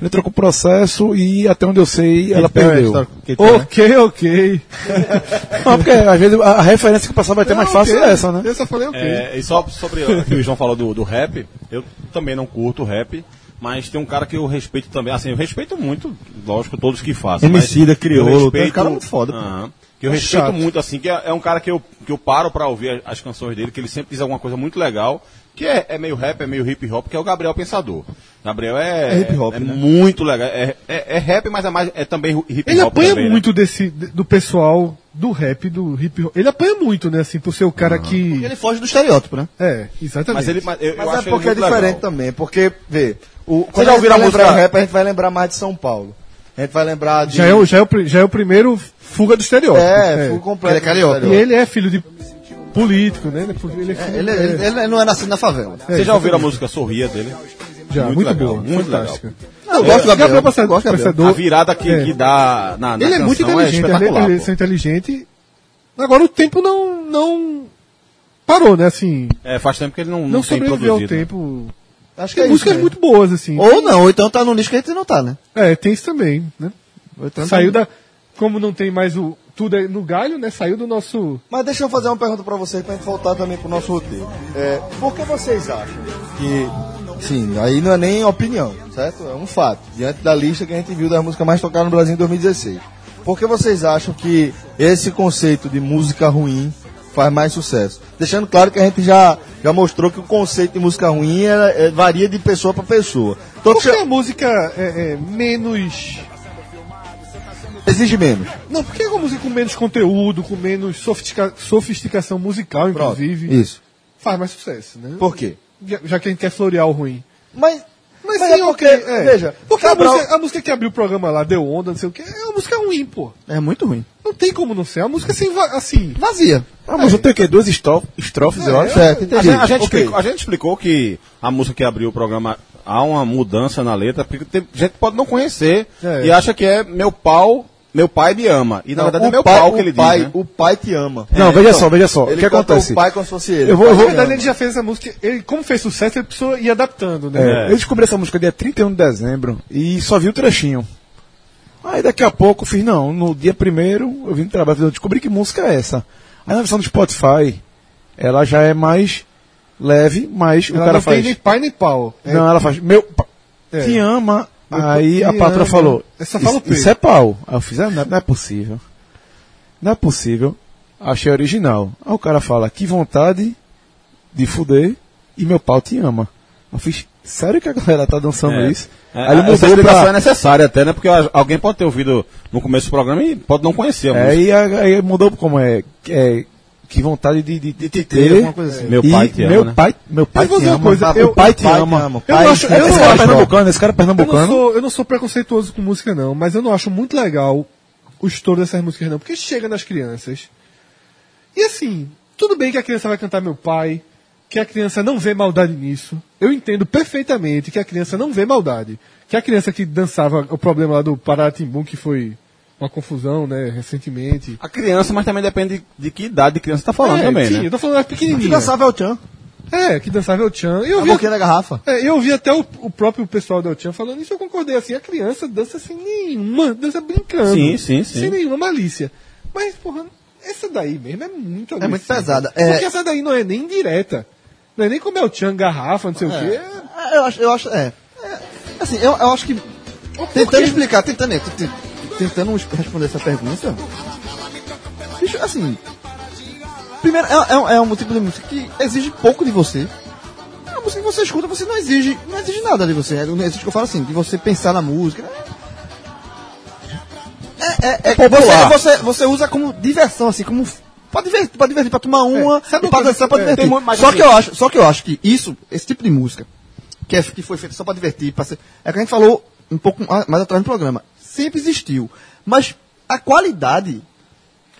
[SPEAKER 6] Ele entrou com o processo e até onde eu sei, ela
[SPEAKER 2] tem uma
[SPEAKER 6] perdeu.
[SPEAKER 2] história que tem, né?
[SPEAKER 6] Ok, ok. Não, porque às vezes a a referência que o pessoal vai ter mais fácil é essa, né?
[SPEAKER 5] Eu só falei o quê?
[SPEAKER 4] É, e só sobre o que o João falou do, do rap, eu também não curto rap, mas tem um cara que eu respeito também. Assim, eu respeito muito, lógico, todos que fazem.
[SPEAKER 2] Emicida,
[SPEAKER 4] mas
[SPEAKER 2] Criolo,
[SPEAKER 4] eu
[SPEAKER 2] tem um cara muito foda, pô. É
[SPEAKER 4] Aham. que eu respeito muito, assim, que é, é um cara que eu, que eu paro pra ouvir as, as canções dele, que ele sempre diz alguma coisa muito legal, que é, é meio rap, é meio hip hop, que é o Gabriel Pensador. Gabriel é,
[SPEAKER 2] É hip hop,
[SPEAKER 4] é
[SPEAKER 2] né?
[SPEAKER 4] muito legal. É, é, é rap, mas é, mais, é também hip hop.
[SPEAKER 5] Ele apanha
[SPEAKER 4] também, né?
[SPEAKER 5] muito desse, do pessoal do rap, do hip hop. Ele apanha muito, né, assim, por ser o cara que...
[SPEAKER 3] Ele foge do estereótipo, né?
[SPEAKER 5] É, exatamente.
[SPEAKER 4] Mas ele. Mas, eu, eu
[SPEAKER 2] Mas
[SPEAKER 4] acho
[SPEAKER 2] é
[SPEAKER 4] ele
[SPEAKER 2] porque é
[SPEAKER 4] muito
[SPEAKER 2] diferente
[SPEAKER 4] legal.
[SPEAKER 2] também, porque, vê, o,
[SPEAKER 3] Vocês
[SPEAKER 2] quando
[SPEAKER 3] já
[SPEAKER 2] a gente
[SPEAKER 3] ouviram
[SPEAKER 2] vai
[SPEAKER 3] a
[SPEAKER 2] lembrar
[SPEAKER 3] música-
[SPEAKER 2] rap, a gente vai lembrar mais de São Paulo. A gente vai lembrar de...
[SPEAKER 5] já, é o, já, é o, pri- já é o primeiro fuga do estereótipo.
[SPEAKER 2] É, fui completo.
[SPEAKER 3] Ele é carioca.
[SPEAKER 5] E ele é filho de político, né? Ele é filho- Ele é filho... é,
[SPEAKER 3] Ele, ele- ele não é nascido na favela.
[SPEAKER 4] Vocês já ouviram a música Sorria dele?
[SPEAKER 5] já,
[SPEAKER 4] muito
[SPEAKER 5] muito,
[SPEAKER 4] legal,
[SPEAKER 5] boa,
[SPEAKER 4] muito
[SPEAKER 5] fantástica.
[SPEAKER 3] Não, eu gosto do Gabriel.
[SPEAKER 5] Gabriel Passador,
[SPEAKER 3] gosto do Gabriel.
[SPEAKER 5] Passador.
[SPEAKER 4] A virada que,
[SPEAKER 5] É.
[SPEAKER 4] que dá na, na
[SPEAKER 5] ele é
[SPEAKER 4] canção
[SPEAKER 5] muito inteligente,
[SPEAKER 4] é
[SPEAKER 5] as letras
[SPEAKER 4] espetacular.
[SPEAKER 5] dele são
[SPEAKER 4] pô.
[SPEAKER 5] inteligentes. Agora o tempo não, não parou, né? Assim,
[SPEAKER 4] É, faz tempo que ele não, não,
[SPEAKER 5] não,
[SPEAKER 4] tem
[SPEAKER 5] sobreviveu ao
[SPEAKER 4] produzido. né?
[SPEAKER 5] tempo.
[SPEAKER 3] Acho que
[SPEAKER 5] Tem
[SPEAKER 3] é isso,
[SPEAKER 5] músicas
[SPEAKER 3] né?
[SPEAKER 5] muito boas, assim.
[SPEAKER 3] Ou não, ou então tá no nicho que a gente não tá, né?
[SPEAKER 5] É, tem isso também, né?
[SPEAKER 3] Ou então tá-
[SPEAKER 5] Saiu da. Como não tem mais o. Tudo é no galho, né? Saiu do nosso.
[SPEAKER 2] Mas deixa eu fazer uma pergunta pra vocês, pra gente voltar também pro nosso roteiro. É, por que vocês acham que... Sim, aí não é nem opinião, certo? É um fato, diante da lista que a gente viu das músicas mais tocadas no Brasil em 2016. Por que vocês acham que esse conceito de música ruim faz mais sucesso? Deixando claro que a gente já, já mostrou que o conceito de música ruim ela, é, varia de Então, pessoa pra pessoa. Tô
[SPEAKER 5] Por que
[SPEAKER 2] cha-
[SPEAKER 5] a música é, é menos.
[SPEAKER 7] Exige menos.
[SPEAKER 5] Não, porque é uma música com menos conteúdo, com menos sofistica- sofisticação musical, inclusive,
[SPEAKER 7] Isso.
[SPEAKER 5] faz mais sucesso, né?
[SPEAKER 7] Por quê?
[SPEAKER 5] Já, já que a gente quer florear o ruim.
[SPEAKER 7] Mas,
[SPEAKER 5] Mas,
[SPEAKER 7] Mas
[SPEAKER 5] sim,
[SPEAKER 7] é porque,
[SPEAKER 5] ok. É.
[SPEAKER 7] veja,
[SPEAKER 5] porque
[SPEAKER 7] Cabral-
[SPEAKER 5] a, música, a música que abriu o programa lá, Deu Onda, não sei o que, é uma música ruim, pô.
[SPEAKER 2] É muito ruim.
[SPEAKER 5] Não tem como não ser. É uma música sem, va- assim...
[SPEAKER 2] Vazia.
[SPEAKER 10] Ah, mas eu tenho o quê? Duas estrof- estrofes, eu acho?
[SPEAKER 7] certo, entendi.
[SPEAKER 4] A gente, a gente
[SPEAKER 7] Ok.
[SPEAKER 4] explicou, a gente explicou que a música que abriu o programa há uma mudança na letra, porque tem gente que pode não conhecer
[SPEAKER 5] É.
[SPEAKER 4] e acha que é meu pau, meu pai me ama. E na verdade é
[SPEAKER 7] o
[SPEAKER 4] meu
[SPEAKER 7] pai-
[SPEAKER 4] pau que
[SPEAKER 7] o
[SPEAKER 4] ele
[SPEAKER 7] pai-
[SPEAKER 4] diz. né? então,
[SPEAKER 7] O pai te ama.
[SPEAKER 10] Não, veja só, veja só. O
[SPEAKER 7] Ele
[SPEAKER 10] que
[SPEAKER 7] canta
[SPEAKER 10] acontece?
[SPEAKER 7] O pai como se fosse ele.
[SPEAKER 10] Eu vou, eu
[SPEAKER 5] Na
[SPEAKER 10] vou.
[SPEAKER 5] verdade, ele já fez essa música... Ele, como fez sucesso, ele precisou ir adaptando,
[SPEAKER 10] É,
[SPEAKER 5] né?
[SPEAKER 10] Eu descobri essa música dia 31 de dezembro e só vi o trechinho. Aí daqui a pouco eu fiz, não, no dia primeiro eu vim do trabalho, eu descobri que música é essa. Aí na versão do Spotify, ela já é mais leve, mas o
[SPEAKER 5] Ela
[SPEAKER 10] cara
[SPEAKER 5] não
[SPEAKER 10] faz.
[SPEAKER 5] tem nem pai nem pau. É,
[SPEAKER 10] Não, ela faz. Meu. pa-
[SPEAKER 5] É.
[SPEAKER 10] Te ama.
[SPEAKER 5] Meu
[SPEAKER 10] Aí
[SPEAKER 5] pa-
[SPEAKER 10] a
[SPEAKER 5] te
[SPEAKER 10] patroa
[SPEAKER 5] ama.
[SPEAKER 10] falou.
[SPEAKER 5] Eu só falo
[SPEAKER 10] isso,
[SPEAKER 5] P."
[SPEAKER 10] isso é pau. Aí eu fiz, ah, não, não é possível. Não é possível. Achei original. Aí o cara fala, que vontade de fuder e meu pau te ama. Eu fiz, sério que a galera tá dançando
[SPEAKER 4] É.
[SPEAKER 10] isso?
[SPEAKER 4] É,
[SPEAKER 10] Aí ele
[SPEAKER 4] essa
[SPEAKER 10] mudou
[SPEAKER 4] explicação é
[SPEAKER 10] pra.
[SPEAKER 4] necessária até, né? Porque a- alguém pode ter ouvido no começo do programa e pode não conhecer a
[SPEAKER 10] É,
[SPEAKER 4] música.
[SPEAKER 10] e a- aí mudou como é. é que vontade de, de, de te ter.
[SPEAKER 7] alguma coisa assim.
[SPEAKER 10] E
[SPEAKER 4] Meu pai te ama,
[SPEAKER 10] Meu
[SPEAKER 4] né?
[SPEAKER 10] pai, meu pai
[SPEAKER 5] Mas vou
[SPEAKER 10] te
[SPEAKER 5] dizer uma
[SPEAKER 10] ama.
[SPEAKER 5] coisa,
[SPEAKER 10] Meu
[SPEAKER 5] eu-
[SPEAKER 10] pai te
[SPEAKER 7] pai
[SPEAKER 10] ama.
[SPEAKER 7] te ama,
[SPEAKER 10] Eu
[SPEAKER 7] pai
[SPEAKER 10] acho,
[SPEAKER 7] te ama.
[SPEAKER 10] esse
[SPEAKER 7] Eu
[SPEAKER 10] cara é
[SPEAKER 7] acho-
[SPEAKER 10] pernambucano, esse cara é
[SPEAKER 5] Eu não,
[SPEAKER 10] pernambucano.
[SPEAKER 5] sou, eu não sou preconceituoso com música, não, mas eu não acho muito legal o estouro dessas músicas, não, porque chega nas crianças. E assim, tudo bem que a criança vai cantar Meu Pai, que a criança não vê maldade nisso. Eu entendo perfeitamente que a criança não vê maldade. Que a criança que dançava o problema lá do Paratimbum, que foi uma confusão, né, recentemente.
[SPEAKER 4] A criança, mas também depende de, de que idade de criança tá falando
[SPEAKER 5] é,
[SPEAKER 4] também,
[SPEAKER 5] sim,
[SPEAKER 4] né?
[SPEAKER 5] eu tô falando das
[SPEAKER 2] Que
[SPEAKER 5] pequenininhas.
[SPEAKER 2] dançava é o Tchan.
[SPEAKER 5] É, que dançava El Chan. Eu
[SPEAKER 2] A
[SPEAKER 5] vi
[SPEAKER 2] boquinha da garrafa.
[SPEAKER 5] É, eu ouvi até o, o próprio pessoal da Altian falando isso, eu concordei assim, a criança dança sem nenhuma, dança brincando.
[SPEAKER 4] Sim, sim, sim.
[SPEAKER 5] Sem nenhuma malícia. Mas, porra, essa daí mesmo é muito agressiva.
[SPEAKER 2] muito pesada, é.
[SPEAKER 5] Porque essa daí não é nem direta. Não é nem como é o Chan, garrafa, não sei o quê.
[SPEAKER 2] É, Eu acho, eu acho, é. É, Assim, eu, eu acho que. Tentando explicar, tentando, t- t- tentando es- responder essa pergunta. Bicho, assim. Primeiro, é, é um- é um tipo de música que exige pouco de você. É uma música que você escuta, você não exige, não exige nada de você. Não exige que eu falo assim, de você pensar na música. É, é, é,
[SPEAKER 4] popular.
[SPEAKER 2] Você, você, você usa como diversão, assim, como. f- Pra divertir, pra, divertir, pra tomar uma,
[SPEAKER 5] É, sabe
[SPEAKER 2] e
[SPEAKER 5] uma
[SPEAKER 2] pra
[SPEAKER 5] coisa
[SPEAKER 2] dançar,
[SPEAKER 5] que-
[SPEAKER 2] pra
[SPEAKER 5] é,
[SPEAKER 2] divertir.
[SPEAKER 5] tem muito mais
[SPEAKER 2] só,
[SPEAKER 5] assim.
[SPEAKER 2] que eu acho, só que eu acho que isso, esse tipo de música, que, é, que foi feito só para divertir, pra ser, é o que a gente falou um pouco a- mais atrás no programa. Sempre existiu. Mas a qualidade,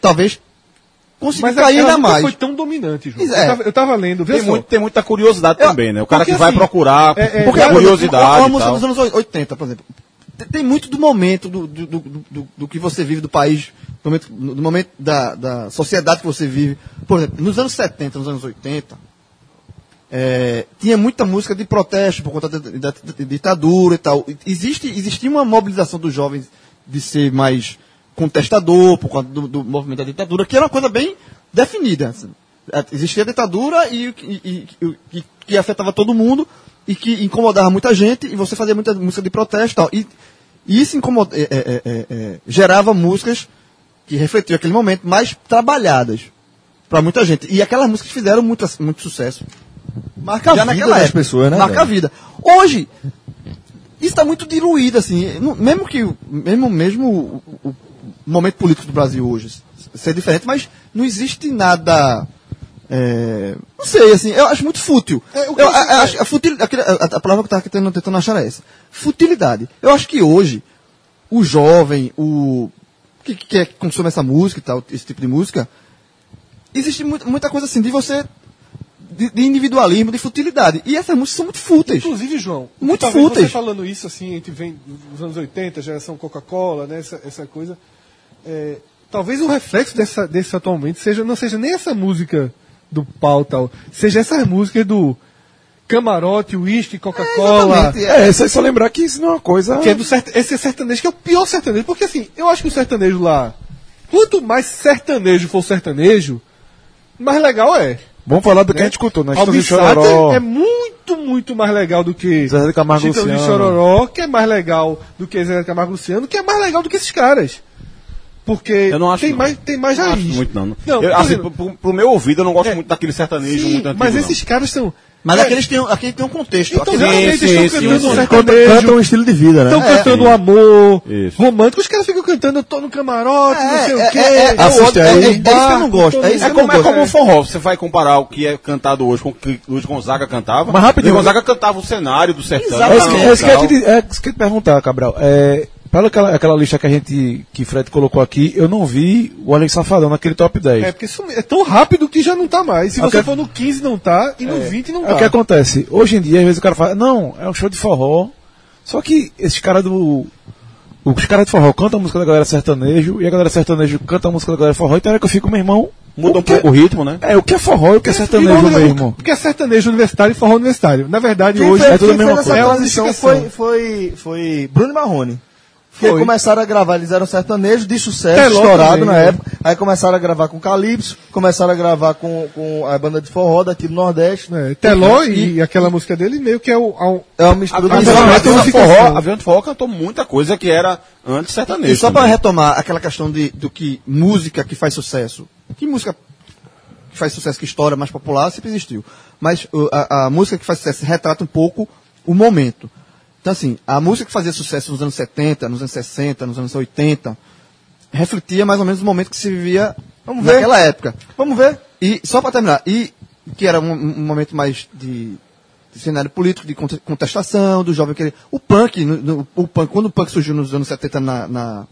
[SPEAKER 2] talvez, conseguiu
[SPEAKER 5] Mas
[SPEAKER 2] cair
[SPEAKER 5] ela
[SPEAKER 2] ainda
[SPEAKER 5] nunca
[SPEAKER 2] mais.
[SPEAKER 5] foi tão dominante, João.
[SPEAKER 2] Isso, é.
[SPEAKER 5] Eu, tava, eu tava lendo, vê
[SPEAKER 4] Tem,
[SPEAKER 5] só.
[SPEAKER 4] muito- tem muita curiosidade
[SPEAKER 2] Eu-
[SPEAKER 4] também, né? O cara
[SPEAKER 5] porque
[SPEAKER 4] que vai
[SPEAKER 5] assim,
[SPEAKER 4] procurar,
[SPEAKER 5] é, é,
[SPEAKER 4] porque
[SPEAKER 5] é,
[SPEAKER 4] a
[SPEAKER 2] Uma,
[SPEAKER 4] curiosidade.
[SPEAKER 2] uma
[SPEAKER 4] e
[SPEAKER 2] música
[SPEAKER 4] tal.
[SPEAKER 2] dos anos oi- 80, por exemplo. Tem- Tem muito do momento do, do, do, do- do que você vive, do país, do momento, do momento da, da sociedade que você vive. Por exemplo, nos anos 70, nos anos 80, é, tinha muita música de protesto por conta da, da- da ditadura e tal. E Existe, existia uma mobilização dos jovens de ser mais contestador por conta do, do movimento da ditadura, que era uma coisa bem definida. assim. É, Existia a ditadura e, o que- e- e- o que- que afetava todo mundo e que incomodava muita gente e você fazia muita música de protesto e tal. E, e isso incomoda- é, é, é, é, gerava músicas que refletiam aquele momento, mais trabalhadas para muita gente. E aquelas músicas fizeram muito, muito sucesso. Marca
[SPEAKER 7] Já
[SPEAKER 2] a vida
[SPEAKER 7] naquela
[SPEAKER 2] das
[SPEAKER 7] época.
[SPEAKER 2] pessoas, né?
[SPEAKER 7] Marca
[SPEAKER 2] a vida. Hoje, isso está muito diluído, assim. Não- Mesmo que o- mesmo, mesmo o, o- o momento político do Brasil hoje s- ser diferente, mas não existe nada. é, não sei, assim, eu acho muito fútil.
[SPEAKER 5] É, o que
[SPEAKER 2] Eu
[SPEAKER 5] você-
[SPEAKER 2] a- a- acho- a futil- aquele- a- a palavra que eu estava tentando, tentando achar era essa. Futilidade. Eu acho que hoje, o jovem, o. que, que, é que consome essa música e tal, esse tipo de música, existe muita, muita coisa assim de você. De, de individualismo, de futilidade. E essas músicas são muito fúteis.
[SPEAKER 5] Inclusive, João,
[SPEAKER 2] Muito
[SPEAKER 5] talvez
[SPEAKER 2] fúteis.
[SPEAKER 5] você falando isso, assim, a gente vem dos anos 80, geração Coca-Cola, né, essa, essa coisa. é, talvez o reflexo dessa, desse atualmente seja, não seja nem essa música do pau tal, seja essas músicas do camarote, uísque, Coca-Cola.
[SPEAKER 2] Exatamente,
[SPEAKER 10] É, isso aí só lembrar que isso não é uma coisa.
[SPEAKER 5] que é do cert, esse é sertanejo, que é o pior sertanejo. Porque assim, eu acho que o sertanejo lá, quanto mais sertanejo for o sertanejo, mais legal é.
[SPEAKER 10] Vamos falar do que a gente escutou, né? Chitãozinho e
[SPEAKER 5] Almissata
[SPEAKER 10] Chororó.
[SPEAKER 5] é muito, muito mais legal do que
[SPEAKER 10] Zezé de Camargo e
[SPEAKER 5] Chitãozinho e
[SPEAKER 10] Luciano.
[SPEAKER 5] Chororó, que é mais legal do que Zé Camargo e Luciano, que é mais legal do que esses caras. Porque
[SPEAKER 4] Eu não acho,
[SPEAKER 5] tem,
[SPEAKER 4] não.
[SPEAKER 5] Mais, tem mais
[SPEAKER 4] Não
[SPEAKER 5] raiz.
[SPEAKER 4] acho muito, não.
[SPEAKER 5] Não,
[SPEAKER 4] Eu,
[SPEAKER 5] tô
[SPEAKER 4] assim,
[SPEAKER 5] dizendo-
[SPEAKER 4] pro, pro- pro meu ouvido, eu não gosto
[SPEAKER 5] É.
[SPEAKER 4] muito daquele sertanejo
[SPEAKER 5] Sim,
[SPEAKER 4] muito antigo.
[SPEAKER 5] mas
[SPEAKER 4] não.
[SPEAKER 5] esses caras são. É.
[SPEAKER 3] Mas aqueles têm, um- aquele tem um contexto.
[SPEAKER 5] Então,
[SPEAKER 3] aquele-
[SPEAKER 5] geralmente estão cantando um sertanejo,
[SPEAKER 2] Canta um estilo de vida,
[SPEAKER 5] estão
[SPEAKER 2] né?
[SPEAKER 3] é,
[SPEAKER 5] cantando amor
[SPEAKER 4] Isso.
[SPEAKER 5] romântico, os caras ficam cantando, eu tô no camarote, não sei o quê.
[SPEAKER 3] é,
[SPEAKER 5] eu
[SPEAKER 3] é, é, é isso que eu
[SPEAKER 5] barco,
[SPEAKER 3] não gosto.
[SPEAKER 5] tô
[SPEAKER 3] É isso
[SPEAKER 4] É
[SPEAKER 3] que eu não
[SPEAKER 4] como, é
[SPEAKER 3] gosto.
[SPEAKER 4] como o forró, você vai comparar o que é cantado hoje com o que Luiz Gonzaga cantava.
[SPEAKER 6] Mas rapidinho.
[SPEAKER 4] Luiz Gonzaga cantava o cenário do sertão.
[SPEAKER 6] É isso que, é isso que eu ia
[SPEAKER 4] tal.
[SPEAKER 6] te, dizer- é isso que eu ia te perguntar, Cabral. É, para aquela, aquela lista que a gente, que Fred colocou aqui, eu não vi o Alex Safadão naquele top 10.
[SPEAKER 5] É, porque isso é tão rápido que já não tá mais. Se você for no 15 não tá, e no 20 não
[SPEAKER 6] É o
[SPEAKER 5] tá.
[SPEAKER 6] que acontece. Hoje em dia, às vezes o cara fala, não, é um show de forró. Só que esses caras do. Os caras de forró cantam a música da galera sertanejo e a galera sertanejo canta a música da galera forró. Então é que eu fico, meu irmão.
[SPEAKER 4] Muda
[SPEAKER 6] o
[SPEAKER 4] um
[SPEAKER 6] que-
[SPEAKER 4] pouco o ritmo, né?
[SPEAKER 6] É, o que é forró e o que é sertanejo
[SPEAKER 5] Igual,
[SPEAKER 6] mesmo.
[SPEAKER 5] Porque é sertanejo universitário e forró universitário. Na verdade, hoje
[SPEAKER 6] fez- é tudo a
[SPEAKER 2] quem
[SPEAKER 6] mesma
[SPEAKER 2] fez
[SPEAKER 6] coisa.
[SPEAKER 2] Essa
[SPEAKER 6] É uma
[SPEAKER 2] transição foi, foi, foi Bruno e Marrone. Porque
[SPEAKER 5] Foi.
[SPEAKER 2] começaram a gravar, eles eram sertanejos de sucesso,
[SPEAKER 5] Teló
[SPEAKER 2] estourado
[SPEAKER 5] também,
[SPEAKER 2] na
[SPEAKER 5] né?
[SPEAKER 2] época. Aí começaram a gravar com Calypso, começaram a gravar com, com a banda de forró daqui do Nordeste.
[SPEAKER 5] É, Teló e, aquela música dele meio que é o. a um-
[SPEAKER 2] É uma mistura
[SPEAKER 4] A
[SPEAKER 2] dos
[SPEAKER 4] Avião
[SPEAKER 2] dois.
[SPEAKER 4] Neto
[SPEAKER 5] Unificação.
[SPEAKER 4] forró, Avião de Forró cantou muita coisa que era antes sertanejo.
[SPEAKER 3] E só para
[SPEAKER 4] também.
[SPEAKER 3] retomar aquela questão de, do que música que faz sucesso. Que música que faz sucesso, que história mais popular, sempre existiu. Mas uh, a, a música que faz sucesso retrata um pouco o momento. Então, assim, a música que fazia sucesso nos anos 70, nos anos 60, nos anos 80, refletia mais ou menos o momento que se vivia
[SPEAKER 2] ver.
[SPEAKER 3] naquela época.
[SPEAKER 2] Vamos ver.
[SPEAKER 3] E só para terminar, e que era um, um momento mais de, de cenário político, de conte- contestação, do jovem querer. O punk, no- no- o punk, quando o punk surgiu nos anos 70 na, na,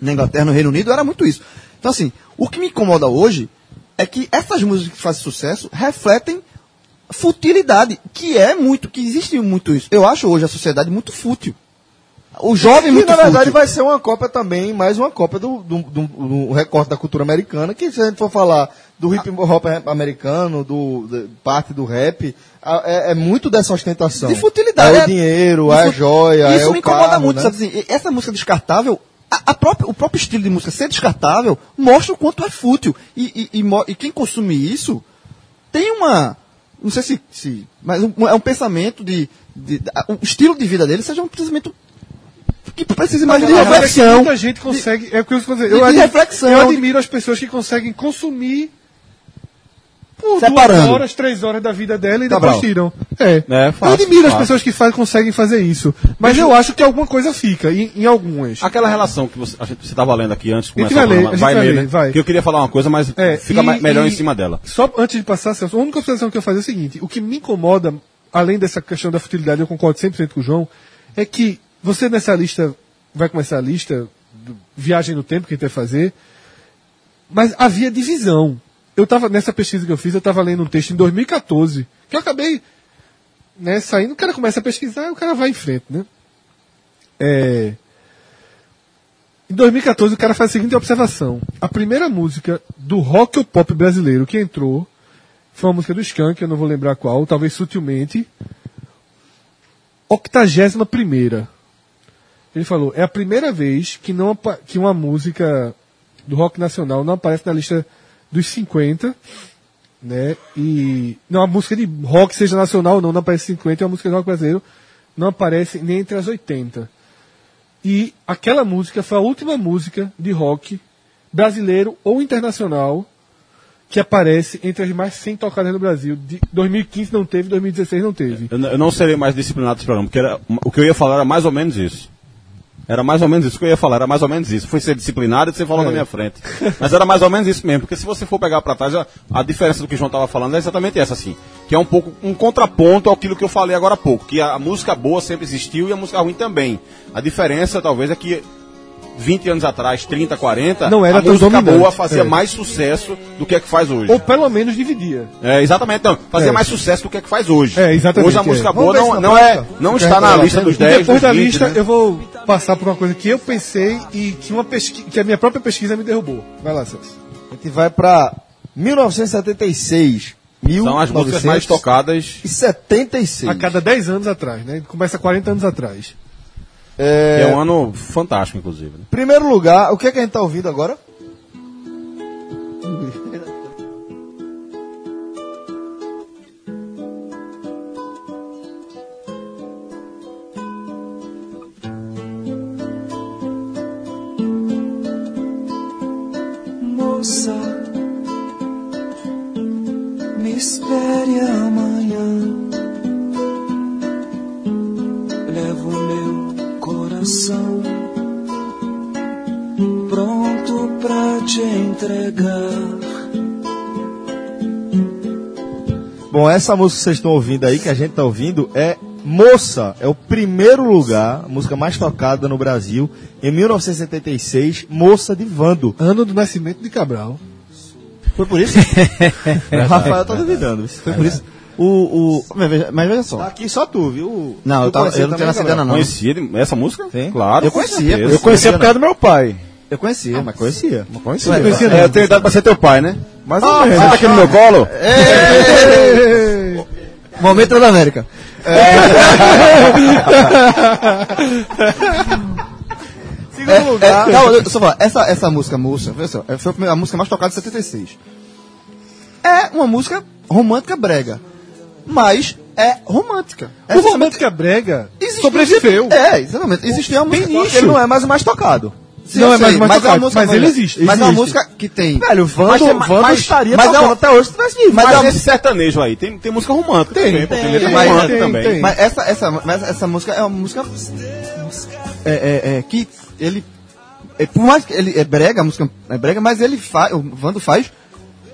[SPEAKER 3] na Inglaterra, no Reino Unido, era muito isso. Então, assim, o que me incomoda hoje é que essas músicas que fazem sucesso refletem futilidade, que é muito, que existe muito isso. Eu acho hoje a sociedade muito fútil. O jovem
[SPEAKER 2] E
[SPEAKER 3] muito
[SPEAKER 2] na verdade
[SPEAKER 3] fútil.
[SPEAKER 2] vai ser uma cópia também, mais uma cópia do, do, do- do recorte da cultura americana, que se a gente for falar do hip hop americano, do, de- parte do rap, a- é, é muito dessa ostentação.
[SPEAKER 3] De futilidade.
[SPEAKER 2] É o dinheiro, é a
[SPEAKER 3] Isso-
[SPEAKER 2] joia,
[SPEAKER 3] Isso
[SPEAKER 2] é o
[SPEAKER 3] me incomoda
[SPEAKER 2] carro,
[SPEAKER 3] muito,
[SPEAKER 2] né?
[SPEAKER 3] sabe? assim, e- essa música descartável, a- a própria- o próprio estilo de música ser descartável mostra o quanto é fútil. E, e- e mo- e quem consome isso tem uma. Não sei se. se- mas um- é um pensamento de. de- da- o estilo de vida dele seja um pensamento que precisa mais de
[SPEAKER 5] Mas é que
[SPEAKER 3] reflexão.
[SPEAKER 5] Muita gente consegue. É o que eu, quero dizer,
[SPEAKER 3] de-
[SPEAKER 5] eu,
[SPEAKER 3] de
[SPEAKER 5] admi-
[SPEAKER 3] reflexão.
[SPEAKER 5] eu admiro as pessoas que conseguem consumir por duas
[SPEAKER 3] Separando.
[SPEAKER 5] horas, três horas da vida dela
[SPEAKER 6] Tá
[SPEAKER 5] e
[SPEAKER 3] Cabral.
[SPEAKER 5] depois tiram. É.
[SPEAKER 4] É, fácil,
[SPEAKER 5] eu admiro
[SPEAKER 4] fácil.
[SPEAKER 5] as pessoas que fa- conseguem fazer isso. Mas eu acho que alguma coisa fica, em, em algumas.
[SPEAKER 4] Aquela relação que você estava lendo aqui antes de
[SPEAKER 5] A gente
[SPEAKER 4] começar o
[SPEAKER 5] vai ler,
[SPEAKER 4] programa.
[SPEAKER 5] a gente
[SPEAKER 4] vai
[SPEAKER 5] vai
[SPEAKER 4] ler,
[SPEAKER 5] ler,
[SPEAKER 4] né?
[SPEAKER 5] vai.
[SPEAKER 4] Que eu queria falar uma coisa, mas
[SPEAKER 5] É,
[SPEAKER 4] fica
[SPEAKER 5] e-
[SPEAKER 4] mais- melhor
[SPEAKER 5] e-
[SPEAKER 4] em cima dela.
[SPEAKER 5] Só antes de passar, Celso, a única observação que eu fazer é o seguinte: o que me incomoda, além dessa questão da futilidade, eu concordo 100% com o João, é que você nessa lista, vai começar a lista, do viagem no tempo que a gente vai fazer, mas havia divisão. Eu tava, nessa pesquisa que eu fiz, eu estava lendo um texto em 2014, que eu acabei né, saindo, o cara começa a pesquisar e o cara vai em frente, né? É. Em 2014, o cara faz a seguinte observação. A primeira música do rock ou pop brasileiro que entrou foi uma música do Skank, eu não vou lembrar qual, talvez sutilmente. 81 Ele falou, é a primeira vez que, não, apa- que uma música do rock nacional não aparece na lista dos 50, né? E não, a música de rock, seja nacional ou não, não aparece 50, e a música de rock brasileiro não aparece nem entre as 80. E aquela música foi a última música de rock brasileiro ou internacional que aparece entre as mais 100 tocadas no Brasil. De 2015 não teve, 2016 não teve.
[SPEAKER 4] Eu, n- eu não serei mais disciplinado nesse programa, porque era, o que eu ia falar era mais ou menos isso. Era mais ou menos isso que eu ia falar, era mais ou menos isso. Fui ser disciplinado e você
[SPEAKER 5] É.
[SPEAKER 4] falou na minha frente. Mas era mais ou menos isso mesmo, porque se você for pegar pra trás, a, a diferença do que o João tava falando é exatamente essa, assim. Que é um pouco um contraponto àquilo que eu falei agora há pouco, que a, a música boa sempre existiu e a música ruim também. A diferença talvez é que 20 anos atrás, 30, 40,
[SPEAKER 5] Não era
[SPEAKER 4] a
[SPEAKER 5] tão
[SPEAKER 4] música
[SPEAKER 5] dominante,
[SPEAKER 4] boa fazia
[SPEAKER 5] é.
[SPEAKER 4] mais sucesso do que é que faz hoje.
[SPEAKER 5] Ou pelo menos dividia.
[SPEAKER 4] É, exatamente. Não, fazia
[SPEAKER 5] É.
[SPEAKER 4] mais sucesso do que é que faz hoje.
[SPEAKER 5] É, exatamente,
[SPEAKER 4] Hoje a
[SPEAKER 5] é.
[SPEAKER 4] música
[SPEAKER 5] Vamos
[SPEAKER 4] boa
[SPEAKER 5] ver
[SPEAKER 4] não,
[SPEAKER 5] se
[SPEAKER 4] não, é, não está na lista dos
[SPEAKER 5] E
[SPEAKER 4] 10.
[SPEAKER 5] depois
[SPEAKER 4] dos
[SPEAKER 5] da
[SPEAKER 4] 20,
[SPEAKER 5] lista,
[SPEAKER 4] né?
[SPEAKER 5] eu vou passar por uma coisa que eu pensei e que, uma pesqui... que a minha própria pesquisa me derrubou. Vai lá, Celso.
[SPEAKER 2] A gente vai pra 1976.
[SPEAKER 4] São as músicas mais tocadas.
[SPEAKER 2] 1976.
[SPEAKER 5] A cada 10 anos atrás, né? Começa 40 anos atrás.
[SPEAKER 4] É,
[SPEAKER 2] É,
[SPEAKER 4] um ano fantástico, inclusive. né?
[SPEAKER 2] Primeiro lugar, o que, é que a gente tá ouvindo agora?
[SPEAKER 9] Moça, me espere amanhã.
[SPEAKER 1] canção pronto pra te entregar.
[SPEAKER 2] Bom, essa música que vocês estão ouvindo aí, que a gente está ouvindo, é Moça. É o primeiro lugar, a música mais tocada no Brasil, em 1976, Moça de Vando.
[SPEAKER 5] Ano do nascimento de Cabral.
[SPEAKER 2] Foi por isso? o Rafael tá duvidando. Foi por isso?
[SPEAKER 3] O, o, mas, veja, mas veja
[SPEAKER 2] Tá
[SPEAKER 3] só.
[SPEAKER 2] aqui só tu, viu?
[SPEAKER 3] Não, eu,
[SPEAKER 2] Tu
[SPEAKER 3] tava,
[SPEAKER 2] conhecia
[SPEAKER 3] eu não
[SPEAKER 2] também,
[SPEAKER 3] tenho nascido ainda,
[SPEAKER 2] Gabriel?
[SPEAKER 3] não.
[SPEAKER 4] Conhecia de- essa música? Sim. Claro.
[SPEAKER 3] Eu
[SPEAKER 4] com
[SPEAKER 3] conhecia,
[SPEAKER 4] certeza.
[SPEAKER 3] eu
[SPEAKER 6] Conhecia por causa do meu pai.
[SPEAKER 3] Eu conhecia.
[SPEAKER 2] Ah, mas conhecia.
[SPEAKER 4] Conhecia.
[SPEAKER 3] Ué, conhecia é,
[SPEAKER 4] É, eu tenho idade pra ser teu pai, né? Mas ah, você tá aqui no meu colo?
[SPEAKER 3] Momento da América.
[SPEAKER 2] Segundo lugar.
[SPEAKER 3] É, calma, deixa eu só falar. Essa, essa música, moça, veja só, é, foi a primeira- a música mais tocada de 76. É uma música romântica brega, mas é romântica. É
[SPEAKER 5] O Romântica Brega
[SPEAKER 3] existe-
[SPEAKER 2] um
[SPEAKER 5] sobreviveu.
[SPEAKER 3] É, exatamente. Existiu uma música.
[SPEAKER 2] Porque ele não é mais o mais tocado.
[SPEAKER 3] Sim,
[SPEAKER 5] Não
[SPEAKER 3] eu
[SPEAKER 5] é mais
[SPEAKER 3] sei,
[SPEAKER 5] mais
[SPEAKER 3] mas é uma
[SPEAKER 5] tocado,
[SPEAKER 3] música
[SPEAKER 5] mas ele
[SPEAKER 3] brega.
[SPEAKER 5] existe,
[SPEAKER 3] Mas é uma
[SPEAKER 5] existe.
[SPEAKER 3] música que tem...
[SPEAKER 2] Velho, o Vando,
[SPEAKER 3] Mas tem-
[SPEAKER 2] Vando
[SPEAKER 3] mas-
[SPEAKER 2] estaria
[SPEAKER 3] mas é
[SPEAKER 2] tocando
[SPEAKER 3] um-
[SPEAKER 2] até hoje se tivesse vivo.
[SPEAKER 4] Mas, um
[SPEAKER 3] Mas
[SPEAKER 4] mas
[SPEAKER 3] é-
[SPEAKER 4] esse sertanejo aí, tem, tem música romântica também, pô, tem letra
[SPEAKER 3] tem,
[SPEAKER 4] romântica
[SPEAKER 5] tem,
[SPEAKER 4] também.
[SPEAKER 5] tem.
[SPEAKER 3] Mas essa, essa, mas essa música é uma música é, é, é, que ele é, por mais que ele é brega, a música é brega, mas ele faz, o Vando faz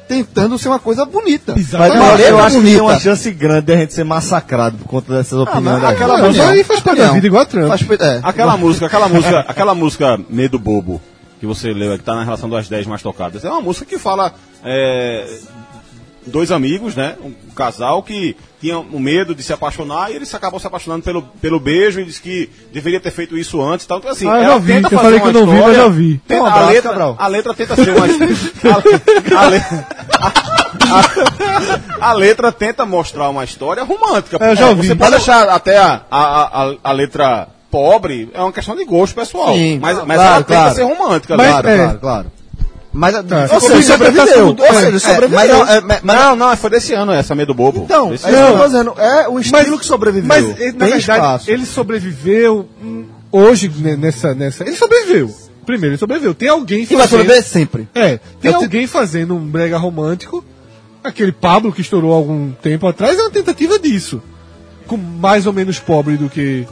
[SPEAKER 3] tentando ser uma coisa bonita.
[SPEAKER 5] Exatamente.
[SPEAKER 3] Uma
[SPEAKER 2] Mas
[SPEAKER 3] letra
[SPEAKER 2] eu acho que
[SPEAKER 3] bonita. Ah,
[SPEAKER 2] tem uma chance grande de a gente ser massacrado por conta dessas opiniões da
[SPEAKER 3] aquela
[SPEAKER 2] gente.
[SPEAKER 5] Não, mas
[SPEAKER 3] Não,
[SPEAKER 5] aí faz parte da
[SPEAKER 3] não.
[SPEAKER 5] vida igual a Trump.
[SPEAKER 3] Faz, é.
[SPEAKER 4] Aquela música, aquela música, aquela música Medo Bobo, que você leu, que tá na relação das 10 mais tocadas, é uma música que fala é, dois amigos, né? Um casal que tinha um medo de se apaixonar e eles acabam se apaixonando pelo, pelo beijo e diz que deveria ter feito isso antes e tal. Então, assim,
[SPEAKER 5] Ah, eu já
[SPEAKER 4] ela
[SPEAKER 5] vi,
[SPEAKER 4] tenta
[SPEAKER 5] que eu
[SPEAKER 4] fazer
[SPEAKER 5] falei que
[SPEAKER 4] uma
[SPEAKER 5] eu não vi, mas
[SPEAKER 4] história-
[SPEAKER 5] já vi.
[SPEAKER 4] tenta-
[SPEAKER 2] Um abraço,
[SPEAKER 4] a, letra,
[SPEAKER 2] Cabral.
[SPEAKER 4] a letra tenta ser uma. a, le- a- a letra tenta mostrar uma história romântica.
[SPEAKER 5] É, eu já
[SPEAKER 4] É,
[SPEAKER 5] ouvi.
[SPEAKER 4] Você pode achar até a, a, a, a letra pobre, é uma questão de gosto pessoal.
[SPEAKER 3] Sim,
[SPEAKER 4] mas mas
[SPEAKER 3] claro,
[SPEAKER 4] ela tenta
[SPEAKER 3] claro.
[SPEAKER 4] ser romântica,
[SPEAKER 5] Mas,
[SPEAKER 4] claro.
[SPEAKER 5] é,
[SPEAKER 4] claro.
[SPEAKER 2] Claro.
[SPEAKER 3] Mas,
[SPEAKER 2] Tá.
[SPEAKER 5] ficou
[SPEAKER 3] ou seja, tá
[SPEAKER 5] bem
[SPEAKER 3] sobreviveu.
[SPEAKER 5] interpretado.
[SPEAKER 3] Ou seja,
[SPEAKER 5] É,
[SPEAKER 3] sobreviveu.
[SPEAKER 4] Mas, não, é, mas- não, não, foi desse ano essa Medo Bobo.
[SPEAKER 2] Então, é isso
[SPEAKER 4] Desse
[SPEAKER 2] que eu tô dizendo. É o estilo
[SPEAKER 5] Mas-
[SPEAKER 2] que sobreviveu.
[SPEAKER 5] Mas, ele, na
[SPEAKER 2] Tem
[SPEAKER 5] verdade,
[SPEAKER 2] espaço.
[SPEAKER 5] ele sobreviveu hum, hoje né, nessa, nessa. Ele sobreviveu. Primeiro, ele sobreviveu. Tem alguém
[SPEAKER 3] e vai sobreviver sempre.
[SPEAKER 5] É, tem
[SPEAKER 3] Eu te-
[SPEAKER 5] alguém fazendo um brega romântico. Aquele Pablo que estourou algum tempo atrás é uma tentativa disso. Com mais ou menos pobre do que.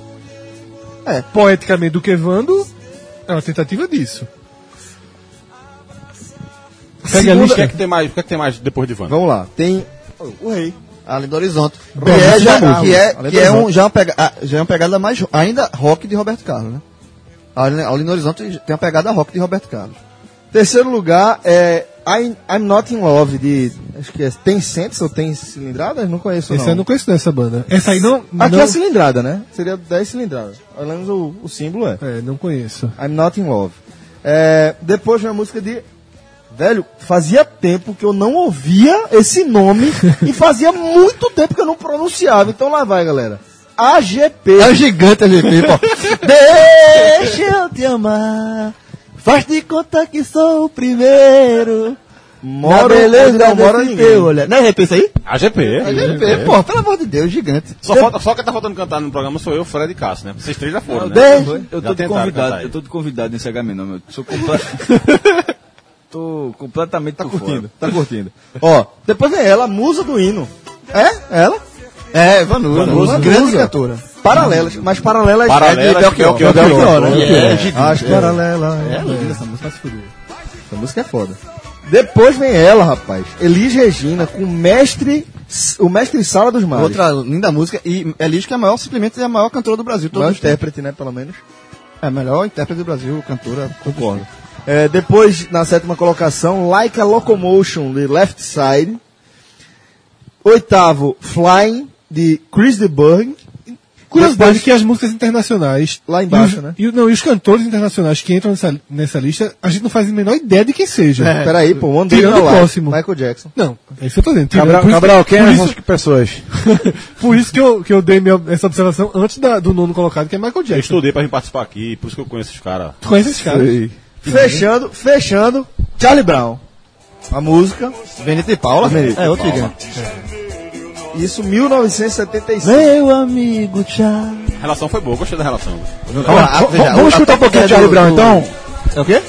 [SPEAKER 3] É.
[SPEAKER 5] Poeticamente do que Vando. É uma tentativa disso. Pega a
[SPEAKER 4] Segundo, o que é
[SPEAKER 5] lista.
[SPEAKER 4] que tem mais? O que é que tem mais depois de Wanda?
[SPEAKER 2] Vamos lá.
[SPEAKER 3] Tem
[SPEAKER 2] O rei.
[SPEAKER 3] Além do Horizonte. Que
[SPEAKER 5] Roberto
[SPEAKER 3] é, já,
[SPEAKER 5] Carlos.
[SPEAKER 3] que é,
[SPEAKER 2] Além
[SPEAKER 3] que
[SPEAKER 2] do
[SPEAKER 3] é um,
[SPEAKER 2] Horizonte.
[SPEAKER 3] já, uma pega, ah, já é uma pegada mais ro- ainda rock de Roberto Carlos, né? Além, além do Horizonte tem uma pegada rock de Roberto Carlos.
[SPEAKER 2] Terceiro lugar é I'm, I'm Not In Love, de... Acho que é... Tem centos ou tem cilindradas? Não conheço,
[SPEAKER 3] é
[SPEAKER 5] Esse eu não conheço dessa banda. Essa aí não.
[SPEAKER 2] Aqui
[SPEAKER 5] não,
[SPEAKER 2] é a cilindrada, né? Seria 10 cilindradas. Pelo menos o, o símbolo é.
[SPEAKER 5] é, não conheço.
[SPEAKER 2] I'm Not In Love. É, depois vem a música de... Velho, fazia tempo que eu não ouvia esse nome e fazia muito tempo que eu não pronunciava. Então lá vai, galera. AGP.
[SPEAKER 3] É um gigante a GP, pô.
[SPEAKER 2] Deixa eu te amar. Faz de conta que sou o primeiro. Mora beleza, não mora ninguém. Olha. Não é RP isso aí?
[SPEAKER 4] A GP.
[SPEAKER 3] GP, pô, pelo amor de Deus, gigante.
[SPEAKER 4] Só, falta, só quem tá faltando cantar no programa sou eu, Fred e Cássio, né? Vocês três já foram, né?
[SPEAKER 2] Deixa.
[SPEAKER 7] Eu
[SPEAKER 4] Já
[SPEAKER 7] tô
[SPEAKER 4] tentaram
[SPEAKER 7] de
[SPEAKER 4] cantar
[SPEAKER 7] convidado,
[SPEAKER 4] aí.
[SPEAKER 7] eu tô de convidado nesse HM, não, meu. Sou comple... tô completamente tá
[SPEAKER 2] curtindo, tá curtindo. Ó, depois vem ela, musa do hino.
[SPEAKER 3] É? Ela? É, Vanusa.
[SPEAKER 2] Vanusa.
[SPEAKER 3] Uma grande cantora.
[SPEAKER 2] Paralelas, mas paralelas,
[SPEAKER 4] Paralelas,
[SPEAKER 2] é de Belchior.
[SPEAKER 4] Belchior,
[SPEAKER 2] Belchior, né?
[SPEAKER 3] Belchior, é.
[SPEAKER 2] As paralelas.
[SPEAKER 3] É, linda essa música, vai se fuder.
[SPEAKER 2] Essa música é foda. Depois vem ela, rapaz. Elis Regina com o mestre, o mestre Sala dos Mares.
[SPEAKER 3] Outra linda música. E Elis, que é a maior, simplesmente é a maior cantora do Brasil.
[SPEAKER 2] Maior
[SPEAKER 3] Todos os tempos.
[SPEAKER 2] intérprete, né, pelo menos.
[SPEAKER 3] É a melhor intérprete do Brasil, cantora.
[SPEAKER 2] Concordo. É, depois, na sétima colocação, Like a Locomotion, de Left Side. Oitavo, Flying, de Chris DeBurg.
[SPEAKER 5] Curiosidade que as músicas internacionais.
[SPEAKER 2] Lá embaixo,
[SPEAKER 5] e os,
[SPEAKER 2] né?
[SPEAKER 5] E, o- não, e os cantores internacionais que entram nessa, nessa lista, a gente não faz a menor ideia de quem seja.
[SPEAKER 2] Peraí, pô, um
[SPEAKER 5] É, Tirando o
[SPEAKER 2] lá.
[SPEAKER 5] próximo.
[SPEAKER 2] Michael Jackson.
[SPEAKER 5] Não, é isso que eu tô dizendo. Tirando-
[SPEAKER 6] Cabral,
[SPEAKER 5] por isso-
[SPEAKER 6] Cabral quem
[SPEAKER 5] por
[SPEAKER 6] é
[SPEAKER 5] isso-
[SPEAKER 6] essas pessoas?
[SPEAKER 5] Por isso que eu, que eu dei minha, essa observação antes da- do nono colocado, que é Michael
[SPEAKER 4] Eu
[SPEAKER 5] Jackson.
[SPEAKER 4] estudei pra vir participar aqui, por isso que eu conheço esses caras.
[SPEAKER 5] Tu conhece esses caras?
[SPEAKER 2] Fechando, fechando, Charlie Brown. A música.
[SPEAKER 3] Benita e Paula?
[SPEAKER 2] Benita e
[SPEAKER 3] é, outro
[SPEAKER 2] Paula.
[SPEAKER 3] gigante.
[SPEAKER 2] É. Isso, 1975.
[SPEAKER 3] Meu amigo, tchau.
[SPEAKER 4] A relação foi boa, gostei da relação.
[SPEAKER 3] Vamos,
[SPEAKER 2] Ah,
[SPEAKER 3] lá,
[SPEAKER 6] Vamos,
[SPEAKER 3] veja,
[SPEAKER 6] vamos
[SPEAKER 3] a-
[SPEAKER 2] tá
[SPEAKER 6] escutar um
[SPEAKER 3] a-
[SPEAKER 6] pouquinho
[SPEAKER 3] a-
[SPEAKER 6] de Charlie
[SPEAKER 3] do-
[SPEAKER 6] Brown,
[SPEAKER 3] do-
[SPEAKER 6] então?
[SPEAKER 3] É o quê?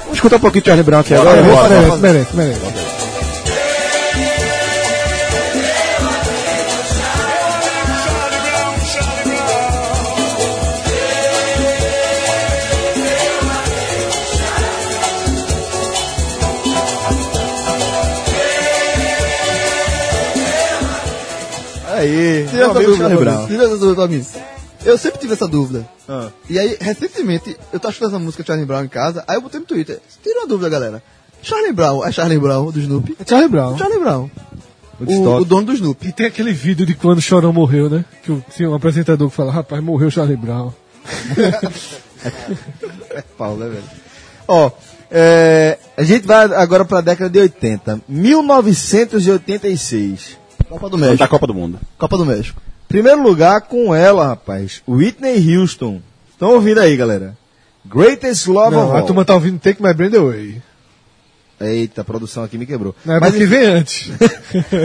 [SPEAKER 6] Vamos escutar um pouquinho de Charlie Brown aqui agora.
[SPEAKER 3] bora, bora.
[SPEAKER 5] Merece, merece, merece.
[SPEAKER 9] Charlie Brown, Charlie Brown.
[SPEAKER 2] aí.
[SPEAKER 3] Tive essa dúvida,
[SPEAKER 2] Charlie
[SPEAKER 3] Tominho. Tive essa dúvida, Tominho. Eu sempre tive essa dúvida. E aí, recentemente, eu tava escutando essa música Charlie Brown em casa, aí eu botei no Twitter. Tira uma dúvida, galera. Charlie Brown é Charlie Brown do Snoopy?
[SPEAKER 5] É Charlie Brown.
[SPEAKER 3] Charlie Brown. O,
[SPEAKER 2] Woodstock.
[SPEAKER 3] o dono do Snoopy.
[SPEAKER 5] E tem aquele vídeo de quando o Chorão morreu, né? Que o- tinha um apresentador que fala, rapaz, morreu o Charlie Brown.
[SPEAKER 2] Paulo, né, velho? Ó, é, a gente vai agora pra década de 80. 1986.
[SPEAKER 3] Copa do
[SPEAKER 4] Da
[SPEAKER 3] México.
[SPEAKER 4] Copa do Mundo.
[SPEAKER 3] Copa do México.
[SPEAKER 2] Primeiro lugar com ela, rapaz. Whitney Houston. Estão ouvindo aí, galera? Greatest Love
[SPEAKER 5] Não,
[SPEAKER 2] of
[SPEAKER 5] a
[SPEAKER 2] All.
[SPEAKER 5] turma tá ouvindo Take My Brand Away.
[SPEAKER 2] Eita, a produção aqui me quebrou.
[SPEAKER 5] Não, é
[SPEAKER 2] Mas
[SPEAKER 5] mas que vem antes.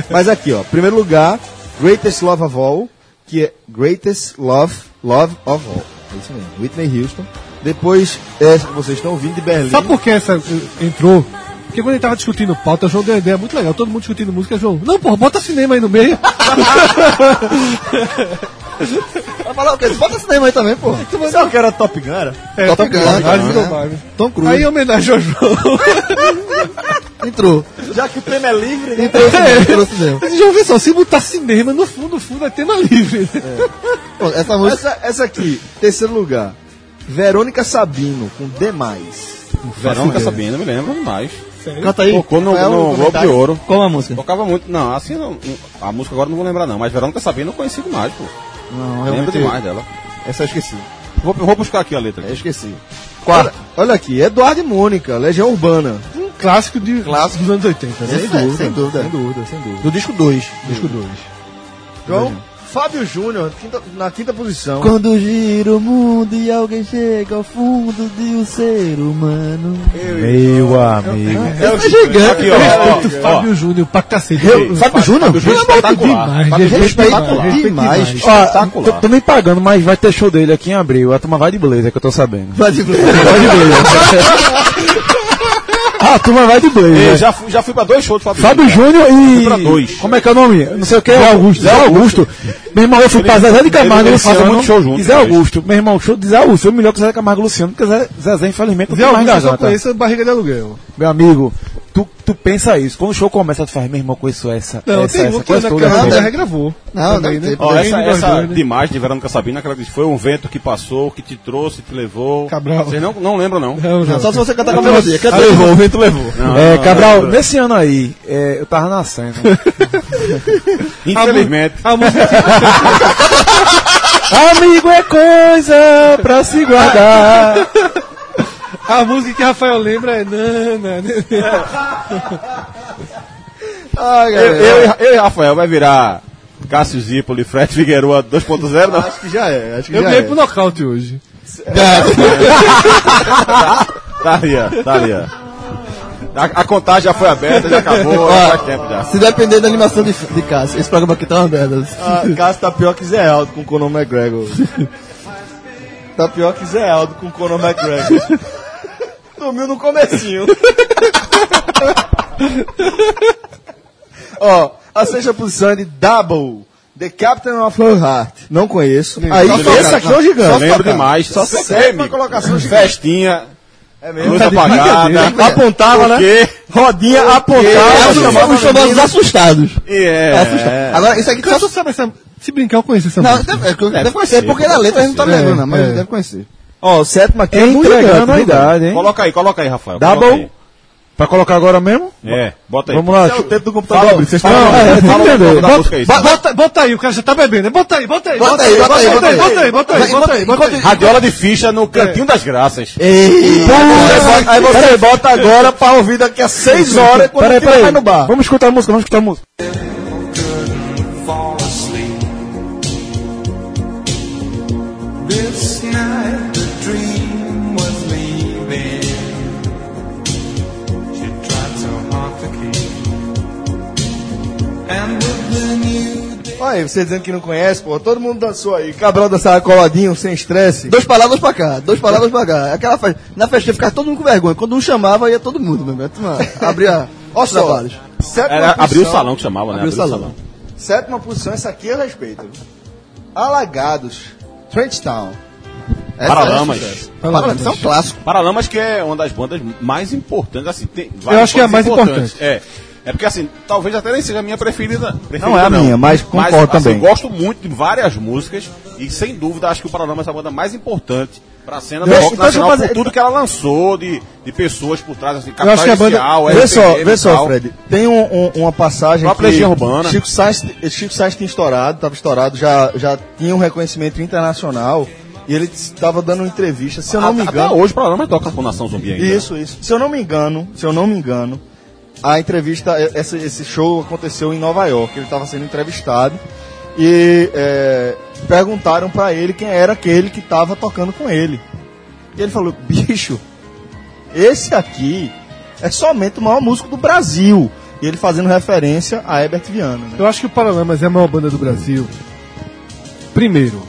[SPEAKER 2] Mas aqui, ó, primeiro lugar, Greatest Love of All, que é Greatest Love, Love of All. É isso mesmo, Whitney Houston. Depois, essa que vocês estão ouvindo de Berlim.
[SPEAKER 5] Sabe por que essa eh, entrou? Porque quando ele tava discutindo pauta, o João deu uma ideia muito legal. Todo mundo discutindo música, João. Não, porra, bota cinema aí no meio.
[SPEAKER 3] Vai falar o quê? Bota cinema aí também, pô. é
[SPEAKER 2] Sabe o que era Top Gun? Era?
[SPEAKER 5] Então, É,
[SPEAKER 3] Top Gun,
[SPEAKER 5] vários
[SPEAKER 3] né?
[SPEAKER 5] indomáveis.
[SPEAKER 3] Tom Cruise.
[SPEAKER 5] Aí em homenagem ao João.
[SPEAKER 3] entrou.
[SPEAKER 2] Já que o tema é livre, né?
[SPEAKER 3] Entrou o cinema, entrou o cinema.
[SPEAKER 5] Mas João, vê só, se botar cinema, no fundo, no fundo, é tema livre.
[SPEAKER 3] Pô, essa música...
[SPEAKER 2] Essa, essa aqui, terceiro lugar, Verônica Sabino, com Demais.
[SPEAKER 4] Verônica Sabina, me lembro demais.
[SPEAKER 3] Canta aí.
[SPEAKER 4] Tocou no,
[SPEAKER 3] Qual é o
[SPEAKER 4] no Globo de
[SPEAKER 3] comentário?
[SPEAKER 4] Ouro.
[SPEAKER 3] Qual a música?
[SPEAKER 4] Tocava muito. Não, assim, não, a música agora eu não vou lembrar, não. Mas Verônica Sabina eu conheci demais, pô.
[SPEAKER 3] Não,
[SPEAKER 4] Lembro demais dela.
[SPEAKER 3] Essa eu esqueci.
[SPEAKER 4] Vou, vou buscar aqui a letra.
[SPEAKER 3] Eu esqueci.
[SPEAKER 2] Olha, olha aqui, Eduardo e Mônica, Legião Urbana.
[SPEAKER 5] Um clássico, de, clássico dos anos 80, né?
[SPEAKER 3] Sem dúvida. Sem dúvida. Sem dúvida, sem dúvida. Do disco 2. Disco 2.
[SPEAKER 2] Então, Fábio Júnior, quinta- na quinta posição.
[SPEAKER 3] Quando gira o mundo e alguém chega ao fundo de um ser humano.
[SPEAKER 6] Meu amigo.
[SPEAKER 3] Esse é gigante.
[SPEAKER 4] Aqui, ó, ó,
[SPEAKER 5] Respeito Fábio Júnior pra cacete.
[SPEAKER 3] Eu- Fábio Júnior?
[SPEAKER 4] Fábio Júnior é
[SPEAKER 3] Pelo amor de
[SPEAKER 4] espetacular.
[SPEAKER 5] Mas
[SPEAKER 3] Deus,
[SPEAKER 5] respeito
[SPEAKER 3] respeito
[SPEAKER 5] demais,
[SPEAKER 3] demais.
[SPEAKER 5] respeito demais.
[SPEAKER 6] Ó, tô, tô nem pagando, mas vai ter show dele aqui em abril. A turma vai de blazer, que eu tô sabendo.
[SPEAKER 3] Vai de blazer.
[SPEAKER 6] Vai de blazer. ah, a turma vai de
[SPEAKER 4] Eu
[SPEAKER 6] blazer.
[SPEAKER 4] já fui, já fui pra dois shows do Fábio
[SPEAKER 6] Fábio Júnior e.
[SPEAKER 4] pra dois.
[SPEAKER 6] Como é que é o nome? Não sei o que. Zé Augusto. Zé Augusto. Meu irmão, eu fui pra Zezé de Camargo e
[SPEAKER 4] eles fazem
[SPEAKER 6] Luciano.
[SPEAKER 4] muito show junto,
[SPEAKER 6] e Zé
[SPEAKER 4] né?
[SPEAKER 6] Augusto. Meu irmão, show de Zé Augusto. Foi melhor que o Zé de Camargo e Luciano, porque Zé, Zezé, infelizmente, não
[SPEAKER 5] Zé
[SPEAKER 6] tem mais
[SPEAKER 5] Augusto, eu só
[SPEAKER 6] garganta.
[SPEAKER 5] conheço barriga de aluguel.
[SPEAKER 6] Meu amigo, tu, tu pensa isso. Quando o show começa, tu faz, meu irmão, conheço essa.
[SPEAKER 5] Não,
[SPEAKER 6] essa,
[SPEAKER 5] tem
[SPEAKER 6] essa,
[SPEAKER 5] um que
[SPEAKER 6] conheço
[SPEAKER 5] Ana
[SPEAKER 6] toda.
[SPEAKER 5] Carrara já
[SPEAKER 6] essa.
[SPEAKER 5] regravou.
[SPEAKER 3] é Não, não tem.
[SPEAKER 4] Ó, essa,
[SPEAKER 5] Lembro das
[SPEAKER 4] essa
[SPEAKER 5] duas, né?
[SPEAKER 4] demais de Verônica Sabina, aquela que diz, foi um vento que passou, que te trouxe, te levou.
[SPEAKER 5] Cabral.
[SPEAKER 4] Vocês não, não lembram, não.
[SPEAKER 5] Não, João.
[SPEAKER 3] Só se você cantar com a melodia. Canta aí.
[SPEAKER 6] o vento levou.
[SPEAKER 4] Não,
[SPEAKER 6] é,
[SPEAKER 4] não,
[SPEAKER 6] Cabral,
[SPEAKER 4] não, não.
[SPEAKER 6] nesse ano aí, é, eu tava nascendo.
[SPEAKER 4] Infelizmente.
[SPEAKER 5] A música
[SPEAKER 6] Amigo é coisa pra se guardar.
[SPEAKER 5] A música que Rafael lembra é Nana. né?
[SPEAKER 3] Ah,
[SPEAKER 4] Eu,
[SPEAKER 3] galera.
[SPEAKER 4] eu, e- eu e Rafael vai virar Cássio Zipoli, Fred Figueroa 2.0, não?
[SPEAKER 3] Acho que já é. Acho que
[SPEAKER 5] Eu
[SPEAKER 3] já
[SPEAKER 5] ganhei
[SPEAKER 3] é.
[SPEAKER 5] pro nocaute hoje.
[SPEAKER 4] Tá ali, ó, tá ali, ó. A, a contagem já foi aberta, já acabou, já faz tempo já.
[SPEAKER 3] Se depender da animação de, de Cássio, esse programa aqui tá uma merda.
[SPEAKER 2] Ah, Cássio tá pior que Zé Aldo com Conor McGregor. tá pior que Zé Aldo com Conor McGregor. Dormiu no comecinho. Ó, a sexta posição é de Double. The Captain of Your Heart. Não conheço. Aí,
[SPEAKER 3] Só
[SPEAKER 2] esse
[SPEAKER 3] tocar,
[SPEAKER 2] aqui é um gigante.
[SPEAKER 4] Eu lembro demais.
[SPEAKER 2] Só
[SPEAKER 4] Sempre
[SPEAKER 2] sétima
[SPEAKER 4] amigo.
[SPEAKER 2] colocação gigante.
[SPEAKER 4] Festinha,
[SPEAKER 2] É
[SPEAKER 4] luz apagada.
[SPEAKER 2] Apontava, né? Rodinha
[SPEAKER 3] É,
[SPEAKER 2] apontava.
[SPEAKER 3] Os chamados assustados.
[SPEAKER 4] E é.
[SPEAKER 3] Assustado.
[SPEAKER 2] Tá
[SPEAKER 3] Agora, isso aqui só.
[SPEAKER 5] Cássio sabe essa... Se brincar, eu conheço essa
[SPEAKER 3] Não,
[SPEAKER 5] música.
[SPEAKER 3] deve, é, deve conhecer, porque na letra a gente não tá lembrando, não, mas deve conhecer.
[SPEAKER 2] É, Ó, sétima aqui é muito
[SPEAKER 6] Entregando a
[SPEAKER 2] legal.
[SPEAKER 6] idade, hein?
[SPEAKER 4] Coloca aí, coloca aí, Rafael.
[SPEAKER 6] Double?
[SPEAKER 4] coloca aí.
[SPEAKER 6] Pra colocar agora mesmo?
[SPEAKER 4] É, bota aí.
[SPEAKER 6] Vamos lá.
[SPEAKER 2] o tempo do computador
[SPEAKER 4] Fala,
[SPEAKER 2] abrir,
[SPEAKER 4] vocês
[SPEAKER 2] vocês
[SPEAKER 4] fala,
[SPEAKER 6] estão-
[SPEAKER 4] fala,
[SPEAKER 6] É,
[SPEAKER 4] fala o nome
[SPEAKER 6] entendeu.
[SPEAKER 4] da música aí.
[SPEAKER 5] Bo- Bota, bota aí, o cara já tá bebendo. né? Bota aí, bota aí.
[SPEAKER 3] Bota aí, bota aí, bota aí.
[SPEAKER 5] Bota aí, bota aí. Bota aí, bota aí.
[SPEAKER 4] Radiola de ficha no Cantinho das Graças.
[SPEAKER 3] Então, é,
[SPEAKER 2] Aí Então, você bota agora pra ouvir daqui a 6 horas quando
[SPEAKER 6] Peraí,
[SPEAKER 2] tiver
[SPEAKER 6] peraí.
[SPEAKER 2] no bar.
[SPEAKER 6] Vamos escutar a música, vamos escutar a música.
[SPEAKER 9] fall asleep. This night the dream was leaving. She tried so hard to keep. And with the new
[SPEAKER 2] Olha aí, você dizendo que não conhece, pô, todo mundo dançou aí. Cabral dançava coladinho, sem estresse.
[SPEAKER 3] Duas palavras pra cá, duas palavras pra cá. Aquela fe... Na festinha ficava todo mundo com vergonha. Quando um chamava, ia todo mundo, meu irmão. Abria os trabalhos.
[SPEAKER 2] Sétima
[SPEAKER 4] Era, abriu o
[SPEAKER 2] posição-
[SPEAKER 4] salão que chamava, né?
[SPEAKER 3] Abriu o salão.
[SPEAKER 2] Sétima posição, essa aqui eu respeito. Alagados, Trent Town.
[SPEAKER 3] Essa
[SPEAKER 4] Paralamas.
[SPEAKER 3] é um sucesso. Paralamas é um clássico.
[SPEAKER 4] Paralamas que é uma das bandas mais importantes, assim, tem várias
[SPEAKER 5] Eu acho que é a
[SPEAKER 4] bandas
[SPEAKER 5] mais
[SPEAKER 4] importantes. É. É porque assim, talvez até nem seja a minha preferida. preferida
[SPEAKER 2] Não é a minha, mas concordo
[SPEAKER 4] assim,
[SPEAKER 2] também.
[SPEAKER 4] gosto muito de várias músicas e sem dúvida acho que o Paralamas é a banda mais importante para a cena do
[SPEAKER 6] Deixa-
[SPEAKER 4] rock
[SPEAKER 6] então deixa eu
[SPEAKER 4] nacional
[SPEAKER 6] fazer-
[SPEAKER 4] por tudo que ela lançou de, de pessoas por trás assim,
[SPEAKER 2] Eu acho que a banda.
[SPEAKER 4] Inicial,
[SPEAKER 2] vê
[SPEAKER 4] RPM
[SPEAKER 2] só,
[SPEAKER 4] e
[SPEAKER 2] vê só,
[SPEAKER 4] tal.
[SPEAKER 2] Fred. Tem um- um- uma passagem.
[SPEAKER 4] Própria
[SPEAKER 2] que
[SPEAKER 4] Legião Urbana.
[SPEAKER 2] Chico Sainz, Chico Sainz tinha estourado, tava estourado, já, já tinha um reconhecimento internacional. E ele estava dando uma entrevista, se eu não
[SPEAKER 4] A-
[SPEAKER 2] me
[SPEAKER 4] até
[SPEAKER 2] engano.
[SPEAKER 4] hoje o Paralamas toca com Nação Zumbi
[SPEAKER 3] Então,
[SPEAKER 4] ainda.
[SPEAKER 2] Isso, isso. Se eu não me engano, se eu não me engano, a entrevista, é, essa- esse show aconteceu em Nova York. Ele estava sendo entrevistado e é, perguntaram pra ele quem era aquele que estava tocando com ele. E ele falou: bicho, esse aqui é somente o maior músico do Brasil. E ele fazendo referência a Herbert Viana. Né?
[SPEAKER 5] Eu acho que o Paralamas é a maior banda do Brasil. Primeiro,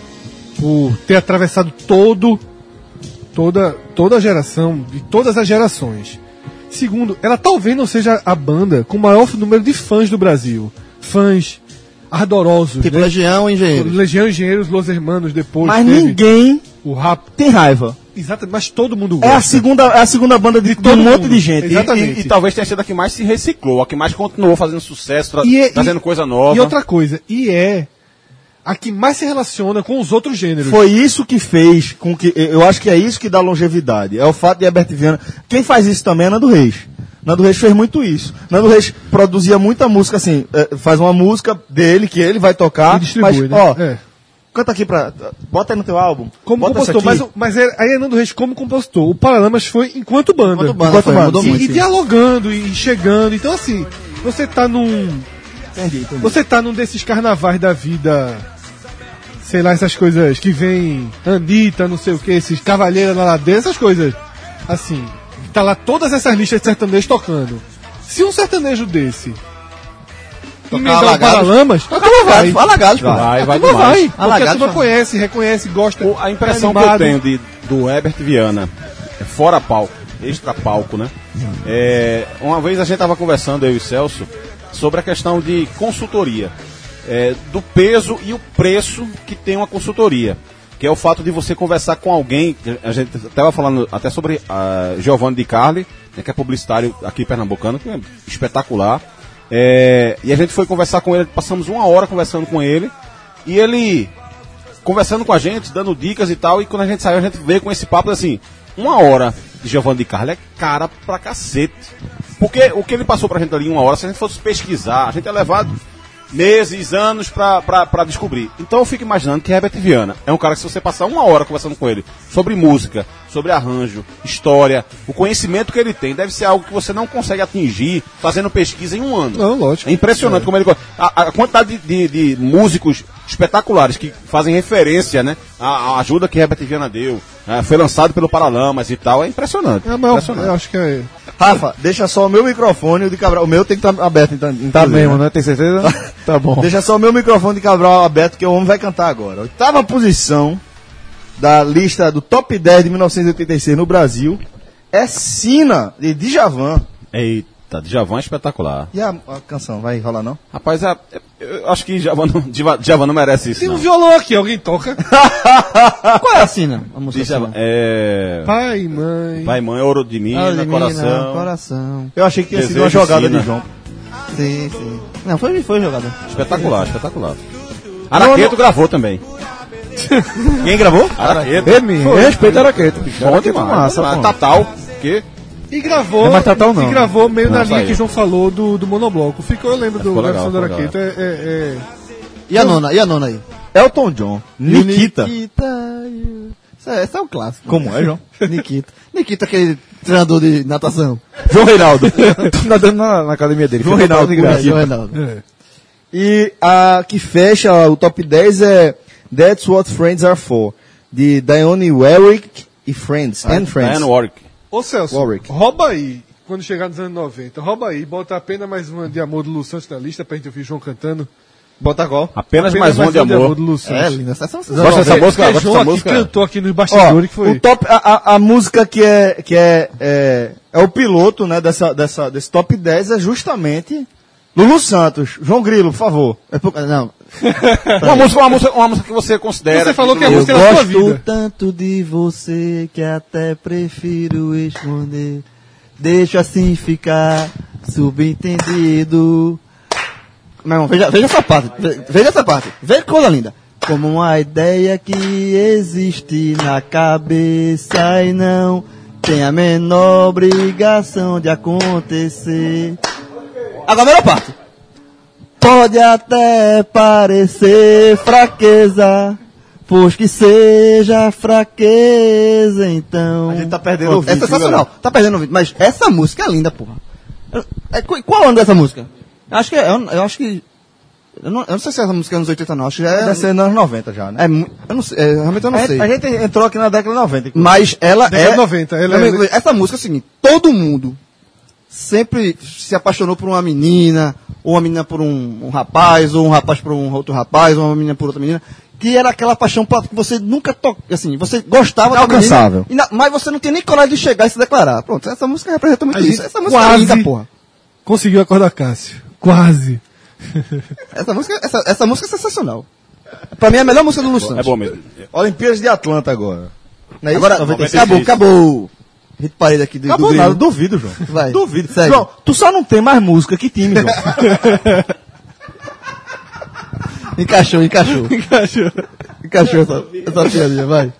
[SPEAKER 5] por ter atravessado todo, toda, toda a geração, de todas as gerações. Segundo, ela talvez não seja a banda com o maior número de fãs do Brasil. Fãs ardorosos.
[SPEAKER 3] Tipo
[SPEAKER 5] né?
[SPEAKER 3] Legião e Engenheiro.
[SPEAKER 5] Legião Engenheiros, Los Hermanos, depois
[SPEAKER 2] Mas
[SPEAKER 5] teve
[SPEAKER 2] ninguém
[SPEAKER 5] o rap.
[SPEAKER 2] tem raiva.
[SPEAKER 5] Exatamente, mas todo mundo
[SPEAKER 2] É
[SPEAKER 5] gosta.
[SPEAKER 2] a segunda, é a segunda banda de, de um
[SPEAKER 5] todo
[SPEAKER 2] monte
[SPEAKER 5] mundo.
[SPEAKER 2] de gente.
[SPEAKER 4] E-
[SPEAKER 5] Exatamente.
[SPEAKER 4] E, e talvez tenha sido a que mais se reciclou, a que mais continuou fazendo sucesso, tra-
[SPEAKER 5] E é-
[SPEAKER 4] trazendo
[SPEAKER 5] e-
[SPEAKER 4] coisa nova.
[SPEAKER 5] E outra coisa, e é a que mais se relaciona com os outros gêneros.
[SPEAKER 2] Foi isso que fez com que. Eu acho que é isso que dá longevidade. É o fato de Herbert Viana. Quem faz isso também é Nando Reis. Nando Reis fez muito isso. Nando Reis produzia muita música assim. eh, Faz uma música dele que ele vai tocar.
[SPEAKER 5] E distribui,
[SPEAKER 2] mas,
[SPEAKER 5] né?
[SPEAKER 2] ó,
[SPEAKER 5] É.
[SPEAKER 2] canta aqui pra. Bota aí no teu álbum.
[SPEAKER 5] Como
[SPEAKER 2] bota
[SPEAKER 5] compositor, mas,
[SPEAKER 2] essa
[SPEAKER 5] o- mas é- aí é Nando Reis como compositor. O Paralamas foi enquanto banda.
[SPEAKER 3] Enquanto banda, foi, mudou
[SPEAKER 5] E-
[SPEAKER 3] muito,
[SPEAKER 5] E,
[SPEAKER 3] sim.
[SPEAKER 5] dialogando, e chegando. Então, assim, você tá num.
[SPEAKER 2] Entendi, entendi.
[SPEAKER 5] Você tá num desses carnavais da vida. Sei lá, essas coisas que vem Anitta, não sei o que, esses Cavalheira na Ladeira, essas coisas. Assim, tá lá todas essas listas de sertanejo tocando. Se um sertanejo desse. Emendar o
[SPEAKER 3] Alagados.
[SPEAKER 5] Paralamas, a turma vai.
[SPEAKER 3] Alagados, Alagados, pô.
[SPEAKER 4] Vai, vai
[SPEAKER 5] a turma
[SPEAKER 4] demais.
[SPEAKER 5] Ah,
[SPEAKER 6] Ah,
[SPEAKER 5] vai. Porque a
[SPEAKER 3] Alagados,
[SPEAKER 5] turma
[SPEAKER 3] pô.
[SPEAKER 5] conhece, reconhece, gosta.
[SPEAKER 4] O- a impressão
[SPEAKER 5] é
[SPEAKER 4] que eu
[SPEAKER 5] animado.
[SPEAKER 4] tenho de, do Herbert Viana, é fora palco, extra palco, né? É, uma vez a gente estava conversando, eu e o Celso, sobre a questão de consultoria. É, do peso e o preço que tem uma consultoria. Que é o fato de você conversar com alguém. A gente estava falando até sobre a Giovanni Di Carli, né, que é publicitário aqui pernambucano, que é espetacular. É, e a gente foi conversar com ele, passamos uma hora conversando com ele. E ele conversando com a gente, dando dicas e tal, e quando a gente saiu, a gente veio com esse papo assim, uma hora de Giovanni de Carlo é cara pra cacete. Porque o que ele passou pra gente ali em uma hora, se a gente fosse pesquisar, a gente é levado meses, anos pra, pra, pra descobrir. Então eu fico imaginando que Herbert Viana é um cara que se você passar uma hora conversando com ele sobre música, sobre arranjo, história, o conhecimento que ele tem deve ser algo que você não consegue atingir fazendo pesquisa em um ano.
[SPEAKER 5] Não, lógico.
[SPEAKER 4] É impressionante como ele. co- A, a quantidade de, de- de músicos espetaculares que fazem referência, né? à à ajuda que Herbert Viana deu. né, foi lançado pelo Paralamas e tal. É impressionante.
[SPEAKER 5] É a maior,
[SPEAKER 4] impressionante.
[SPEAKER 5] eu acho que é.
[SPEAKER 2] Rafa, deixa só o meu microfone e o de Cabral. O meu tem que estar aberto, então.
[SPEAKER 6] Tá
[SPEAKER 2] inclusive,
[SPEAKER 6] mesmo, né? Tem certeza? Tá bom.
[SPEAKER 2] Deixa só o meu microfone de Cabral aberto que o homem vai cantar agora. Oitava posição da lista do top 10 de 1986 no Brasil é Sina, de Djavan.
[SPEAKER 4] Eita, Djavan é espetacular.
[SPEAKER 2] E a, a canção vai rolar não?
[SPEAKER 4] Rapaz, é- é- eu acho que Djavan não, Djavan- Djavan não merece isso.
[SPEAKER 5] Tem um
[SPEAKER 4] Não.
[SPEAKER 5] violão aqui, alguém toca.
[SPEAKER 3] Qual é a sina? A música
[SPEAKER 4] Djavan,
[SPEAKER 3] sina.
[SPEAKER 4] é.
[SPEAKER 5] Pai, mãe.
[SPEAKER 4] Pai, mãe, ouro de mina,
[SPEAKER 3] Olha, menina,
[SPEAKER 4] coração.
[SPEAKER 3] coração.
[SPEAKER 2] Eu achei que tinha sido uma
[SPEAKER 4] Desejo
[SPEAKER 2] jogada
[SPEAKER 4] Sina.
[SPEAKER 2] de João.
[SPEAKER 3] Sim, sim. Não, foi, foi jogada.
[SPEAKER 4] Espetacular, espetacular. Araqueto gravou também. Quem gravou? Araqueto.
[SPEAKER 6] Ei, me respeita a Araqueto.
[SPEAKER 4] Bom demais.
[SPEAKER 6] Massa,
[SPEAKER 4] Ah,
[SPEAKER 6] pô.
[SPEAKER 4] Tatal, que
[SPEAKER 5] E gravou.
[SPEAKER 6] É mais Tatal, não.
[SPEAKER 5] E gravou meio
[SPEAKER 4] Não,
[SPEAKER 5] na linha
[SPEAKER 4] saiu.
[SPEAKER 5] que João falou do, do monobloco. Ficou, eu lembro do
[SPEAKER 4] ficou legal,
[SPEAKER 5] Anderson do
[SPEAKER 4] ficou
[SPEAKER 5] Araqueto. É, é, é-
[SPEAKER 3] E a nona? E a nona aí?
[SPEAKER 2] Elton John, Nikita.
[SPEAKER 3] Nikita. you- Essa, essa é um clássico.
[SPEAKER 2] Como é, João?
[SPEAKER 3] Nikita. Nikita, aquele treinador de natação.
[SPEAKER 2] João Reinaldo.
[SPEAKER 6] Tô nadando Tá na, na academia dele.
[SPEAKER 2] João
[SPEAKER 6] Fica
[SPEAKER 2] Reinaldo,
[SPEAKER 6] de graça.
[SPEAKER 3] É, João Reinaldo.
[SPEAKER 2] e a que fecha o top 10 é That's What Friends Are For, de Dionne Warwick e Friends. and Friends.
[SPEAKER 4] Diane Warwick.
[SPEAKER 5] Ô Celso,
[SPEAKER 2] Warwick.
[SPEAKER 5] rouba aí, quando chegar nos anos 90, rouba aí, bota apenas mais uma de amor do Lu Santos na lista pra gente ouvir o João cantando.
[SPEAKER 2] Bota qual?
[SPEAKER 4] Apenas, mais um de amor.
[SPEAKER 5] do Lu
[SPEAKER 3] É,
[SPEAKER 5] Santos.
[SPEAKER 3] linda. Essa essa música.
[SPEAKER 4] Gosta dessa música?
[SPEAKER 5] Que
[SPEAKER 4] Gosta
[SPEAKER 5] João
[SPEAKER 4] dessa
[SPEAKER 5] aqui
[SPEAKER 4] música?
[SPEAKER 5] cantou aqui nos
[SPEAKER 2] Ó,
[SPEAKER 5] bastidores que
[SPEAKER 2] o
[SPEAKER 5] foi.
[SPEAKER 2] top, a, a- a música que é que é, é, é o piloto, né, dessa, dessa, desse top 10 é justamente Lulu Santos. João Grilo, por favor.
[SPEAKER 3] É pouco- Não.
[SPEAKER 4] Uma música, uma música, uma música que você considera.
[SPEAKER 5] Você falou que é a
[SPEAKER 3] Eu
[SPEAKER 5] música da sua
[SPEAKER 3] gosto
[SPEAKER 5] vida.
[SPEAKER 3] tanto de você que até prefiro esconder. Deixo assim ficar Subentendido. Meu irmão, veja, veja essa parte. ve- Veja essa parte. Veja que coisa linda. Como uma ideia que existe na cabeça e não tem a menor obrigação de acontecer. Agora a melhor parte. Pode até parecer fraqueza, pois que seja fraqueza, então.
[SPEAKER 2] A gente tá perdendo o
[SPEAKER 3] É
[SPEAKER 2] vídeo,
[SPEAKER 3] sensacional, tá perdendo o vídeo. Mas essa música é linda, porra. Eu- é, qu- qual é o ano dessa música? Eu acho que. é- Eu, eu acho que. Eu não, eu não sei se essa música é anos 80, não. Acho que já é.
[SPEAKER 2] Deve ser nos anos 90 já, né?
[SPEAKER 3] é mu- eu não sei, é, realmente eu não
[SPEAKER 2] a,
[SPEAKER 3] sei.
[SPEAKER 2] gente- a gente entrou aqui na década de 90.
[SPEAKER 3] Mas ela
[SPEAKER 5] Década
[SPEAKER 3] é.
[SPEAKER 5] de 90, ela
[SPEAKER 3] Meu
[SPEAKER 5] é-
[SPEAKER 3] amigo, Essa música é o seguinte: todo mundo sempre se apaixonou por uma menina, ou uma menina por um, um rapaz, ou um rapaz por um outro rapaz, ou uma menina por outra menina. Que era aquela paixão pra- que você nunca tocava, assim, você gostava da
[SPEAKER 2] Inalcançável.
[SPEAKER 3] menina, e na- mas você não tinha nem coragem de chegar e se declarar. Pronto, essa música representa muito
[SPEAKER 5] A
[SPEAKER 3] isso.
[SPEAKER 5] gente
[SPEAKER 3] Essa música é
[SPEAKER 5] quase-
[SPEAKER 3] linda, porra.
[SPEAKER 5] Conseguiu acordar Cássio. Quase.
[SPEAKER 3] Essa música, essa, essa música é sensacional. Pra mim é a melhor música do Lu Santos.
[SPEAKER 4] É bom mesmo.
[SPEAKER 2] Olimpíadas de Atlanta agora. Não é isso?
[SPEAKER 3] Agora,
[SPEAKER 4] 96.
[SPEAKER 3] acabou, acabou. Hit parede aqui do, do
[SPEAKER 2] Acabou
[SPEAKER 3] Grêmio.
[SPEAKER 2] nada, duvido, João.
[SPEAKER 3] Vai,
[SPEAKER 2] Duvido.
[SPEAKER 3] segue.
[SPEAKER 2] João, tu só não tem mais música que time, João.
[SPEAKER 3] Encaixou, encaixou. encaixou. Encaixou essa, essa piadinha, vai.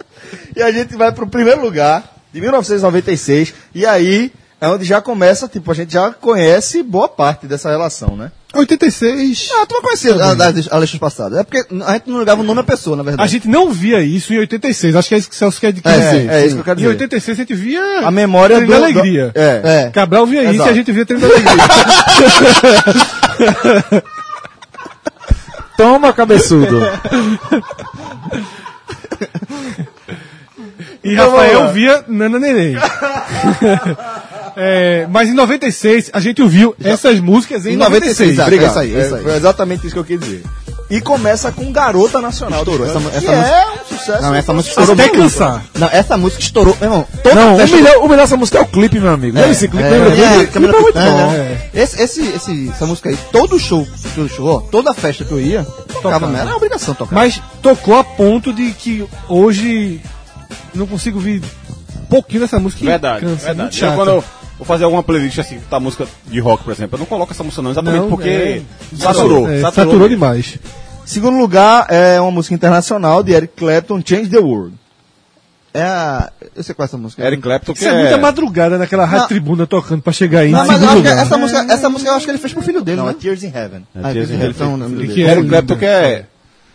[SPEAKER 2] e a gente vai pro primeiro lugar, de 1996, e aí é onde já começa, tipo, a gente já conhece boa parte dessa relação, né?
[SPEAKER 5] 86.
[SPEAKER 3] Ah, tu não conhecia a- das as listas passadas. É porque a gente não ligava o nome da pessoa, na
[SPEAKER 5] A
[SPEAKER 3] verdade.
[SPEAKER 5] gente não via isso em 86. Acho que é isso que o Celso quer dizer.
[SPEAKER 3] É,
[SPEAKER 2] é isso que eu quero
[SPEAKER 5] Em
[SPEAKER 2] dizer.
[SPEAKER 5] 86 a gente via.
[SPEAKER 2] A memória
[SPEAKER 5] Trilha
[SPEAKER 2] do...
[SPEAKER 5] da Alegria.
[SPEAKER 2] do- é.
[SPEAKER 3] É.
[SPEAKER 5] Cabral via isso
[SPEAKER 2] Exato.
[SPEAKER 5] e a gente via Trilha da Alegria.
[SPEAKER 6] Toma, cabeçudo.
[SPEAKER 5] E
[SPEAKER 2] Então,
[SPEAKER 5] Rafael via Nana Neném. É, mas em 96 a gente ouviu essas músicas em 96.
[SPEAKER 3] exato,
[SPEAKER 2] Obrigado.
[SPEAKER 3] é isso aí, é isso aí.
[SPEAKER 2] foi exatamente isso que eu queis dizer. E começa com Garota Nacional. Estourou.
[SPEAKER 3] Essa mu- essa
[SPEAKER 2] que
[SPEAKER 3] música-
[SPEAKER 2] é um sucesso.
[SPEAKER 3] Não, essa música estourou
[SPEAKER 5] Até
[SPEAKER 3] muito.
[SPEAKER 5] cansar.
[SPEAKER 3] Não, essa música estourou, meu irmão. Todo
[SPEAKER 6] Não, o
[SPEAKER 2] um
[SPEAKER 3] festa-
[SPEAKER 6] melhor, o melhor dessa música é o clipe, meu amigo.
[SPEAKER 3] É,
[SPEAKER 6] Lembra esse clipe?
[SPEAKER 3] é,
[SPEAKER 6] Lembra?
[SPEAKER 3] é,
[SPEAKER 6] Clipe?
[SPEAKER 3] câmera
[SPEAKER 6] Clipe é
[SPEAKER 3] é,
[SPEAKER 6] muito bom.
[SPEAKER 3] é. Esse, esse, esse, essa música aí, todo show, todo show, ó, toda festa que eu ia, tocava, mesmo. era uma obrigação
[SPEAKER 4] Tá.
[SPEAKER 3] tocar.
[SPEAKER 5] Mas tocou a ponto de que hoje não consigo ouvir um pouquinho dessa música. e
[SPEAKER 4] Verdade,
[SPEAKER 5] cansa, é muito
[SPEAKER 4] verdade.
[SPEAKER 5] chato.
[SPEAKER 4] Eu, quando eu vou fazer alguma playlist assim, tá música de rock, por exemplo, eu não coloco essa música não, exatamente
[SPEAKER 5] Não,
[SPEAKER 4] porque
[SPEAKER 5] é.
[SPEAKER 4] saturou.
[SPEAKER 5] É, saturou,
[SPEAKER 4] mesmo.
[SPEAKER 5] demais.
[SPEAKER 2] Segundo lugar, é uma música internacional de Eric Clapton, Change the World.
[SPEAKER 3] É a... Eu sei qual é essa música.
[SPEAKER 4] Eric Clapton que
[SPEAKER 5] Isso é, muita madrugada naquela rádio
[SPEAKER 3] Não.
[SPEAKER 5] tribuna tocando pra chegar aí.
[SPEAKER 3] Não,
[SPEAKER 5] em
[SPEAKER 3] mas eu
[SPEAKER 5] segundo
[SPEAKER 3] acho que
[SPEAKER 5] lugar.
[SPEAKER 3] essa música, essa música eu acho que ele fez pro filho dele, né?
[SPEAKER 2] é Tears in Heaven.
[SPEAKER 3] Ah,
[SPEAKER 4] Tears in
[SPEAKER 3] ele
[SPEAKER 4] Heaven.
[SPEAKER 3] fez um nome
[SPEAKER 5] Que
[SPEAKER 3] dele.
[SPEAKER 5] é
[SPEAKER 4] Eric
[SPEAKER 5] linda.
[SPEAKER 4] Clapton que é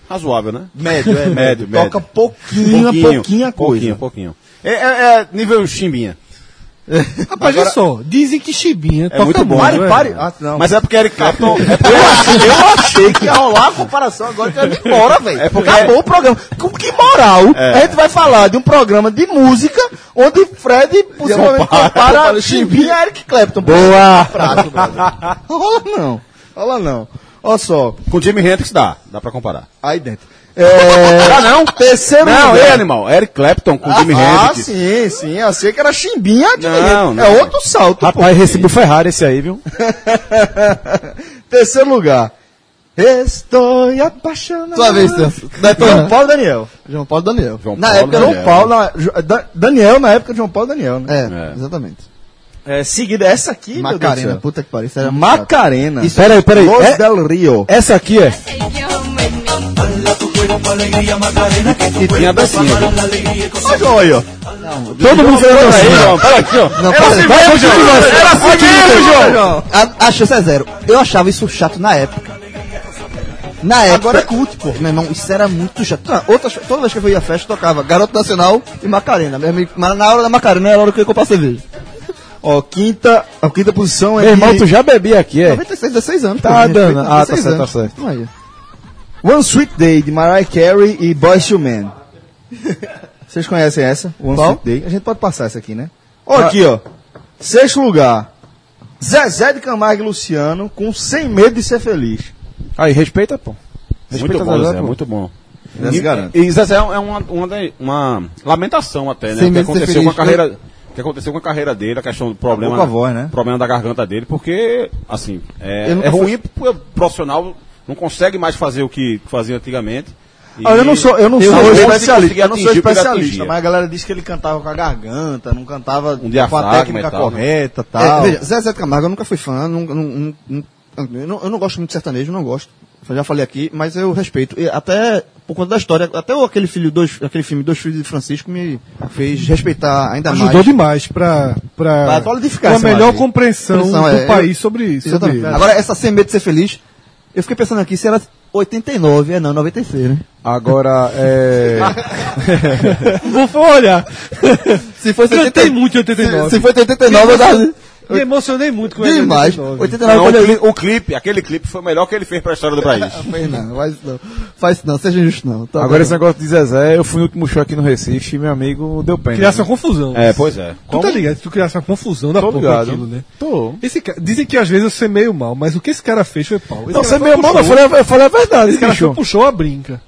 [SPEAKER 4] razoável, né?
[SPEAKER 2] Médio, é
[SPEAKER 4] Médio, médio.
[SPEAKER 2] Toca pouquinha, pouquinha, coisa.
[SPEAKER 4] Pouquinho, pouquinho. É, é- é nível chimbinha.
[SPEAKER 5] Rapaz, olha só. Dizem que Chibinha toca
[SPEAKER 4] muito bom,
[SPEAKER 5] muito,
[SPEAKER 4] né?
[SPEAKER 5] é?
[SPEAKER 2] Pare, ah, não.
[SPEAKER 4] Mas é porque Eric Clapton... é porque-
[SPEAKER 2] eu achei que ia rolar a comparação agora que eu ia embora, velho.
[SPEAKER 4] É porque-
[SPEAKER 2] Acabou o programa. Com que moral
[SPEAKER 4] É.
[SPEAKER 2] a gente vai falar de um programa de música onde
[SPEAKER 4] é
[SPEAKER 2] Fred possivelmente
[SPEAKER 4] Compara-
[SPEAKER 2] compara Chimbinha e Eric Clapton. Boa! Prato, brother. rola não. Rola não. Olha só.
[SPEAKER 4] Com Jimi Hendrix dá, dá pra comparar.
[SPEAKER 2] Aí dentro. É...
[SPEAKER 4] Dá Ah, não?
[SPEAKER 2] Terceiro
[SPEAKER 4] Não,
[SPEAKER 2] lugar.
[SPEAKER 4] é animal. Eric Clapton com Jimi
[SPEAKER 2] ah,
[SPEAKER 4] Hendrix.
[SPEAKER 2] sim, sim. Eu sei que era chimbinha de
[SPEAKER 4] Não,
[SPEAKER 2] Hendrix.
[SPEAKER 4] não.
[SPEAKER 2] É outro salto. pô.
[SPEAKER 6] Rapaz, recebi o Ferrari esse aí, viu?
[SPEAKER 2] Terceiro lugar. Estou apaixonado.
[SPEAKER 3] Sua vez, Celso.
[SPEAKER 2] João Paulo Daniel.
[SPEAKER 3] João Paulo Daniel.
[SPEAKER 4] João
[SPEAKER 3] Na
[SPEAKER 4] Paulo
[SPEAKER 3] época,
[SPEAKER 4] Daniel.
[SPEAKER 2] João Paulo, é. na- Jo- Da- Daniel na época de João Paulo Daniel, né?
[SPEAKER 3] É,
[SPEAKER 4] É.
[SPEAKER 3] exatamente.
[SPEAKER 2] É, seguida, essa aqui,
[SPEAKER 3] Macarena, puta que pariu. Isso era muito chato.
[SPEAKER 2] É, Macarena.
[SPEAKER 3] Isso-
[SPEAKER 6] Peraí, peraí.
[SPEAKER 2] Los
[SPEAKER 6] É-
[SPEAKER 2] del Rio.
[SPEAKER 6] essa aqui é.
[SPEAKER 4] E tinha a dancinha. viu?
[SPEAKER 2] Olha aí, ó.
[SPEAKER 6] Todo mundo fez a dancinha.
[SPEAKER 4] Olha aqui, ó.
[SPEAKER 3] Não, pera
[SPEAKER 2] assim
[SPEAKER 3] aí.
[SPEAKER 6] Vai, continua. Era
[SPEAKER 3] A, a chance é zero. Eu achava isso chato na época. Na época. Agora é culto, pô. Meu irmão, isso era muito chato. Não, outra, toda vez que eu ia à festa, tocava Garoto Nacional e Macarena. Meu amigo, Mas na hora da Macarena era a hora que eu ia comprar cerveja.
[SPEAKER 2] Ó, quinta, a quinta posição é
[SPEAKER 6] Meu irmão,
[SPEAKER 2] de
[SPEAKER 6] tu já bebia aqui, é?
[SPEAKER 3] 96, 16 anos.
[SPEAKER 6] Tá
[SPEAKER 3] pô, me respeita,
[SPEAKER 6] dando. Ah, tá
[SPEAKER 3] 16
[SPEAKER 6] certo,
[SPEAKER 3] anos.
[SPEAKER 6] tá certo.
[SPEAKER 3] Olha.
[SPEAKER 2] One Sweet Day, de Mariah Carey e Boyz II Men. Vocês conhecem essa? One
[SPEAKER 3] Qual?
[SPEAKER 2] Sweet Day. A gente pode passar essa aqui, né? Ó, aqui, ó. Sexto lugar. Zezé de Camargo e Luciano com Sem Medo de Ser Feliz.
[SPEAKER 6] Aí, respeita, pô.
[SPEAKER 4] Muito bom, Zé, muito bom.
[SPEAKER 2] Já se garante.
[SPEAKER 4] E, e Zezé é uma, uma, da- uma lamentação até, né?
[SPEAKER 3] Sem
[SPEAKER 4] O que
[SPEAKER 3] medo de ser
[SPEAKER 4] aconteceu
[SPEAKER 3] feliz,
[SPEAKER 4] com a carreira. o que aconteceu com a carreira dele, a questão do problema.
[SPEAKER 2] com a né? voz, né?
[SPEAKER 4] Problema da garganta dele, porque, assim, é,
[SPEAKER 3] Eu nunca
[SPEAKER 4] é ruim porque o profissional não consegue mais fazer o que fazia antigamente.
[SPEAKER 2] Olha, eu não sou, eu não
[SPEAKER 4] Tem
[SPEAKER 2] sou
[SPEAKER 4] os bons que
[SPEAKER 2] especialista,
[SPEAKER 4] conseguem
[SPEAKER 2] eu não sou
[SPEAKER 4] atingir o que
[SPEAKER 2] especialista,
[SPEAKER 4] atingia. Um
[SPEAKER 2] mas a galera disse que ele cantava com a garganta, não cantava com a
[SPEAKER 4] diafragma
[SPEAKER 2] técnica
[SPEAKER 4] e tal, né?
[SPEAKER 2] correta,
[SPEAKER 3] É,
[SPEAKER 2] tal.
[SPEAKER 3] veja, Zezé de Camargo eu nunca fui fã, nunca- nun- nun- nun- eu, não, eu não gosto muito de sertanejo, não gosto. Eu já falei aqui, mas eu respeito. E até por conta da história, até o- aquele, filho, dois, aquele filme Dois Filhos de Francisco me fez respeitar ainda
[SPEAKER 5] Ajudou
[SPEAKER 3] mais.
[SPEAKER 5] demais pra, pra,
[SPEAKER 2] Pra solidificar
[SPEAKER 5] uma
[SPEAKER 2] essa
[SPEAKER 5] melhor
[SPEAKER 2] imagem.
[SPEAKER 5] compreensão
[SPEAKER 3] Compreensão,
[SPEAKER 5] do
[SPEAKER 3] é,
[SPEAKER 5] país sobre isso. Sobre
[SPEAKER 3] Exatamente.
[SPEAKER 5] ele.
[SPEAKER 3] Agora, essa Sem Medo de Ser Feliz, eu fiquei pensando aqui se era 89, é não, 96, né?
[SPEAKER 6] Agora, é.
[SPEAKER 5] Vou olhar.
[SPEAKER 3] Se fosse
[SPEAKER 5] Cantei
[SPEAKER 3] 80
[SPEAKER 5] muito em
[SPEAKER 2] É.
[SPEAKER 5] 89.
[SPEAKER 3] Se, se foi 89, eu dava
[SPEAKER 5] Me emocionei muito com ele.
[SPEAKER 3] demais.
[SPEAKER 5] 89.
[SPEAKER 3] 89
[SPEAKER 4] Não,
[SPEAKER 3] quando eu
[SPEAKER 4] o
[SPEAKER 3] li- É,
[SPEAKER 4] cli- o clipe, aquele clipe foi o melhor que ele fez pra história do país.
[SPEAKER 3] Faz não, faz não. Faz não, seja justo não. Tá
[SPEAKER 6] Agora
[SPEAKER 3] bom.
[SPEAKER 6] esse negócio de Zezé, eu fui no último show aqui no Recife e meu amigo deu pena.
[SPEAKER 5] Criasse uma confusão.
[SPEAKER 4] É, pois é.
[SPEAKER 5] Tu tá ligado? Tu criasse uma confusão da
[SPEAKER 6] Tô
[SPEAKER 5] porra com
[SPEAKER 6] ligado.
[SPEAKER 5] aquilo, né?
[SPEAKER 6] Tô.
[SPEAKER 5] Esse cara- dizem que às vezes eu sei meio mal, mas o que esse cara fez foi pau. Esse
[SPEAKER 6] Não,
[SPEAKER 5] cara
[SPEAKER 6] você é
[SPEAKER 5] foi
[SPEAKER 6] meio
[SPEAKER 5] pro
[SPEAKER 6] mal, não, eu
[SPEAKER 5] show.
[SPEAKER 6] falei, eu falei a verdade,
[SPEAKER 5] Esse cara
[SPEAKER 6] bicho.
[SPEAKER 5] foi puxou a brinca.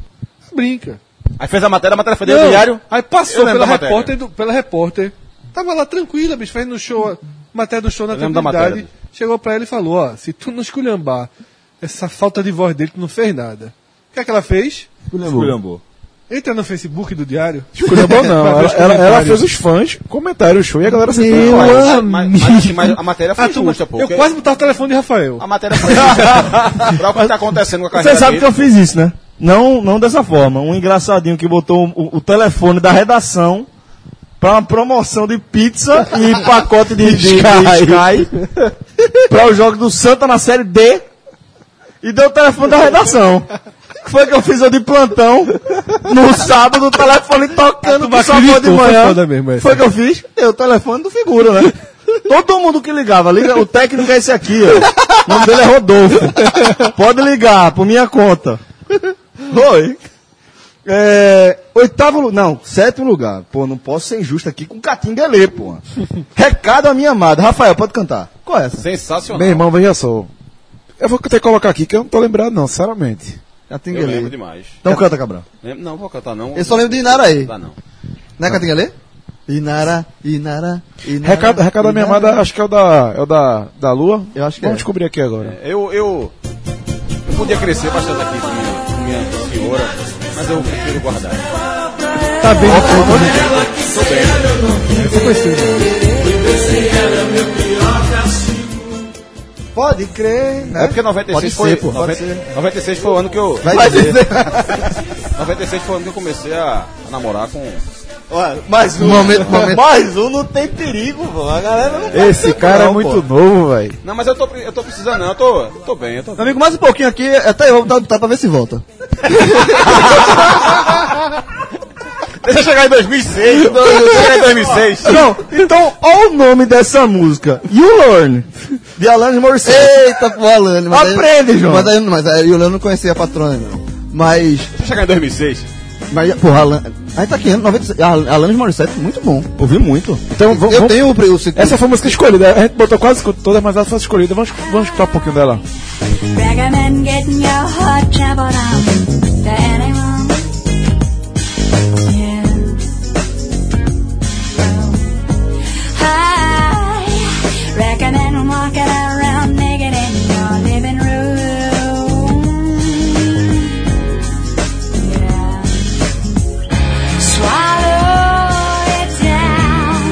[SPEAKER 5] Brinca.
[SPEAKER 4] Aí fez a matéria, a matéria foi dentro
[SPEAKER 5] Não,
[SPEAKER 4] do diário.
[SPEAKER 5] Aí
[SPEAKER 4] Eu
[SPEAKER 5] passou
[SPEAKER 4] lembro
[SPEAKER 5] pela
[SPEAKER 4] da matéria.
[SPEAKER 5] repórter, do- pela repórter. Tava lá tranquila, bicho, fazendo o show, matéria do show na
[SPEAKER 4] Eu lembro da
[SPEAKER 5] tranquilidade.
[SPEAKER 4] matéria.
[SPEAKER 5] Chegou pra ela e falou, ó, se tu não esculhambar essa falta de voz dele, tu não fez nada. O que é que ela fez?
[SPEAKER 4] Esculhambou.
[SPEAKER 5] Entra no Facebook do diário.
[SPEAKER 6] Esculhambou não.
[SPEAKER 5] Pra ver
[SPEAKER 6] Ela,
[SPEAKER 5] os
[SPEAKER 6] ela- ela
[SPEAKER 5] comentários.
[SPEAKER 6] fez os fãs, comentaram o show e a galera se
[SPEAKER 4] Mas-
[SPEAKER 6] foi.
[SPEAKER 4] mas- mas- mas assim, mas a matéria foi
[SPEAKER 5] Ah, tu-
[SPEAKER 4] justa, pô.
[SPEAKER 5] eu
[SPEAKER 4] porque
[SPEAKER 5] quase
[SPEAKER 6] é-
[SPEAKER 5] botava o telefone de Rafael.
[SPEAKER 4] A matéria foi justa. Pra o que tá acontecendo com a carreira
[SPEAKER 2] Você sabe que
[SPEAKER 4] dele.
[SPEAKER 2] eu fiz isso, né? Não, não dessa forma. Um engraçadinho que botou o, o telefone da redação pra uma promoção de pizza e pacote de, de, de Sky pra o jogo do Santa na série D e deu o telefone da redação. Foi que eu fiz eu de plantão no sábado, o telefone tocando com sabor de
[SPEAKER 5] acreditou, foi
[SPEAKER 2] manhã.
[SPEAKER 5] foda mesmo essa.
[SPEAKER 2] Ah, Foi que eu fiz? Eu, o telefone do figura, né? Todo mundo que ligava, liga, o técnico é esse aqui, ó. O nome dele é Rodolfo. Pode ligar, por minha conta. Oi. É, oitavo, lu- não, sétimo lugar. Pô, não posso ser injusto aqui com Catinguelê, pô. Recado à minha amada. Rafael, pode cantar. Qual é essa?
[SPEAKER 4] Sensacional.
[SPEAKER 6] Meu irmão, veja só. Eu vou até colocar aqui que eu não tô lembrado não, sinceramente.
[SPEAKER 4] Eu lembro
[SPEAKER 3] Catinguelê.
[SPEAKER 4] demais.
[SPEAKER 2] Então canta, Cabral.
[SPEAKER 4] Lembro- Não, vou cantar não.
[SPEAKER 3] é Eu só lembro de Inaraí.
[SPEAKER 4] Não dá não.
[SPEAKER 3] Né, Catinguelê? Inara, Inara, Inara.
[SPEAKER 6] Recado, recado da minha
[SPEAKER 3] Inara.
[SPEAKER 6] amada, acho que é o da, é o da, da Lua.
[SPEAKER 3] Eu acho que
[SPEAKER 6] Vamos
[SPEAKER 3] é.
[SPEAKER 6] descobrir aqui agora.
[SPEAKER 4] Eu, eu, eu podia crescer bastante aqui com minha, com minha senhora, mas eu prefiro guardar.
[SPEAKER 5] Tá bem.
[SPEAKER 3] Pode crer, né?
[SPEAKER 4] É porque 96
[SPEAKER 3] Pode
[SPEAKER 4] foi,
[SPEAKER 3] ser, pô,
[SPEAKER 4] 90
[SPEAKER 3] pode ser.
[SPEAKER 4] 96 foi o ano que eu
[SPEAKER 3] Vai
[SPEAKER 2] um,
[SPEAKER 3] dizer.
[SPEAKER 2] né?
[SPEAKER 4] 96 foi o ano que eu comecei a, a namorar com
[SPEAKER 2] mais um.
[SPEAKER 3] Momento, momento.
[SPEAKER 2] Mais um não tem perigo, pô. A galera não
[SPEAKER 6] Esse cara é muito novo, velho.
[SPEAKER 4] Não, mas eu tô pre- eu tô precisando não, eu tô eu tô bem, eu tô bem.
[SPEAKER 3] Amigo, mais um pouquinho aqui, até eu vou dar um tapa pra ver se volta.
[SPEAKER 4] Deixa eu chegar em 2006. Deixa eu chegar em 2006.
[SPEAKER 2] Não, então, olha o nome dessa música. You Learn, de Alanis Morissette.
[SPEAKER 3] Eita, pô, Alane. mas aí-
[SPEAKER 2] Aprende, João.
[SPEAKER 3] Mas aí, mas aí eu não conhecia a patrona, não. Mas,
[SPEAKER 4] Deixa eu chegar em 2006.
[SPEAKER 3] mas, porra, Alane. Aí tá aqui, 96. A Alanis Morissette, muito bom.
[SPEAKER 2] Ouvi muito.
[SPEAKER 6] Então, vamos,
[SPEAKER 3] eu
[SPEAKER 6] vamos-
[SPEAKER 3] tenho o. pre- o se-
[SPEAKER 6] Essa foi a música escolhida. A gente botou quase todas, mas essa foi a escolhida. Vamos, vamos escutar um pouquinho dela.
[SPEAKER 11] Beggar men getting your heart trampled on to anyone. Yeah. Oh. Well, I recommend walking around naked in your living room. Yeah. Swallow it down.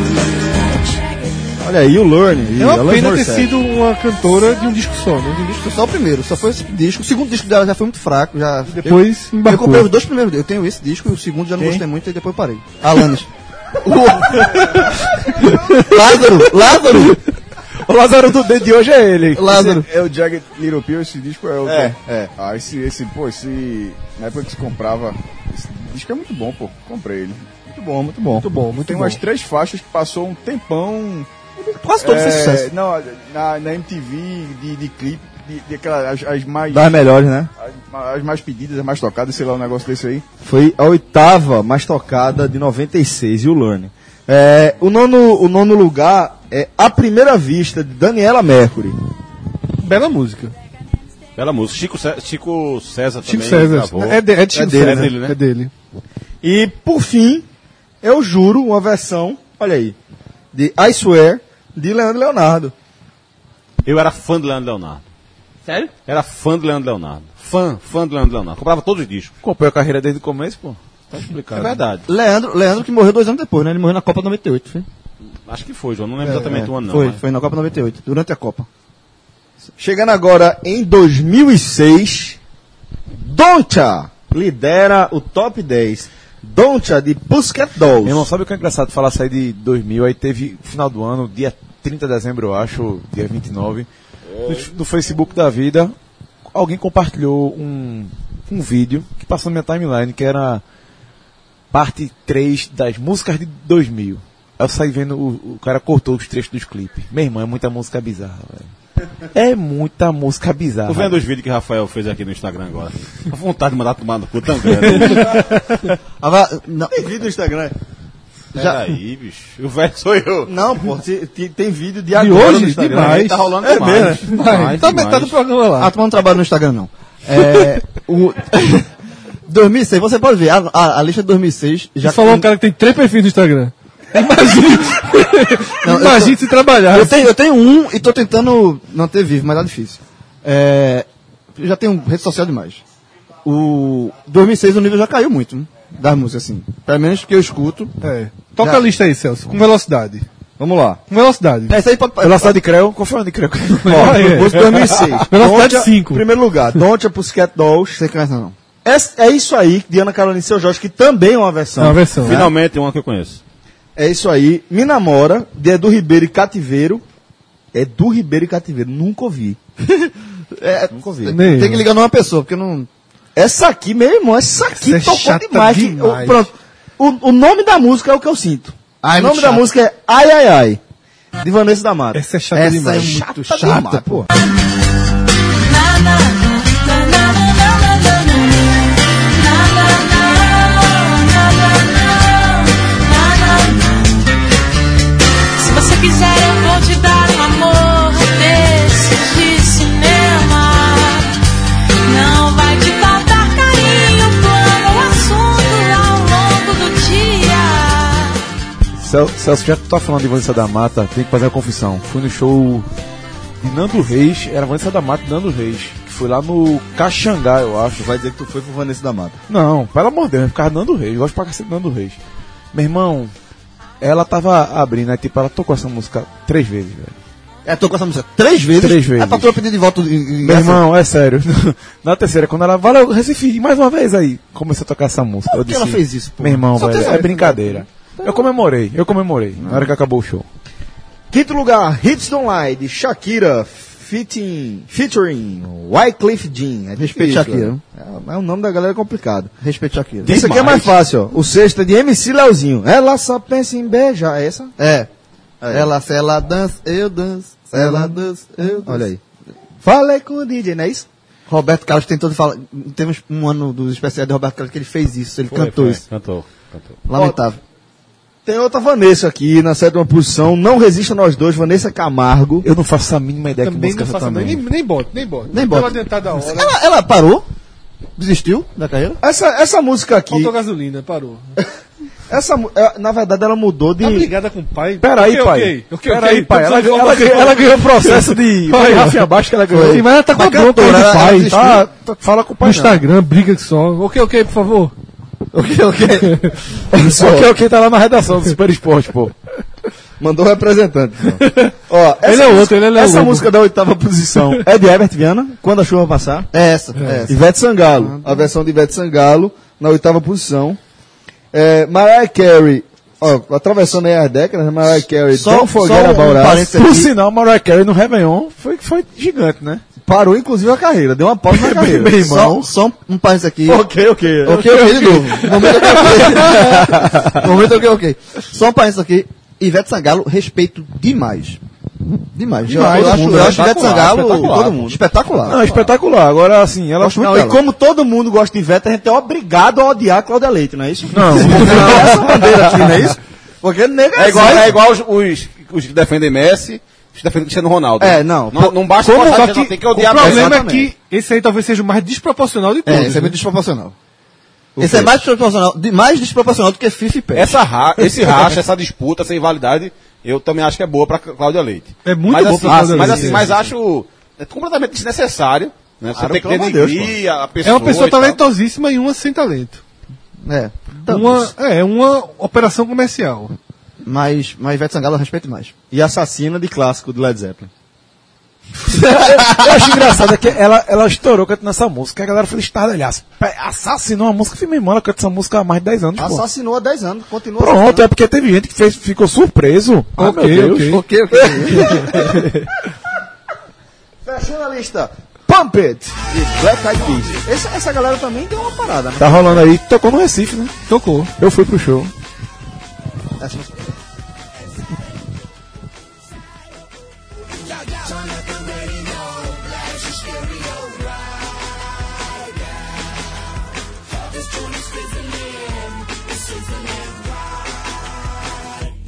[SPEAKER 11] Check it.
[SPEAKER 2] Olha aí, You Learn, e
[SPEAKER 5] É uma
[SPEAKER 2] Alanis
[SPEAKER 5] pena ter
[SPEAKER 2] Morissette.
[SPEAKER 5] sido uma cantora de um disco só, né? De um disco
[SPEAKER 3] Só o primeiro, só foi esse disco. O segundo disco dela já foi muito fraco. Já...
[SPEAKER 5] Depois
[SPEAKER 3] eu, eu
[SPEAKER 5] embarcou.
[SPEAKER 3] comprei os dois primeiros. Eu tenho esse disco e o segundo já não gostei muito e depois eu parei.
[SPEAKER 2] é
[SPEAKER 3] Alanis. O- Lázaro, Lázaro,
[SPEAKER 6] O
[SPEAKER 3] um
[SPEAKER 6] Lázaro do D de hoje é ele.
[SPEAKER 3] Lázaro.
[SPEAKER 7] É o Jagged Little Pill, esse disco é o.
[SPEAKER 4] É,
[SPEAKER 7] é. Ah, esse, esse, pô, esse. Na época que se comprava. Esse disco é muito bom, pô. Comprei ele.
[SPEAKER 2] Muito bom, muito bom. Muito bom, muito
[SPEAKER 7] Tem umas três faixas que passou um tempão.
[SPEAKER 3] Quase todo
[SPEAKER 7] é,
[SPEAKER 3] fez sucesso.
[SPEAKER 7] Não, na, na MTV de, de clipe, de, de aquela- as, as mais.
[SPEAKER 2] Das melhores, né?
[SPEAKER 7] As, as mais pedidas, as mais tocadas, sei lá, um negócio desse aí.
[SPEAKER 2] Foi a oitava mais tocada de 96, You Learn. É, o, nono, o nono lugar é A Primeira Vista, de Daniela Mercury.
[SPEAKER 5] Bela música.
[SPEAKER 4] Bela música. Chico, Cé- Chico César
[SPEAKER 5] Chico
[SPEAKER 4] também.
[SPEAKER 5] César.
[SPEAKER 4] gravou.
[SPEAKER 5] É, de, é de Chico
[SPEAKER 4] dele,
[SPEAKER 5] César.
[SPEAKER 4] é dele, né?
[SPEAKER 5] É dele.
[SPEAKER 2] E, por fim, eu juro, uma versão, olha aí, de I Swear, de Leandro Leonardo.
[SPEAKER 4] Eu era fã do Leandro Leonardo.
[SPEAKER 12] Sério?
[SPEAKER 4] Era fã do Leandro Leonardo. Fã, fã do Leandro Leonardo. Comprava todos os discos.
[SPEAKER 5] Acompanhou a carreira desde o começo, pô.
[SPEAKER 4] Tá explicado. É verdade.
[SPEAKER 13] Leandro, Leandro que morreu dois anos depois, né? Ele morreu na Copa 98, foi?
[SPEAKER 4] Acho que foi, João. Não lembro exatamente o ano, não. né?
[SPEAKER 13] foi,
[SPEAKER 4] mas-
[SPEAKER 13] foi na Copa 98, durante a Copa.
[SPEAKER 2] Chegando agora em 2006, Doncha lidera o top 10. Doncha de Pussycat Dolls.
[SPEAKER 5] Meu irmão, sabe o que é engraçado falar sair de 2000? Aí teve final do ano, dia 30 de dezembro, eu acho, dia 29, no, no Facebook da vida, alguém compartilhou um, um vídeo que passou na minha timeline, que era parte 3 das músicas de 2000. Aí eu saí vendo, o, o cara cortou os trechos dos clipes. Meu irmão, é muita música bizarra, velho. É muita música bizarra.
[SPEAKER 4] Tô vendo os vídeos que Rafael fez aqui no Instagram agora. A vontade de mandar tomar no cu tão grande.
[SPEAKER 13] Ah, va- não,
[SPEAKER 2] Tem vídeo no Instagram?
[SPEAKER 4] Peraí, bicho. O velho sou eu.
[SPEAKER 2] Não, pô, se- te- tem vídeo de agora
[SPEAKER 14] hoje?
[SPEAKER 2] no Instagram.
[SPEAKER 14] Demais.
[SPEAKER 2] Tá rolando
[SPEAKER 4] É
[SPEAKER 2] demais.
[SPEAKER 4] mesmo, né? Demais,
[SPEAKER 5] tá
[SPEAKER 4] demais.
[SPEAKER 5] metade do programa lá.
[SPEAKER 13] a turma não trabalha Ah, no Instagram, não. É, o, 2006, você pode ver, a, a- a lista de 2006 já...
[SPEAKER 14] Já falou um cara que tem três perfis no Instagram. Imagina,
[SPEAKER 13] Não, eu
[SPEAKER 14] imagina se trabalhar.
[SPEAKER 5] Ah,
[SPEAKER 13] Eu tenho, eu tenho um e tô tentando não ter vivo, mas tá difícil. É, eu já tenho rede social demais. O 2006 o nível já caiu muito né, das músicas, assim. Pelo menos que eu escuto.
[SPEAKER 14] É. Toca
[SPEAKER 13] Já.
[SPEAKER 14] a lista aí, Celso, com velocidade.
[SPEAKER 13] Vamos lá.
[SPEAKER 14] Com velocidade.
[SPEAKER 5] É,
[SPEAKER 13] Essa aí pode...
[SPEAKER 5] Velocidade de Creu, qual foi a de Creu?
[SPEAKER 2] Ó,
[SPEAKER 5] É.
[SPEAKER 2] música 2006.
[SPEAKER 14] Velocidade
[SPEAKER 2] Doncha,
[SPEAKER 14] cinco.
[SPEAKER 2] Primeiro lugar, Doncha Pussycat Dolls.
[SPEAKER 13] Você conhece não?
[SPEAKER 2] É, é isso aí, de Ana Carolina e seu Jorge, que também é uma
[SPEAKER 5] então.
[SPEAKER 2] versão.
[SPEAKER 14] Não, a versão.
[SPEAKER 4] Finalmente uma que eu conheço.
[SPEAKER 2] É isso aí. Me Namora, de Edu Ribeiro e Cativeiro. Edu Ribeiro e Cativeiro, nunca ouvi. é, nunca ouvi.
[SPEAKER 14] Nem
[SPEAKER 13] Tem
[SPEAKER 14] eu.
[SPEAKER 13] que ligar numa pessoa, porque não...
[SPEAKER 2] Essa aqui, meu irmão, essa aqui
[SPEAKER 14] Essa é
[SPEAKER 2] tocou
[SPEAKER 14] chata
[SPEAKER 2] demais. que-
[SPEAKER 14] demais.
[SPEAKER 2] o- pronto. O, o nome da música é o que eu sinto.
[SPEAKER 13] Ah, é
[SPEAKER 2] o
[SPEAKER 13] muito
[SPEAKER 2] nome da
[SPEAKER 13] chato.
[SPEAKER 2] música é Ai Ai Ai, de Vanessa da Mata.
[SPEAKER 14] Essa é chata
[SPEAKER 2] Essa
[SPEAKER 14] demais.
[SPEAKER 2] É muito chata, chata pô.
[SPEAKER 3] Se você quiser, eu vou te dar um amor desse de cinema. Não vai te faltar carinho, plano ou assunto ao longo do dia.
[SPEAKER 5] Cel- Celso, já que tu tá falando de Vanessa da Mata, tem que fazer uma confissão. Fui no show de Nando Reis, era Vanessa da Mata e Nando Reis, que foi lá no Caxangá, eu acho.
[SPEAKER 2] Vai dizer que tu foi pro Vanessa da Mata.
[SPEAKER 5] Não, pelo amor de Deus, por causa do Nando Reis, eu gosto pra cacete do Nando Reis. Meu irmão, ela tava abrindo, aí tipo, ela tocou essa música três vezes, velho.
[SPEAKER 13] É, tocou essa música três vezes.
[SPEAKER 5] Três vezes.
[SPEAKER 13] É pra tu pedir de volta... em- em-
[SPEAKER 5] Meu irmão, é sério. Na terceira, quando ela. Valeu, Recife, mais uma vez aí. Começou a tocar essa música.
[SPEAKER 13] Por
[SPEAKER 5] eu
[SPEAKER 13] que ela fez isso, pô?
[SPEAKER 5] Meu irmão,
[SPEAKER 13] Só
[SPEAKER 5] velho,
[SPEAKER 13] tem
[SPEAKER 5] é
[SPEAKER 13] essa-
[SPEAKER 5] brincadeira.
[SPEAKER 14] né? Então,
[SPEAKER 5] Eu comemorei, eu comemorei, na hora que acabou o show.
[SPEAKER 2] Quinto lugar, Hits Don't Lie, de Shakira, feating- featuring Wycliffe Jean. É
[SPEAKER 13] Respeite
[SPEAKER 2] difícil,
[SPEAKER 13] Shakira.
[SPEAKER 2] né? É, mas o nome da galera é complicado.
[SPEAKER 13] Respeite Shakira.
[SPEAKER 2] Isso aqui é mais fácil, ó. O sexto é de MC Leozinho. Ela só pensa em beijar. É essa?
[SPEAKER 13] É. Ela, se ela dança, eu danço. Se ela dança, eu danço.
[SPEAKER 2] Olha aí. Falei com o DJ, não é isso?
[SPEAKER 13] Roberto Carlos tentou falar. Teve uns- um ano dos especiais de Roberto Carlos que ele fez isso, ele cantou isso.
[SPEAKER 4] Cantou, cantou.
[SPEAKER 13] Lamentável.
[SPEAKER 2] Tem outra Vanessa aqui na sétima posição. Não resista a nós dois, Vanessa Camargo.
[SPEAKER 5] Eu não faço a mínima ideia
[SPEAKER 14] Também
[SPEAKER 5] que música
[SPEAKER 14] não faço
[SPEAKER 5] também.
[SPEAKER 14] nem, nem bota, nem bota.
[SPEAKER 13] Nem bota.
[SPEAKER 14] Pela adiantada hora.
[SPEAKER 13] Ela, ela parou? Desistiu da carreira?
[SPEAKER 2] Essa, essa música aqui,
[SPEAKER 14] Faltou gasolina, parou.
[SPEAKER 2] essa, mu- é, na verdade, ela mudou de.
[SPEAKER 14] Tá brigada com o pai?
[SPEAKER 5] Peraí,
[SPEAKER 14] Ok,
[SPEAKER 5] pai.
[SPEAKER 14] ok, ok,
[SPEAKER 5] Peraí,
[SPEAKER 14] ok.
[SPEAKER 5] pai. Ela,
[SPEAKER 14] Vamos
[SPEAKER 5] ela,
[SPEAKER 14] voltar
[SPEAKER 5] ganhou- ela ganhou o processo de. Foi Rafinha abaixo que ela ganhou.
[SPEAKER 13] Sim, mas ela tá com
[SPEAKER 5] Mas
[SPEAKER 13] a bronca
[SPEAKER 5] cantora,
[SPEAKER 13] do
[SPEAKER 5] ela-
[SPEAKER 13] pai,
[SPEAKER 5] ela desistiu.
[SPEAKER 13] tá?
[SPEAKER 5] Tá- Fala com o
[SPEAKER 14] No
[SPEAKER 5] pai. não.
[SPEAKER 14] Instagram, briga que só. Ok, ok, por favor.
[SPEAKER 13] Ok, ok.
[SPEAKER 5] Só que é o que tá lá na redação do Super Esporte, pô.
[SPEAKER 2] Mandou um representante. então. Ó, essa
[SPEAKER 14] Ele é
[SPEAKER 2] música-
[SPEAKER 14] outro, ele é
[SPEAKER 2] Essa
[SPEAKER 14] lobo.
[SPEAKER 2] música da oitava posição é de Herbert Viana, Quando a Chuva Passar.
[SPEAKER 13] É essa, é essa.
[SPEAKER 2] Ivete Sangalo. A versão de Ivete Sangalo, na oitava posição. É, Mariah Carey. Ó, atravessando aí as décadas, né? Mariah Carey.
[SPEAKER 13] Só-
[SPEAKER 2] Don't Forget
[SPEAKER 13] só um
[SPEAKER 2] About Us.
[SPEAKER 13] parênteses
[SPEAKER 5] Por
[SPEAKER 13] aqui.
[SPEAKER 5] sinal, Mariah Carey no Réveillon foi, foi gigante, né?
[SPEAKER 2] Parou, inclusive, a carreira. Deu uma pausa na carreira.
[SPEAKER 5] bem,
[SPEAKER 13] Só,
[SPEAKER 2] Só-
[SPEAKER 13] só um- um parênteses aqui.
[SPEAKER 2] Ok, ok.
[SPEAKER 13] Ok, ok, de novo. Momento ok, ok. Momento ok, ok. Só um parênteses aqui. Ivete Sangalo, respeito demais. Demais. Eu- eu, acho,
[SPEAKER 2] é
[SPEAKER 13] eu acho Ivete Sangalo, todo mundo. Espetacular.
[SPEAKER 5] Não, espetacular. Agora, assim, ela.
[SPEAKER 13] Gosto muito
[SPEAKER 2] Não,
[SPEAKER 13] dela.
[SPEAKER 2] e como todo mundo gosta de Ivete, a gente é obrigado a odiar a Cláudia Leite, não é isso?
[SPEAKER 5] Não.
[SPEAKER 2] essa bandeira aqui, não é isso? Porque nega
[SPEAKER 4] É igual, é igual os, os, os que defendem Messi, os que defendem Cristiano Ronaldo.
[SPEAKER 13] É, não.
[SPEAKER 4] Não, não basta
[SPEAKER 14] Como
[SPEAKER 4] gostar,
[SPEAKER 14] só
[SPEAKER 4] você
[SPEAKER 14] que
[SPEAKER 4] só tem que odiar
[SPEAKER 14] o problema é
[SPEAKER 4] Messi.
[SPEAKER 14] que esse aí talvez seja o mais desproporcional de todos.
[SPEAKER 13] É, isso é
[SPEAKER 14] né?
[SPEAKER 13] muito desproporcional. Esse é mais desproporcional, de- mais desproporcional do que FIFA e PES.
[SPEAKER 4] Essa ra esse racha, essa disputa, essa rivalidade, eu também acho que é boa pra Cláudia Leite.
[SPEAKER 14] É muito
[SPEAKER 4] mas,
[SPEAKER 14] boa
[SPEAKER 4] assim,
[SPEAKER 14] pra Cláudia
[SPEAKER 4] mas,
[SPEAKER 14] Leite.
[SPEAKER 4] assim, mas acho é completamente desnecessário. Né? Você
[SPEAKER 3] Claro,
[SPEAKER 4] tem que
[SPEAKER 3] pelo amor de
[SPEAKER 4] denigrir a
[SPEAKER 5] É
[SPEAKER 4] pessoa.
[SPEAKER 5] uma pessoa
[SPEAKER 4] e tal.
[SPEAKER 5] talentosíssima e uma sem talento.
[SPEAKER 3] É.
[SPEAKER 5] Uma, é, uma operação comercial.
[SPEAKER 3] Mas, mas Ivete Sangalo eu respeito mais.
[SPEAKER 2] E assassina de clássico do Led Zeppelin.
[SPEAKER 6] Eu acho engraçado é que ela, ela estourou cantando essa música. A galera fez estardalhaço. Pé, Assassinou a música. Falei, meu irmão, ela canta essa música há mais de 10 anos. pô.
[SPEAKER 3] Assassinou há 10 anos, continua
[SPEAKER 6] Pronto,
[SPEAKER 2] né?
[SPEAKER 6] é porque teve gente que fez, ficou surpreso. Ah,
[SPEAKER 5] Ok,
[SPEAKER 6] meu Deus.
[SPEAKER 5] ok.
[SPEAKER 3] Ok, ok. Fechando a lista. Pump It! E Black Eyed Peas. Essa, essa galera também deu uma parada, né?
[SPEAKER 6] Tá rolando aí, tocou no Recife, né?
[SPEAKER 5] Tocou.
[SPEAKER 6] Eu fui pro show.
[SPEAKER 3] Essa-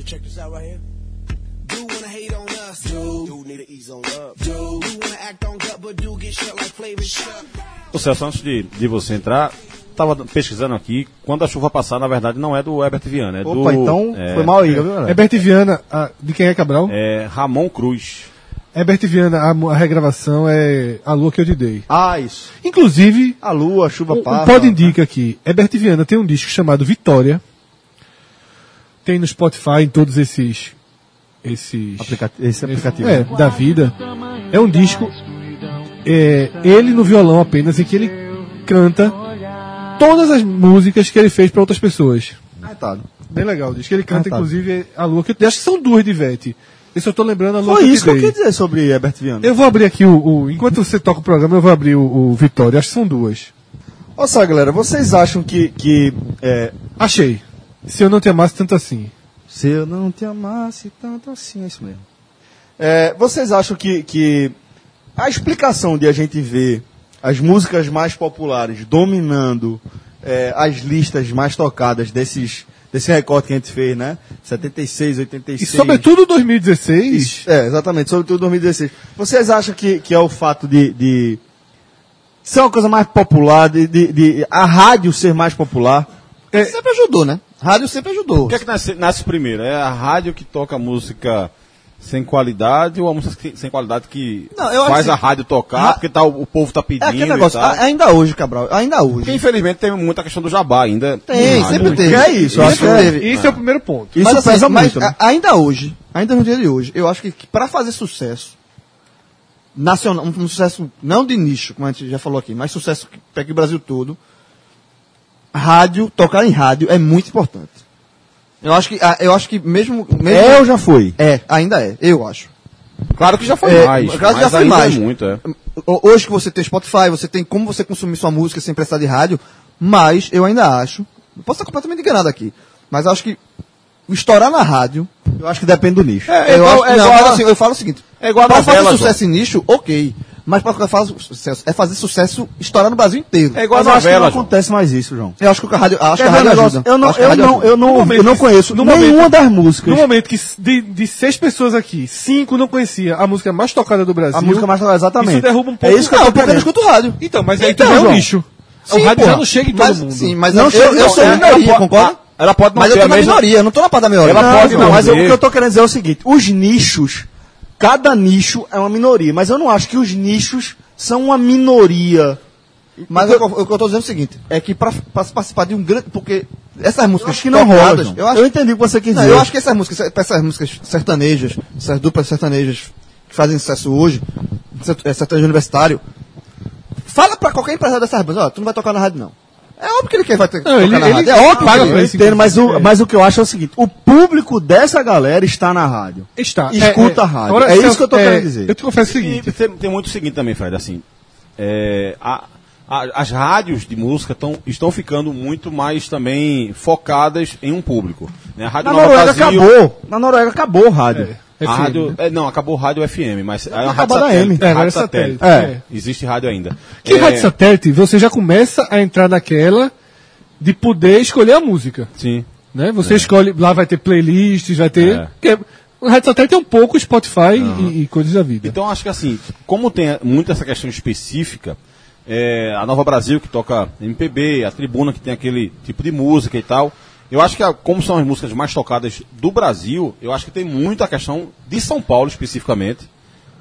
[SPEAKER 9] Check this out right here. Do wanna hate on us? Do, need to ease on up? Do, wanna act on gut, but do get shut like flavor shut?
[SPEAKER 4] Ô Celso, antes de, de você entrar, tava pesquisando aqui. Quando a chuva passar, na verdade, não é do Herbert Viana. É
[SPEAKER 2] Opa,
[SPEAKER 4] do,
[SPEAKER 2] então
[SPEAKER 4] é,
[SPEAKER 2] foi mal aí, viu, galera?
[SPEAKER 5] Herbert Viana, a- de quem é Cabral?
[SPEAKER 4] É Ramon Cruz.
[SPEAKER 5] Herbert Viana, a, mu- a regravação é A Lua Que Eu Te Dei.
[SPEAKER 2] Ah, isso.
[SPEAKER 5] Inclusive,
[SPEAKER 2] A lua, a chuva
[SPEAKER 5] um, um
[SPEAKER 2] passa.
[SPEAKER 5] pod indica aqui, Herbert Viana tem um disco chamado Vitória. Tem no Spotify, em todos esses... Esses...
[SPEAKER 2] Aplica- Esse aplicativo.
[SPEAKER 5] É, da vida. É um disco. É, ele no violão apenas, em que ele canta todas as músicas que ele fez para outras pessoas.
[SPEAKER 2] tá.
[SPEAKER 3] Coitado.
[SPEAKER 5] Bem legal o disco. Ele canta,
[SPEAKER 2] Ah, tá.
[SPEAKER 5] inclusive, a Lua que eu te dei. Acho que são duas de Ivete. Isso eu tô lembrando a Lua
[SPEAKER 2] Foi
[SPEAKER 5] que
[SPEAKER 2] isso que
[SPEAKER 5] eu
[SPEAKER 2] eu
[SPEAKER 5] te
[SPEAKER 2] queria
[SPEAKER 5] dei.
[SPEAKER 2] dizer sobre Herbert Viana.
[SPEAKER 5] Eu vou abrir aqui o, o- Enquanto você toca o programa, eu vou abrir o, o Vitória. Acho que são duas.
[SPEAKER 2] Olha só, galera, vocês acham que. que é,
[SPEAKER 5] Achei. Se eu não te amasse tanto assim.
[SPEAKER 2] Se eu não te amasse tanto assim, é isso mesmo. É, vocês acham que, que a explicação de a gente ver as músicas mais populares dominando é, as listas mais tocadas desses, desse recorte que a gente fez, né? 76, 86.
[SPEAKER 5] E sobretudo 2016.
[SPEAKER 2] Isso, É, exatamente, sobretudo 2016. Vocês acham que, que é o fato de, de ser uma coisa mais popular, de, de- de a rádio ser mais popular?
[SPEAKER 3] Sempre ajudou, né? Rádio sempre ajudou.
[SPEAKER 4] O que é que nasce, nasce primeiro? É a rádio que toca música sem qualidade ou a música que- sem qualidade que
[SPEAKER 3] Não, eu acho
[SPEAKER 4] faz
[SPEAKER 3] que-
[SPEAKER 4] a rádio tocar
[SPEAKER 3] Ra-
[SPEAKER 4] porque tá, o, o povo tá pedindo
[SPEAKER 3] É aquele negócio.
[SPEAKER 4] e tal?
[SPEAKER 3] a- ainda hoje, Cabral, ainda
[SPEAKER 4] Porque,
[SPEAKER 3] hoje.
[SPEAKER 4] infelizmente tem muita questão do jabá ainda.
[SPEAKER 3] Tem,
[SPEAKER 4] Ah,
[SPEAKER 3] sempre
[SPEAKER 4] muito.
[SPEAKER 3] teve.
[SPEAKER 2] É isso, eu acho
[SPEAKER 3] sempre
[SPEAKER 2] que é.
[SPEAKER 3] teve.
[SPEAKER 5] Isso é o primeiro ponto.
[SPEAKER 2] Isso
[SPEAKER 3] mas, assim,
[SPEAKER 2] pesa
[SPEAKER 3] mas
[SPEAKER 2] muito, né?
[SPEAKER 3] a- ainda hoje, ainda no dia de hoje, eu acho que, que para fazer sucesso nacional, um, um sucesso não de nicho, como a gente já falou aqui, mas sucesso que pega o Brasil todo, rádio, tocar em rádio é muito importante. Eu acho que, a- eu acho que mesmo, mesmo
[SPEAKER 2] É ou já foi?
[SPEAKER 3] é, ainda é, eu acho.
[SPEAKER 4] Claro que já foi
[SPEAKER 3] É,
[SPEAKER 4] mais.
[SPEAKER 3] claro que já
[SPEAKER 4] mas
[SPEAKER 3] foi
[SPEAKER 4] ainda
[SPEAKER 3] mais.
[SPEAKER 4] É muito, é.
[SPEAKER 3] Ho- Hoje que você tem Spotify, você tem como você consumir sua música sem precisar de rádio, mas eu ainda acho, posso estar completamente enganado aqui, mas eu acho que estourar na rádio
[SPEAKER 2] Eu acho que depende do nicho.
[SPEAKER 4] É,
[SPEAKER 3] eu,
[SPEAKER 4] igual-
[SPEAKER 3] acho,
[SPEAKER 4] é
[SPEAKER 3] não,
[SPEAKER 4] igual
[SPEAKER 3] eu,
[SPEAKER 4] a-
[SPEAKER 3] falo assim, eu falo o seguinte:
[SPEAKER 4] É igual a
[SPEAKER 3] pra fazer
[SPEAKER 4] novela,
[SPEAKER 3] sucesso em nicho, ok. Mas pra fazer sucesso, é fazer sucesso estourar no Brasil inteiro.
[SPEAKER 4] É igual a
[SPEAKER 2] Mas eu acho que
[SPEAKER 4] novela,
[SPEAKER 2] não
[SPEAKER 4] João.
[SPEAKER 2] acontece mais isso, João.
[SPEAKER 3] Eu acho que a rádio, acho que
[SPEAKER 2] Quer ver
[SPEAKER 3] a
[SPEAKER 2] um
[SPEAKER 3] rádio
[SPEAKER 2] negócio?
[SPEAKER 3] ajuda.
[SPEAKER 2] Eu não,
[SPEAKER 3] acho que a
[SPEAKER 2] eu
[SPEAKER 3] rádio
[SPEAKER 2] não,
[SPEAKER 3] ajuda.
[SPEAKER 2] eu não, eu não conheço
[SPEAKER 5] no
[SPEAKER 2] nenhuma
[SPEAKER 5] momento-
[SPEAKER 2] das
[SPEAKER 5] No
[SPEAKER 2] músicas.
[SPEAKER 5] momento que s- de, de seis pessoas aqui, cinco não conhecia a música mais tocada do Brasil.
[SPEAKER 2] A música mais tocada, exatamente.
[SPEAKER 5] Isso derruba um pouco.
[SPEAKER 2] É isso que eu
[SPEAKER 3] Não,
[SPEAKER 2] tô
[SPEAKER 3] porque eu não
[SPEAKER 2] querendo.
[SPEAKER 3] escuto rádio.
[SPEAKER 5] Então, mas aí
[SPEAKER 2] Então,
[SPEAKER 5] também é um
[SPEAKER 2] João.
[SPEAKER 5] nicho.
[SPEAKER 3] Sim,
[SPEAKER 5] o rádio
[SPEAKER 3] porra.
[SPEAKER 5] já não chega em todo
[SPEAKER 3] Mas-
[SPEAKER 5] mundo.
[SPEAKER 3] Sim, mas
[SPEAKER 2] Não
[SPEAKER 3] eu,
[SPEAKER 2] chega,
[SPEAKER 3] eu, eu
[SPEAKER 2] não,
[SPEAKER 3] sou
[SPEAKER 2] ela-
[SPEAKER 3] minoria,
[SPEAKER 2] ela-
[SPEAKER 3] concorda?
[SPEAKER 4] Ela é, pode não
[SPEAKER 3] Mas eu
[SPEAKER 4] ser
[SPEAKER 3] tô
[SPEAKER 4] a
[SPEAKER 3] na
[SPEAKER 4] mesma.
[SPEAKER 3] minoria, eu não tô na parte da maioria.
[SPEAKER 4] Ela
[SPEAKER 2] Não,
[SPEAKER 4] pode
[SPEAKER 2] não,
[SPEAKER 4] não
[SPEAKER 2] mas eu-
[SPEAKER 4] ter.
[SPEAKER 2] o que eu tô querendo dizer é o seguinte: os nichos, cada nicho é uma minoria, mas eu não acho que os nichos são uma minoria.
[SPEAKER 3] Mas eu- o que eu tô dizendo é o seguinte: é que pra, pra se participar de um grande. Porque essas músicas.
[SPEAKER 2] Eu acho que não rola.
[SPEAKER 3] tocadas,
[SPEAKER 2] João.
[SPEAKER 3] Eu acho
[SPEAKER 2] eu entendi o que você quis
[SPEAKER 3] Não,
[SPEAKER 2] dizer.
[SPEAKER 3] eu acho que é essas músicas, essas músicas sertanejas, essas duplas sertanejas que fazem sucesso hoje, sert- é, sertanejo universitário, fala pra qualquer empresário dessas bandas, ó, tu não vai tocar na rádio não. É óbvio que ele quer vai ter que tocar
[SPEAKER 5] ele-
[SPEAKER 3] na
[SPEAKER 5] ele
[SPEAKER 3] rádio. É óbvio
[SPEAKER 5] paga pra
[SPEAKER 3] que
[SPEAKER 2] eu
[SPEAKER 3] ele.
[SPEAKER 5] isso.
[SPEAKER 2] entendo, mas o, mas o que eu acho é o seguinte: o público dessa galera está na rádio.
[SPEAKER 5] Está.
[SPEAKER 2] Escuta a rádio. É isso
[SPEAKER 5] Celso,
[SPEAKER 2] que eu tô querendo dizer.
[SPEAKER 5] Eu te confesso o
[SPEAKER 4] E
[SPEAKER 5] seguinte.
[SPEAKER 4] tem, tem muito o seguinte também, Fred, assim. é, a- a- as rádios de música tão- estão ficando muito mais também focadas em um público. né? A Rádio
[SPEAKER 2] Na
[SPEAKER 4] Nova
[SPEAKER 2] Noruega
[SPEAKER 4] Brasil,
[SPEAKER 2] acabou. Na Noruega acabou o rádio.
[SPEAKER 4] a
[SPEAKER 5] FM,
[SPEAKER 4] rádio-
[SPEAKER 3] né?
[SPEAKER 4] é, não, acabou o rádio FM, mas é uma rádio
[SPEAKER 2] acabado a
[SPEAKER 4] satélite.
[SPEAKER 2] AM.
[SPEAKER 5] É,
[SPEAKER 4] rádio
[SPEAKER 5] rádio
[SPEAKER 4] satélite. É,
[SPEAKER 3] É.
[SPEAKER 5] satélite,
[SPEAKER 4] Existe rádio ainda.
[SPEAKER 5] Que
[SPEAKER 4] É,
[SPEAKER 5] rádio satélite, você já começa a entrar naquela de poder escolher a música.
[SPEAKER 4] Sim.
[SPEAKER 5] Né? Você
[SPEAKER 2] É.
[SPEAKER 5] escolhe, lá vai ter playlists, vai ter.
[SPEAKER 4] É.
[SPEAKER 5] Porque o rádio satélite é um pouco Spotify e, e coisas da
[SPEAKER 2] tá-
[SPEAKER 5] vida.
[SPEAKER 4] Então acho que assim, como tem muito essa questão específica, é, a Nova Brasil que toca MPB, a Tribuna que tem aquele tipo de música e tal, eu acho que a- como são as músicas mais tocadas do Brasil, eu acho que tem muito a questão de São Paulo especificamente,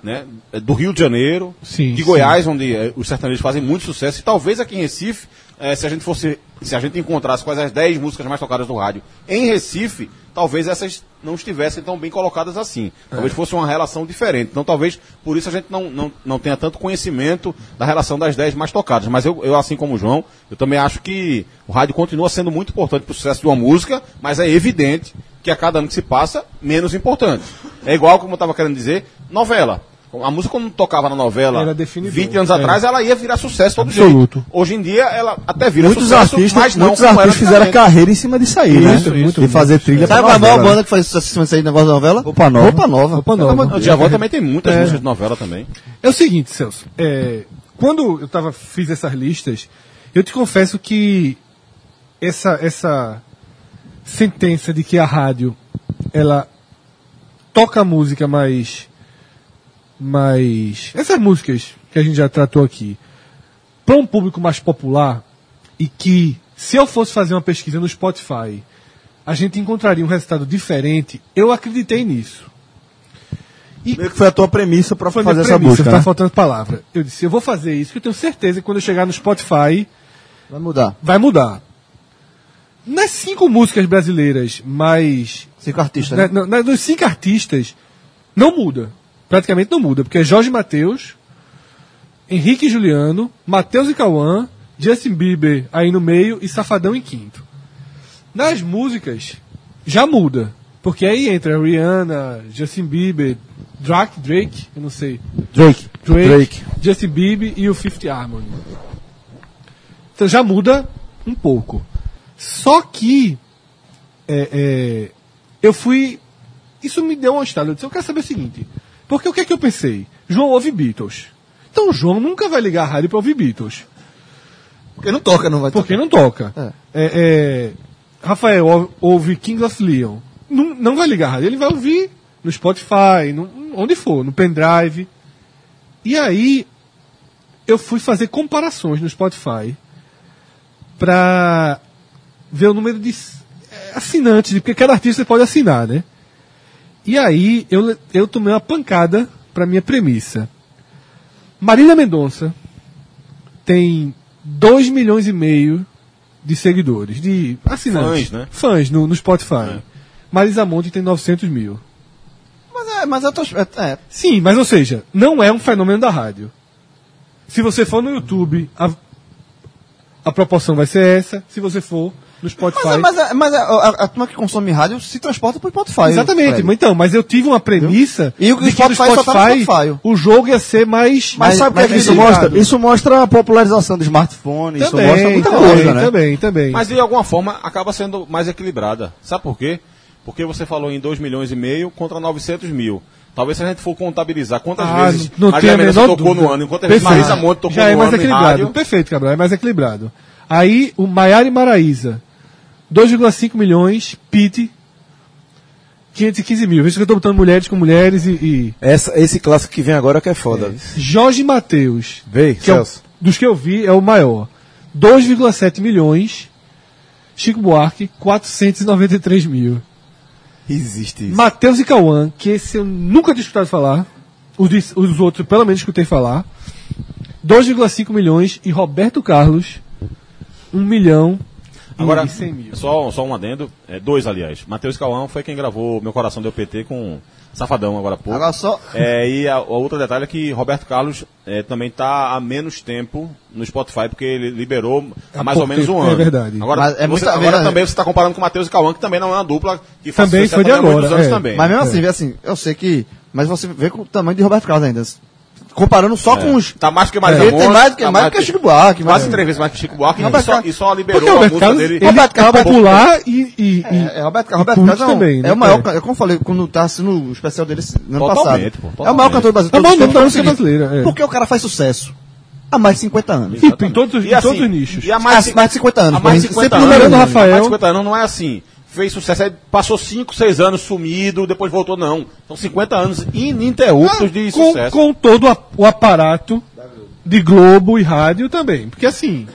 [SPEAKER 4] né? Do Rio de Janeiro,
[SPEAKER 5] Sim,
[SPEAKER 4] de
[SPEAKER 5] sim.
[SPEAKER 4] Goiás, onde eh, os sertanejos fazem muito sucesso. E talvez aqui em Recife, eh, se a gente fosse, se a gente encontrasse quais as 10 músicas mais tocadas do rádio em Recife, talvez essas não estivessem tão bem colocadas assim.
[SPEAKER 5] É.
[SPEAKER 4] Talvez fosse uma relação diferente. Então talvez por isso a gente não, não, não tenha tanto conhecimento da relação das 10 mais tocadas. Mas eu, eu, assim como o João, eu também acho que o rádio continua sendo muito importante para o sucesso de uma música, mas é evidente que a cada ano que se passa, menos importante. É igual, como eu estava querendo dizer, novela. A música, quando tocava na novela
[SPEAKER 5] Era definidor,
[SPEAKER 4] 20 anos
[SPEAKER 5] é.
[SPEAKER 4] atrás, ela ia virar sucesso todo
[SPEAKER 5] Absoluto.
[SPEAKER 4] jeito. Hoje em dia, ela até vira
[SPEAKER 2] Muitos
[SPEAKER 4] sucesso,
[SPEAKER 2] artistas,
[SPEAKER 4] mas não
[SPEAKER 2] muitos
[SPEAKER 4] como era
[SPEAKER 2] artistas fizeram
[SPEAKER 4] antigamente.
[SPEAKER 2] carreira em cima disso aí, né?
[SPEAKER 5] Isso, isso,
[SPEAKER 2] de fazer trilha pra
[SPEAKER 3] Sabe qual é a maior
[SPEAKER 2] novela, né?
[SPEAKER 3] banda que faz sucesso nesse negócio da novela?
[SPEAKER 2] Opa Nova.
[SPEAKER 3] Roupa nova.
[SPEAKER 5] Roupa nova.
[SPEAKER 4] O Djavan também tem muitas músicas de novela também.
[SPEAKER 5] É o seguinte, Celso. é, quando eu tava, fiz essas listas, eu te confesso que essa, essa sentença de que a rádio ela toca música mais. mais. essas músicas que a gente já tratou aqui, para um público mais popular e que, se eu fosse fazer uma pesquisa no Spotify, a gente encontraria um resultado diferente, eu acreditei nisso.
[SPEAKER 2] Meio que foi a tua premissa pra
[SPEAKER 5] Foi
[SPEAKER 2] fazer
[SPEAKER 5] minha
[SPEAKER 2] essa
[SPEAKER 5] premissa,
[SPEAKER 2] busca,
[SPEAKER 5] Tá
[SPEAKER 2] né?
[SPEAKER 5] faltando palavra. Eu disse, eu vou fazer isso, que eu tenho certeza que quando eu chegar no Spotify
[SPEAKER 3] Vai mudar.
[SPEAKER 5] vai mudar. Nas cinco músicas brasileiras, mais
[SPEAKER 3] Cinco artistas.
[SPEAKER 5] na,
[SPEAKER 3] Né?
[SPEAKER 5] na, na- dos cinco artistas, não muda. Praticamente não muda, porque é Jorge Matheus, Henrique e Juliano, Matheus e Cauã, Justin Bieber aí no meio e Safadão em quinto. Nas músicas, já muda. Porque aí entra Rihanna, Justin Bieber, Drake, Drake, eu não sei.
[SPEAKER 2] Drake.
[SPEAKER 5] Drake, Justin Bieber e o Fifth Harmony. Então já muda um pouco. Só que é, é, eu fui. Isso me deu uma estada. Eu disse, eu quero saber o seguinte. Porque o que é que eu pensei? João ouve Beatles. Então o João nunca vai ligar a rádio pra ouvir Beatles.
[SPEAKER 3] Porque não toca, não vai tocar.
[SPEAKER 5] Porque não toca. É, é, Rafael ou- ouve Kings of Leon. Não, não vai ligar a rádio, ele vai ouvir no Spotify, no, onde for, no pendrive. E aí eu fui fazer comparações no Spotify pra ver o número de s- eh, assinantes, porque cada artista pode assinar, né? E aí eu, le- eu tomei uma pancada pra minha premissa. Marília Mendonça tem 2 milhões e meio de seguidores, de assinantes.
[SPEAKER 4] Fãs, né? É.
[SPEAKER 5] Fãs no, no Spotify. Marisa Monte tem 900 mil.
[SPEAKER 3] Mas é, mas eu tô. É, é.
[SPEAKER 5] Sim, mas ou seja, não é um fenômeno da rádio. Se você for no YouTube, a, a proporção vai ser essa. Se você for no Spotify.
[SPEAKER 3] Mas, é, mas, é, mas é, a, a turma que consome rádio se transporta pro Spotify.
[SPEAKER 5] Exatamente,
[SPEAKER 3] Fred.
[SPEAKER 5] mas então, mas eu tive uma premissa
[SPEAKER 3] E o-
[SPEAKER 5] de
[SPEAKER 3] o
[SPEAKER 5] que no
[SPEAKER 3] Spotify só tá no
[SPEAKER 5] Spotify,
[SPEAKER 3] Spotify.
[SPEAKER 5] o jogo ia ser mais.
[SPEAKER 2] Mas, sabe o que, é que isso mostra? Isso mostra a popularização do smartphone, isso
[SPEAKER 5] também,
[SPEAKER 2] mostra muita
[SPEAKER 5] também,
[SPEAKER 2] coisa, né?
[SPEAKER 5] também, também.
[SPEAKER 4] Mas de alguma forma acaba sendo mais equilibrada. Sabe por quê? Porque você falou em 2 milhões e meio contra 900 mil. Talvez se a gente for contabilizar quantas
[SPEAKER 5] Ah,
[SPEAKER 4] vezes
[SPEAKER 5] não
[SPEAKER 4] Maria
[SPEAKER 5] tenho a
[SPEAKER 4] Mendonça
[SPEAKER 5] menor
[SPEAKER 4] tocou
[SPEAKER 5] dúvida.
[SPEAKER 4] no ano, quantas vezes
[SPEAKER 5] Perfeito.
[SPEAKER 4] Marisa Monte tocou
[SPEAKER 5] Já é
[SPEAKER 4] no
[SPEAKER 5] mais
[SPEAKER 4] ano em
[SPEAKER 5] equilibrado.
[SPEAKER 4] rádio.
[SPEAKER 5] Perfeito, Cabral, é mais equilibrado. Aí o Maiara e Maraíza, 2,5 milhões, Pete, 515 mil. Veja que eu tô botando mulheres com mulheres e. e-
[SPEAKER 6] Essa, esse clássico que vem agora que é foda.
[SPEAKER 5] Jorge Matheus,
[SPEAKER 6] Vê,
[SPEAKER 5] que é
[SPEAKER 3] um-
[SPEAKER 5] o-
[SPEAKER 6] Celso.
[SPEAKER 5] dos que eu vi, é o maior. 2,7 milhões, Chico Buarque, 493 mil.
[SPEAKER 6] Existe isso.
[SPEAKER 5] Matheus e Cauã, que esse eu nunca tinha escutado falar. Os, de- os outros, eu pelo menos, escutei falar. 2,5 milhões. E Roberto Carlos, 1 milhão e
[SPEAKER 4] Agora,
[SPEAKER 5] 100 mil.
[SPEAKER 4] só, só um adendo, é, dois aliás. Matheus Cauã foi quem gravou Meu Coração Deu PT com Safadão agora há pouco.
[SPEAKER 3] Agora só.
[SPEAKER 4] É, e a, o outro detalhe é que Roberto Carlos é, também está há menos tempo no Spotify, porque ele liberou há
[SPEAKER 5] Há
[SPEAKER 4] mais ou
[SPEAKER 5] pouco
[SPEAKER 4] menos um
[SPEAKER 5] tempo,
[SPEAKER 4] ano.
[SPEAKER 5] é verdade.
[SPEAKER 4] Agora,
[SPEAKER 3] Mas é
[SPEAKER 4] você-
[SPEAKER 3] muita-
[SPEAKER 4] agora
[SPEAKER 3] é-
[SPEAKER 4] também você está comparando com o Matheus Cauã, que também não é uma dupla que faz
[SPEAKER 5] Também
[SPEAKER 4] sucesso
[SPEAKER 5] foi de
[SPEAKER 4] há muitos
[SPEAKER 5] agora,
[SPEAKER 4] anos
[SPEAKER 5] é.
[SPEAKER 4] também.
[SPEAKER 3] Mas mesmo assim, vê assim, eu sei que. Mas você vê com o tamanho de Roberto Carlos ainda. Comparando só com os.
[SPEAKER 4] Tá mais que tá mais
[SPEAKER 3] Ele tem mais do que, mais do que Chico Buarque. mas-
[SPEAKER 4] Quase três vezes mais que Chico Buarque e
[SPEAKER 3] Roberto
[SPEAKER 4] só,
[SPEAKER 3] Carlos-
[SPEAKER 4] e só liberou
[SPEAKER 5] Porque
[SPEAKER 4] a
[SPEAKER 5] Roberto
[SPEAKER 4] música
[SPEAKER 5] Carlos,
[SPEAKER 4] dele.
[SPEAKER 5] ele
[SPEAKER 3] Roberto
[SPEAKER 5] é
[SPEAKER 3] Carlos-
[SPEAKER 5] popular e... e, e
[SPEAKER 3] É, é, Roberto,
[SPEAKER 5] e
[SPEAKER 3] Roberto
[SPEAKER 5] curto
[SPEAKER 3] Carlos é, um-
[SPEAKER 5] também, né,
[SPEAKER 3] é o
[SPEAKER 5] cara?
[SPEAKER 3] maior, can- é como eu falei, quando tá assistindo o especial dele esse- ano
[SPEAKER 4] Totalmente,
[SPEAKER 3] passado.
[SPEAKER 4] pô,
[SPEAKER 3] É o maior
[SPEAKER 4] totalmente.
[SPEAKER 3] cantor do Brasil.
[SPEAKER 5] É o maior
[SPEAKER 3] todos
[SPEAKER 5] nome
[SPEAKER 3] os tempos,
[SPEAKER 5] da música
[SPEAKER 3] pelo seguinte,
[SPEAKER 5] brasileira, é.
[SPEAKER 3] Porque o cara faz sucesso há mais de 50 anos.
[SPEAKER 5] E em todos, os-
[SPEAKER 4] E
[SPEAKER 5] em
[SPEAKER 4] assim,
[SPEAKER 5] todos os nichos.
[SPEAKER 4] E há
[SPEAKER 3] Há
[SPEAKER 4] mais,
[SPEAKER 3] mais de 50 anos.
[SPEAKER 4] Há mais de
[SPEAKER 3] pô,
[SPEAKER 4] 50
[SPEAKER 3] sempre
[SPEAKER 4] anos.
[SPEAKER 5] lembrando do
[SPEAKER 4] Há
[SPEAKER 5] Rafael.
[SPEAKER 4] mais de 50 anos não é assim. Fez sucesso, aí passou 5, 6 anos sumido, depois voltou, não. São 50 anos ininterruptos de
[SPEAKER 5] Ah, com,
[SPEAKER 4] sucesso.
[SPEAKER 5] com todo a- o aparato de Globo e rádio também. Porque assim,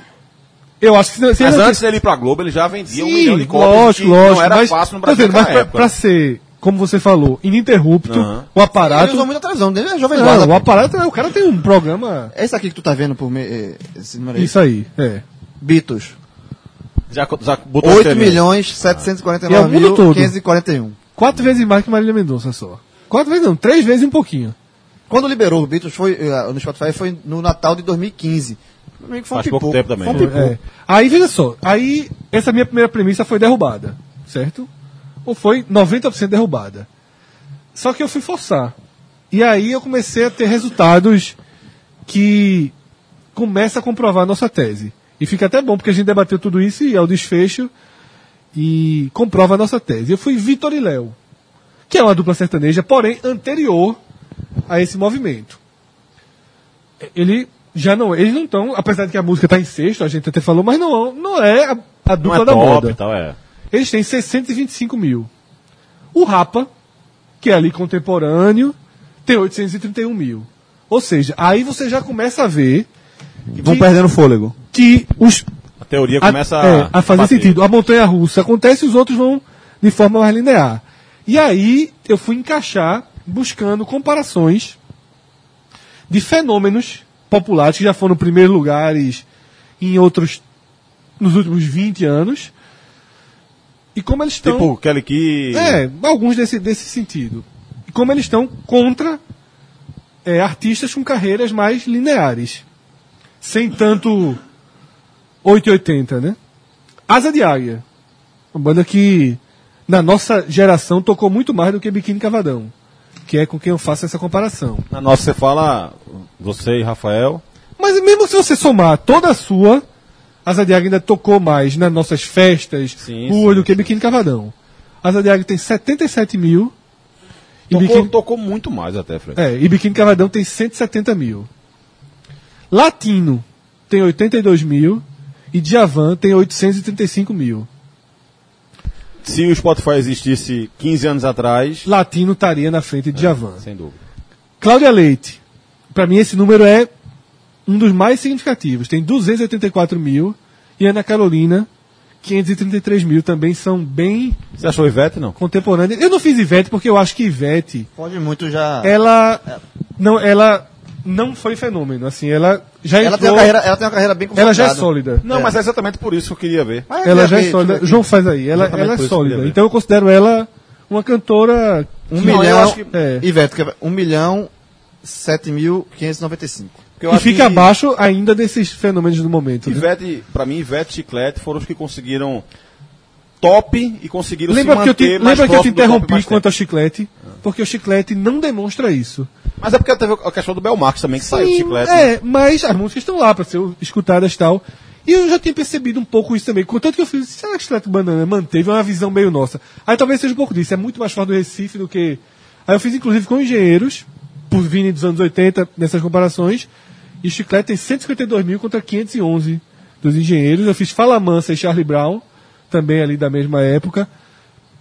[SPEAKER 5] eu acho que... se- se
[SPEAKER 4] Mas
[SPEAKER 5] ele-
[SPEAKER 4] antes dele ir pra Globo, ele já vendia um
[SPEAKER 5] Sim,
[SPEAKER 4] milhão de cópias.
[SPEAKER 5] lógico,
[SPEAKER 4] que
[SPEAKER 5] lógico.
[SPEAKER 4] não era
[SPEAKER 5] mas,
[SPEAKER 4] fácil no
[SPEAKER 5] tá
[SPEAKER 4] Brasil
[SPEAKER 5] vendo, mas
[SPEAKER 4] na
[SPEAKER 5] pra,
[SPEAKER 4] época.
[SPEAKER 5] pra ser como você falou, ininterrupto,
[SPEAKER 4] Aham.
[SPEAKER 5] o
[SPEAKER 2] Ele
[SPEAKER 5] aparato.
[SPEAKER 2] usou muita televisão, dele é Jovem
[SPEAKER 5] Não,
[SPEAKER 3] né?
[SPEAKER 2] Guarda.
[SPEAKER 5] o aparato, é- o cara tem um programa.
[SPEAKER 2] É esse aqui que tu tá vendo por me... eh, esse número aí.
[SPEAKER 5] Isso aí, é.
[SPEAKER 2] Beatles.
[SPEAKER 4] Já, co- já
[SPEAKER 5] Tá
[SPEAKER 4] botou
[SPEAKER 2] 8
[SPEAKER 4] as telinhas.
[SPEAKER 2] milhões
[SPEAKER 5] É o mundo todo.
[SPEAKER 2] 749.541.
[SPEAKER 5] Quatro vezes mais que Marília Mendonça só. Quatro vezes não, três vezes e um pouquinho.
[SPEAKER 2] Quando liberou o Beatles foi, eh, no Spotify foi no Natal de 2015. Foi
[SPEAKER 4] Faz pouco tempo também.
[SPEAKER 2] Foi um
[SPEAKER 4] É.
[SPEAKER 2] pipoco.
[SPEAKER 5] É. Aí, veja só, aí essa minha primeira premissa foi derrubada, certo? Ou foi 90% derrubada. Só que eu fui forçar. E aí eu comecei a ter resultados que começa a comprovar a nossa tese. E fica até bom, porque a gente debateu tudo isso e é o desfecho e comprova a nossa tese. Eu fui Vitor e Léo, que é uma dupla sertaneja, porém anterior a esse movimento ele já não, eles não estão, apesar de que a música está em sexto, a gente até falou, mas não, não é a, a
[SPEAKER 4] Não
[SPEAKER 5] dupla
[SPEAKER 4] é
[SPEAKER 5] da
[SPEAKER 4] top
[SPEAKER 5] moda.
[SPEAKER 4] e tal, é.
[SPEAKER 5] Eles têm 625 mil. O Rapa, que é ali contemporâneo, tem 831 mil. Ou seja, aí você já começa a ver
[SPEAKER 15] Vão
[SPEAKER 5] que-
[SPEAKER 15] perdendo fôlego.
[SPEAKER 5] que os
[SPEAKER 4] A teoria
[SPEAKER 5] a-
[SPEAKER 4] começa
[SPEAKER 5] é, a fazer
[SPEAKER 4] bater.
[SPEAKER 5] sentido. A montanha russa acontece e os outros vão de forma mais linear. E aí eu fui encaixar buscando comparações de fenômenos populares que já foram primeiros lugares em outros nos últimos 20 anos. E como eles estão
[SPEAKER 4] Tipo, Kelly que
[SPEAKER 5] Então, é, alguns desse, desse sentido. E como eles estão contra é, artistas com carreiras mais lineares. Sem tanto 880, né? Asa de Águia. Uma banda que, na nossa geração, tocou muito mais do que Biquíni Cavadão. Que é com quem eu faço essa comparação.
[SPEAKER 4] Na nossa você fala, você e Rafael.
[SPEAKER 5] Mas mesmo se você somar toda a sua, Asa de Águia ainda tocou mais nas nossas festas,
[SPEAKER 4] Sim,
[SPEAKER 5] rua,
[SPEAKER 4] sim,
[SPEAKER 5] do que Biquíni Cavadão. Asa de Águia tem 77 mil. E
[SPEAKER 4] Tocou,
[SPEAKER 5] Biquíni,
[SPEAKER 4] tocou muito mais até, Fred.
[SPEAKER 5] é, e Biquíni Cavadão tem 170 mil. Latino tem 82 mil. E Djavan tem 835 mil.
[SPEAKER 4] Se o Spotify existisse 15 anos atrás,
[SPEAKER 5] Latino estaria na frente de Djavan.
[SPEAKER 4] sem dúvida.
[SPEAKER 5] Cláudia Leite. Pra mim, esse número é um dos mais significativos. Tem 284 mil. E Ana Carolina, 533 mil. Também são bem
[SPEAKER 4] Você achou Ivete, não?
[SPEAKER 5] contemporâneas. Eu não fiz Ivete porque eu acho que Ivete,
[SPEAKER 2] Pode muito já. É.
[SPEAKER 5] É, ela não, ela não foi fenômeno. Assim, ela já
[SPEAKER 2] ela, tem
[SPEAKER 5] entrou,
[SPEAKER 2] uma carreira, ela tem uma carreira bem
[SPEAKER 5] ela já é
[SPEAKER 2] consolidada.
[SPEAKER 5] sólida.
[SPEAKER 4] Não,
[SPEAKER 2] É.
[SPEAKER 4] mas é exatamente por isso que eu queria ver.
[SPEAKER 2] Mas
[SPEAKER 5] Ela
[SPEAKER 2] vê
[SPEAKER 5] já é
[SPEAKER 2] aqui,
[SPEAKER 5] sólida.
[SPEAKER 2] vê aqui.
[SPEAKER 5] João faz aí. Ela,
[SPEAKER 4] Exatamente
[SPEAKER 5] ela é
[SPEAKER 4] por isso que eu queria
[SPEAKER 5] sólida.
[SPEAKER 4] ver.
[SPEAKER 5] Então eu considero ela uma cantora.
[SPEAKER 2] Um
[SPEAKER 5] Não, eu
[SPEAKER 2] milhão.
[SPEAKER 5] acho que- é.
[SPEAKER 2] Ivete, quer ver? Um milhão. 7.595.
[SPEAKER 4] Porque eu
[SPEAKER 5] e
[SPEAKER 4] acho
[SPEAKER 5] fica
[SPEAKER 4] que
[SPEAKER 5] abaixo ainda desses fenômenos do momento. né?
[SPEAKER 4] Ivete, pra mim, Ivete e Chiclete foram os que conseguiram top e conseguiram
[SPEAKER 5] Lembra,
[SPEAKER 4] se
[SPEAKER 5] que eu,
[SPEAKER 4] manter
[SPEAKER 5] te,
[SPEAKER 4] mais
[SPEAKER 5] lembra que eu
[SPEAKER 4] próximo
[SPEAKER 5] te
[SPEAKER 4] do top
[SPEAKER 5] interrompi
[SPEAKER 4] mais
[SPEAKER 5] quanto
[SPEAKER 4] tempo.
[SPEAKER 5] ao chiclete? Porque o chiclete não demonstra isso.
[SPEAKER 4] Mas é porque teve a questão do Belmarx também, que saiu do Chiclete. né?
[SPEAKER 5] é, mas as músicas estão lá para ser escutadas e tal. E eu já tinha percebido um pouco isso também. Contanto que eu fiz, será que Chiclete Banana manteve uma visão meio nossa? Aí talvez seja um pouco disso. É muito mais fora do Recife do que. Aí eu fiz inclusive com engenheiros, por Vini dos anos 80, nessas comparações. E Chiclete tem 152 mil contra 511 dos engenheiros. Eu fiz Fala Mansa e Charlie Brown, também ali da mesma época.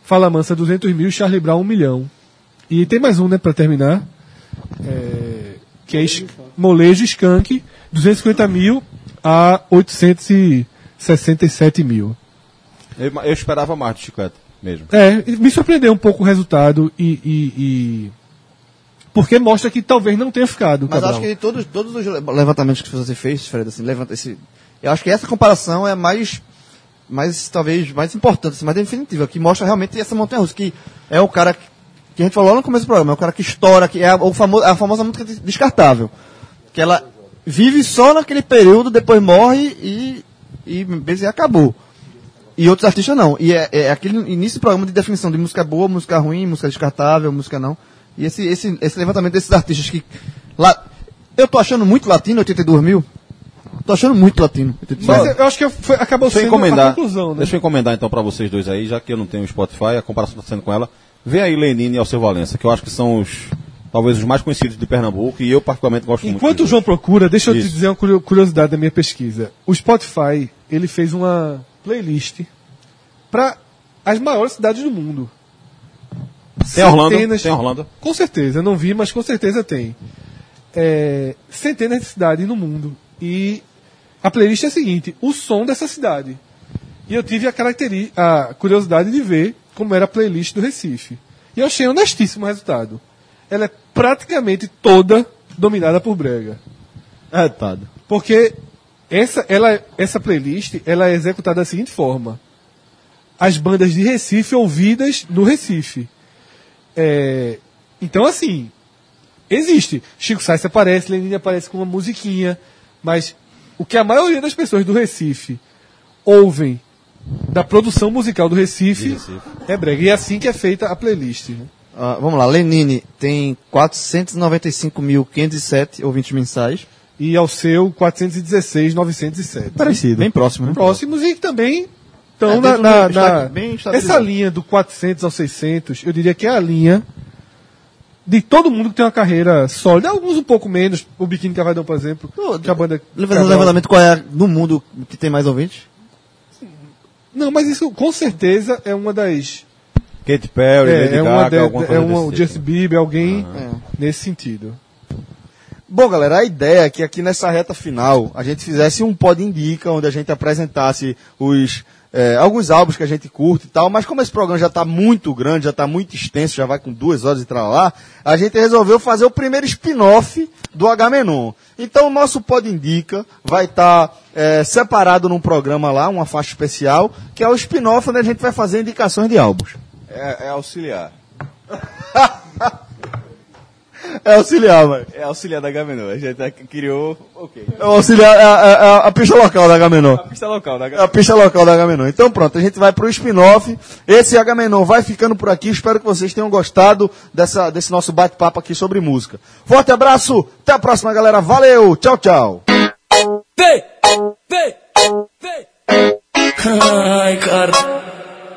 [SPEAKER 5] Fala Mansa 200 mil, Charlie Brown 1 milhão. E tem mais um, né, pra terminar. É, que é es- molejo skunk, 250 mil a 867 mil.
[SPEAKER 4] Eu, eu esperava mais do Chiclete mesmo.
[SPEAKER 5] É, e me surpreendeu um pouco o resultado e. e- e- Porque mostra que talvez não tenha ficado.
[SPEAKER 2] Mas
[SPEAKER 5] Cabral.
[SPEAKER 2] acho que é de todos, todos os le- levantamentos que você fez, Fred, assim, levanta esse. Eu acho que essa comparação é mais. mais talvez mais importante, assim, mais definitiva, que mostra realmente essa montanha russa, que é o cara que, que a gente falou lá no começo do programa, é o cara que estoura, que é a, o famo, a famosa música des- descartável. Que ela vive só naquele período, depois morre e. e, e acabou. E outros artistas não. E é, é aquele início do programa de definição de música boa, música ruim, música descartável, música não. E esse, esse, esse levantamento desses artistas que. Lá, eu tô achando muito latino, 82 mil. Tô achando muito latino. 82
[SPEAKER 5] Mas
[SPEAKER 2] mil.
[SPEAKER 5] eu acho que foi- acabou
[SPEAKER 4] Deixa eu
[SPEAKER 5] sendo a
[SPEAKER 4] encomendar.
[SPEAKER 5] conclusão, né?
[SPEAKER 4] Deixa eu encomendar então pra vocês dois aí, já que eu não tenho Spotify, a comparação tá sendo com ela. Vê aí Lenine e Alceu Valença, que eu acho que são os talvez os mais conhecidos de Pernambuco e eu particularmente gosto muito.
[SPEAKER 5] Enquanto o
[SPEAKER 4] dos
[SPEAKER 5] João procura, deixa eu te
[SPEAKER 4] Isso.
[SPEAKER 5] dizer uma curio- curiosidade da minha pesquisa. O Spotify, ele fez uma playlist para as maiores cidades do mundo.
[SPEAKER 4] dois. Tem Orlando,
[SPEAKER 5] centenas-
[SPEAKER 4] tem Orlando.
[SPEAKER 5] Com certeza, não vi, mas com certeza tem. É, centenas de cidades no mundo. E a playlist é a seguinte: o som dessa cidade. E eu tive a, caracteri- a curiosidade de ver como era a playlist do Recife. E eu achei honestíssimo o resultado. Ela é praticamente toda dominada por brega.
[SPEAKER 2] É, Tado.
[SPEAKER 5] Porque essa, ela, essa playlist ela é executada da seguinte forma: as bandas de Recife ouvidas no Recife. É, então, assim, existe. Chico Sainz aparece, Lenine aparece com uma musiquinha, mas o que a maioria das pessoas do Recife ouvem da produção musical do Recife, é brega. E é assim que é feita a playlist. né?
[SPEAKER 3] Ah, vamos lá, Lenine tem 495.507 ouvintes mensais.
[SPEAKER 5] E ao seu 416, 907.
[SPEAKER 2] Parecido. Bem próximo, né?
[SPEAKER 5] próximos e que também estão
[SPEAKER 3] É,
[SPEAKER 5] na,
[SPEAKER 3] dentro
[SPEAKER 5] na-
[SPEAKER 3] do-
[SPEAKER 5] na-
[SPEAKER 3] está bem
[SPEAKER 5] essa
[SPEAKER 3] estabilizado.
[SPEAKER 5] linha do 400 ao 600 eu diria que é a linha de todo mundo que tem uma carreira sólida alguns um pouco menos o Biquíni Cavadão por exemplo que a banda
[SPEAKER 3] Levantando
[SPEAKER 5] Cavadão-
[SPEAKER 3] levantamento qual é a- no mundo que tem mais ouvintes?
[SPEAKER 5] não mas isso com certeza é uma das
[SPEAKER 4] Kate Perry,
[SPEAKER 5] é,
[SPEAKER 4] Lady
[SPEAKER 5] é uma
[SPEAKER 4] Gaga,
[SPEAKER 5] de,
[SPEAKER 4] alguma
[SPEAKER 5] é
[SPEAKER 4] coisa
[SPEAKER 5] uma o
[SPEAKER 4] desse
[SPEAKER 5] Justin
[SPEAKER 4] tipo.
[SPEAKER 5] Bieber alguém
[SPEAKER 3] É.
[SPEAKER 5] nesse sentido
[SPEAKER 2] Bom, galera, a ideia é que aqui nessa reta final a gente fizesse um pod indica, onde a gente apresentasse os eh, alguns álbuns que a gente curte e tal, mas como esse programa já está muito grande, já está muito extenso, já vai com duas horas e lá, a gente resolveu fazer o primeiro spin-off do H-Menon. Então o nosso pod indica vai estar separado num programa lá, uma faixa especial, que é o spin-off onde a gente vai fazer indicações de álbuns.
[SPEAKER 7] É, é auxiliar.
[SPEAKER 2] É auxiliar, velho.
[SPEAKER 7] É auxiliar da Gamenon. A gente é que criou. Ok.
[SPEAKER 2] É o auxiliar, é, a- é a- a pista local da H-Menon.
[SPEAKER 7] A pista local da
[SPEAKER 2] a
[SPEAKER 7] Gamenon.
[SPEAKER 2] pista local da Agamenon. Então pronto, a gente vai pro spin-off. Esse Agamenon vai ficando por aqui. Espero que vocês tenham gostado dessa, desse nosso bate-papo aqui sobre música. Forte abraço, até a próxima, galera. Valeu, tchau, tchau.
[SPEAKER 1] Vem, vem, vem. Ai, cara.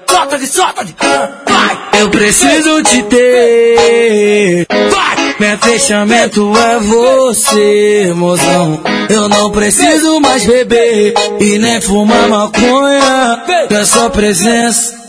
[SPEAKER 1] Solta-te, solta-te. Vai. Eu preciso te ter. Vai. Meu fechamento é você, mozão. Eu não preciso mais beber e nem fumar maconha. Quero sua presença.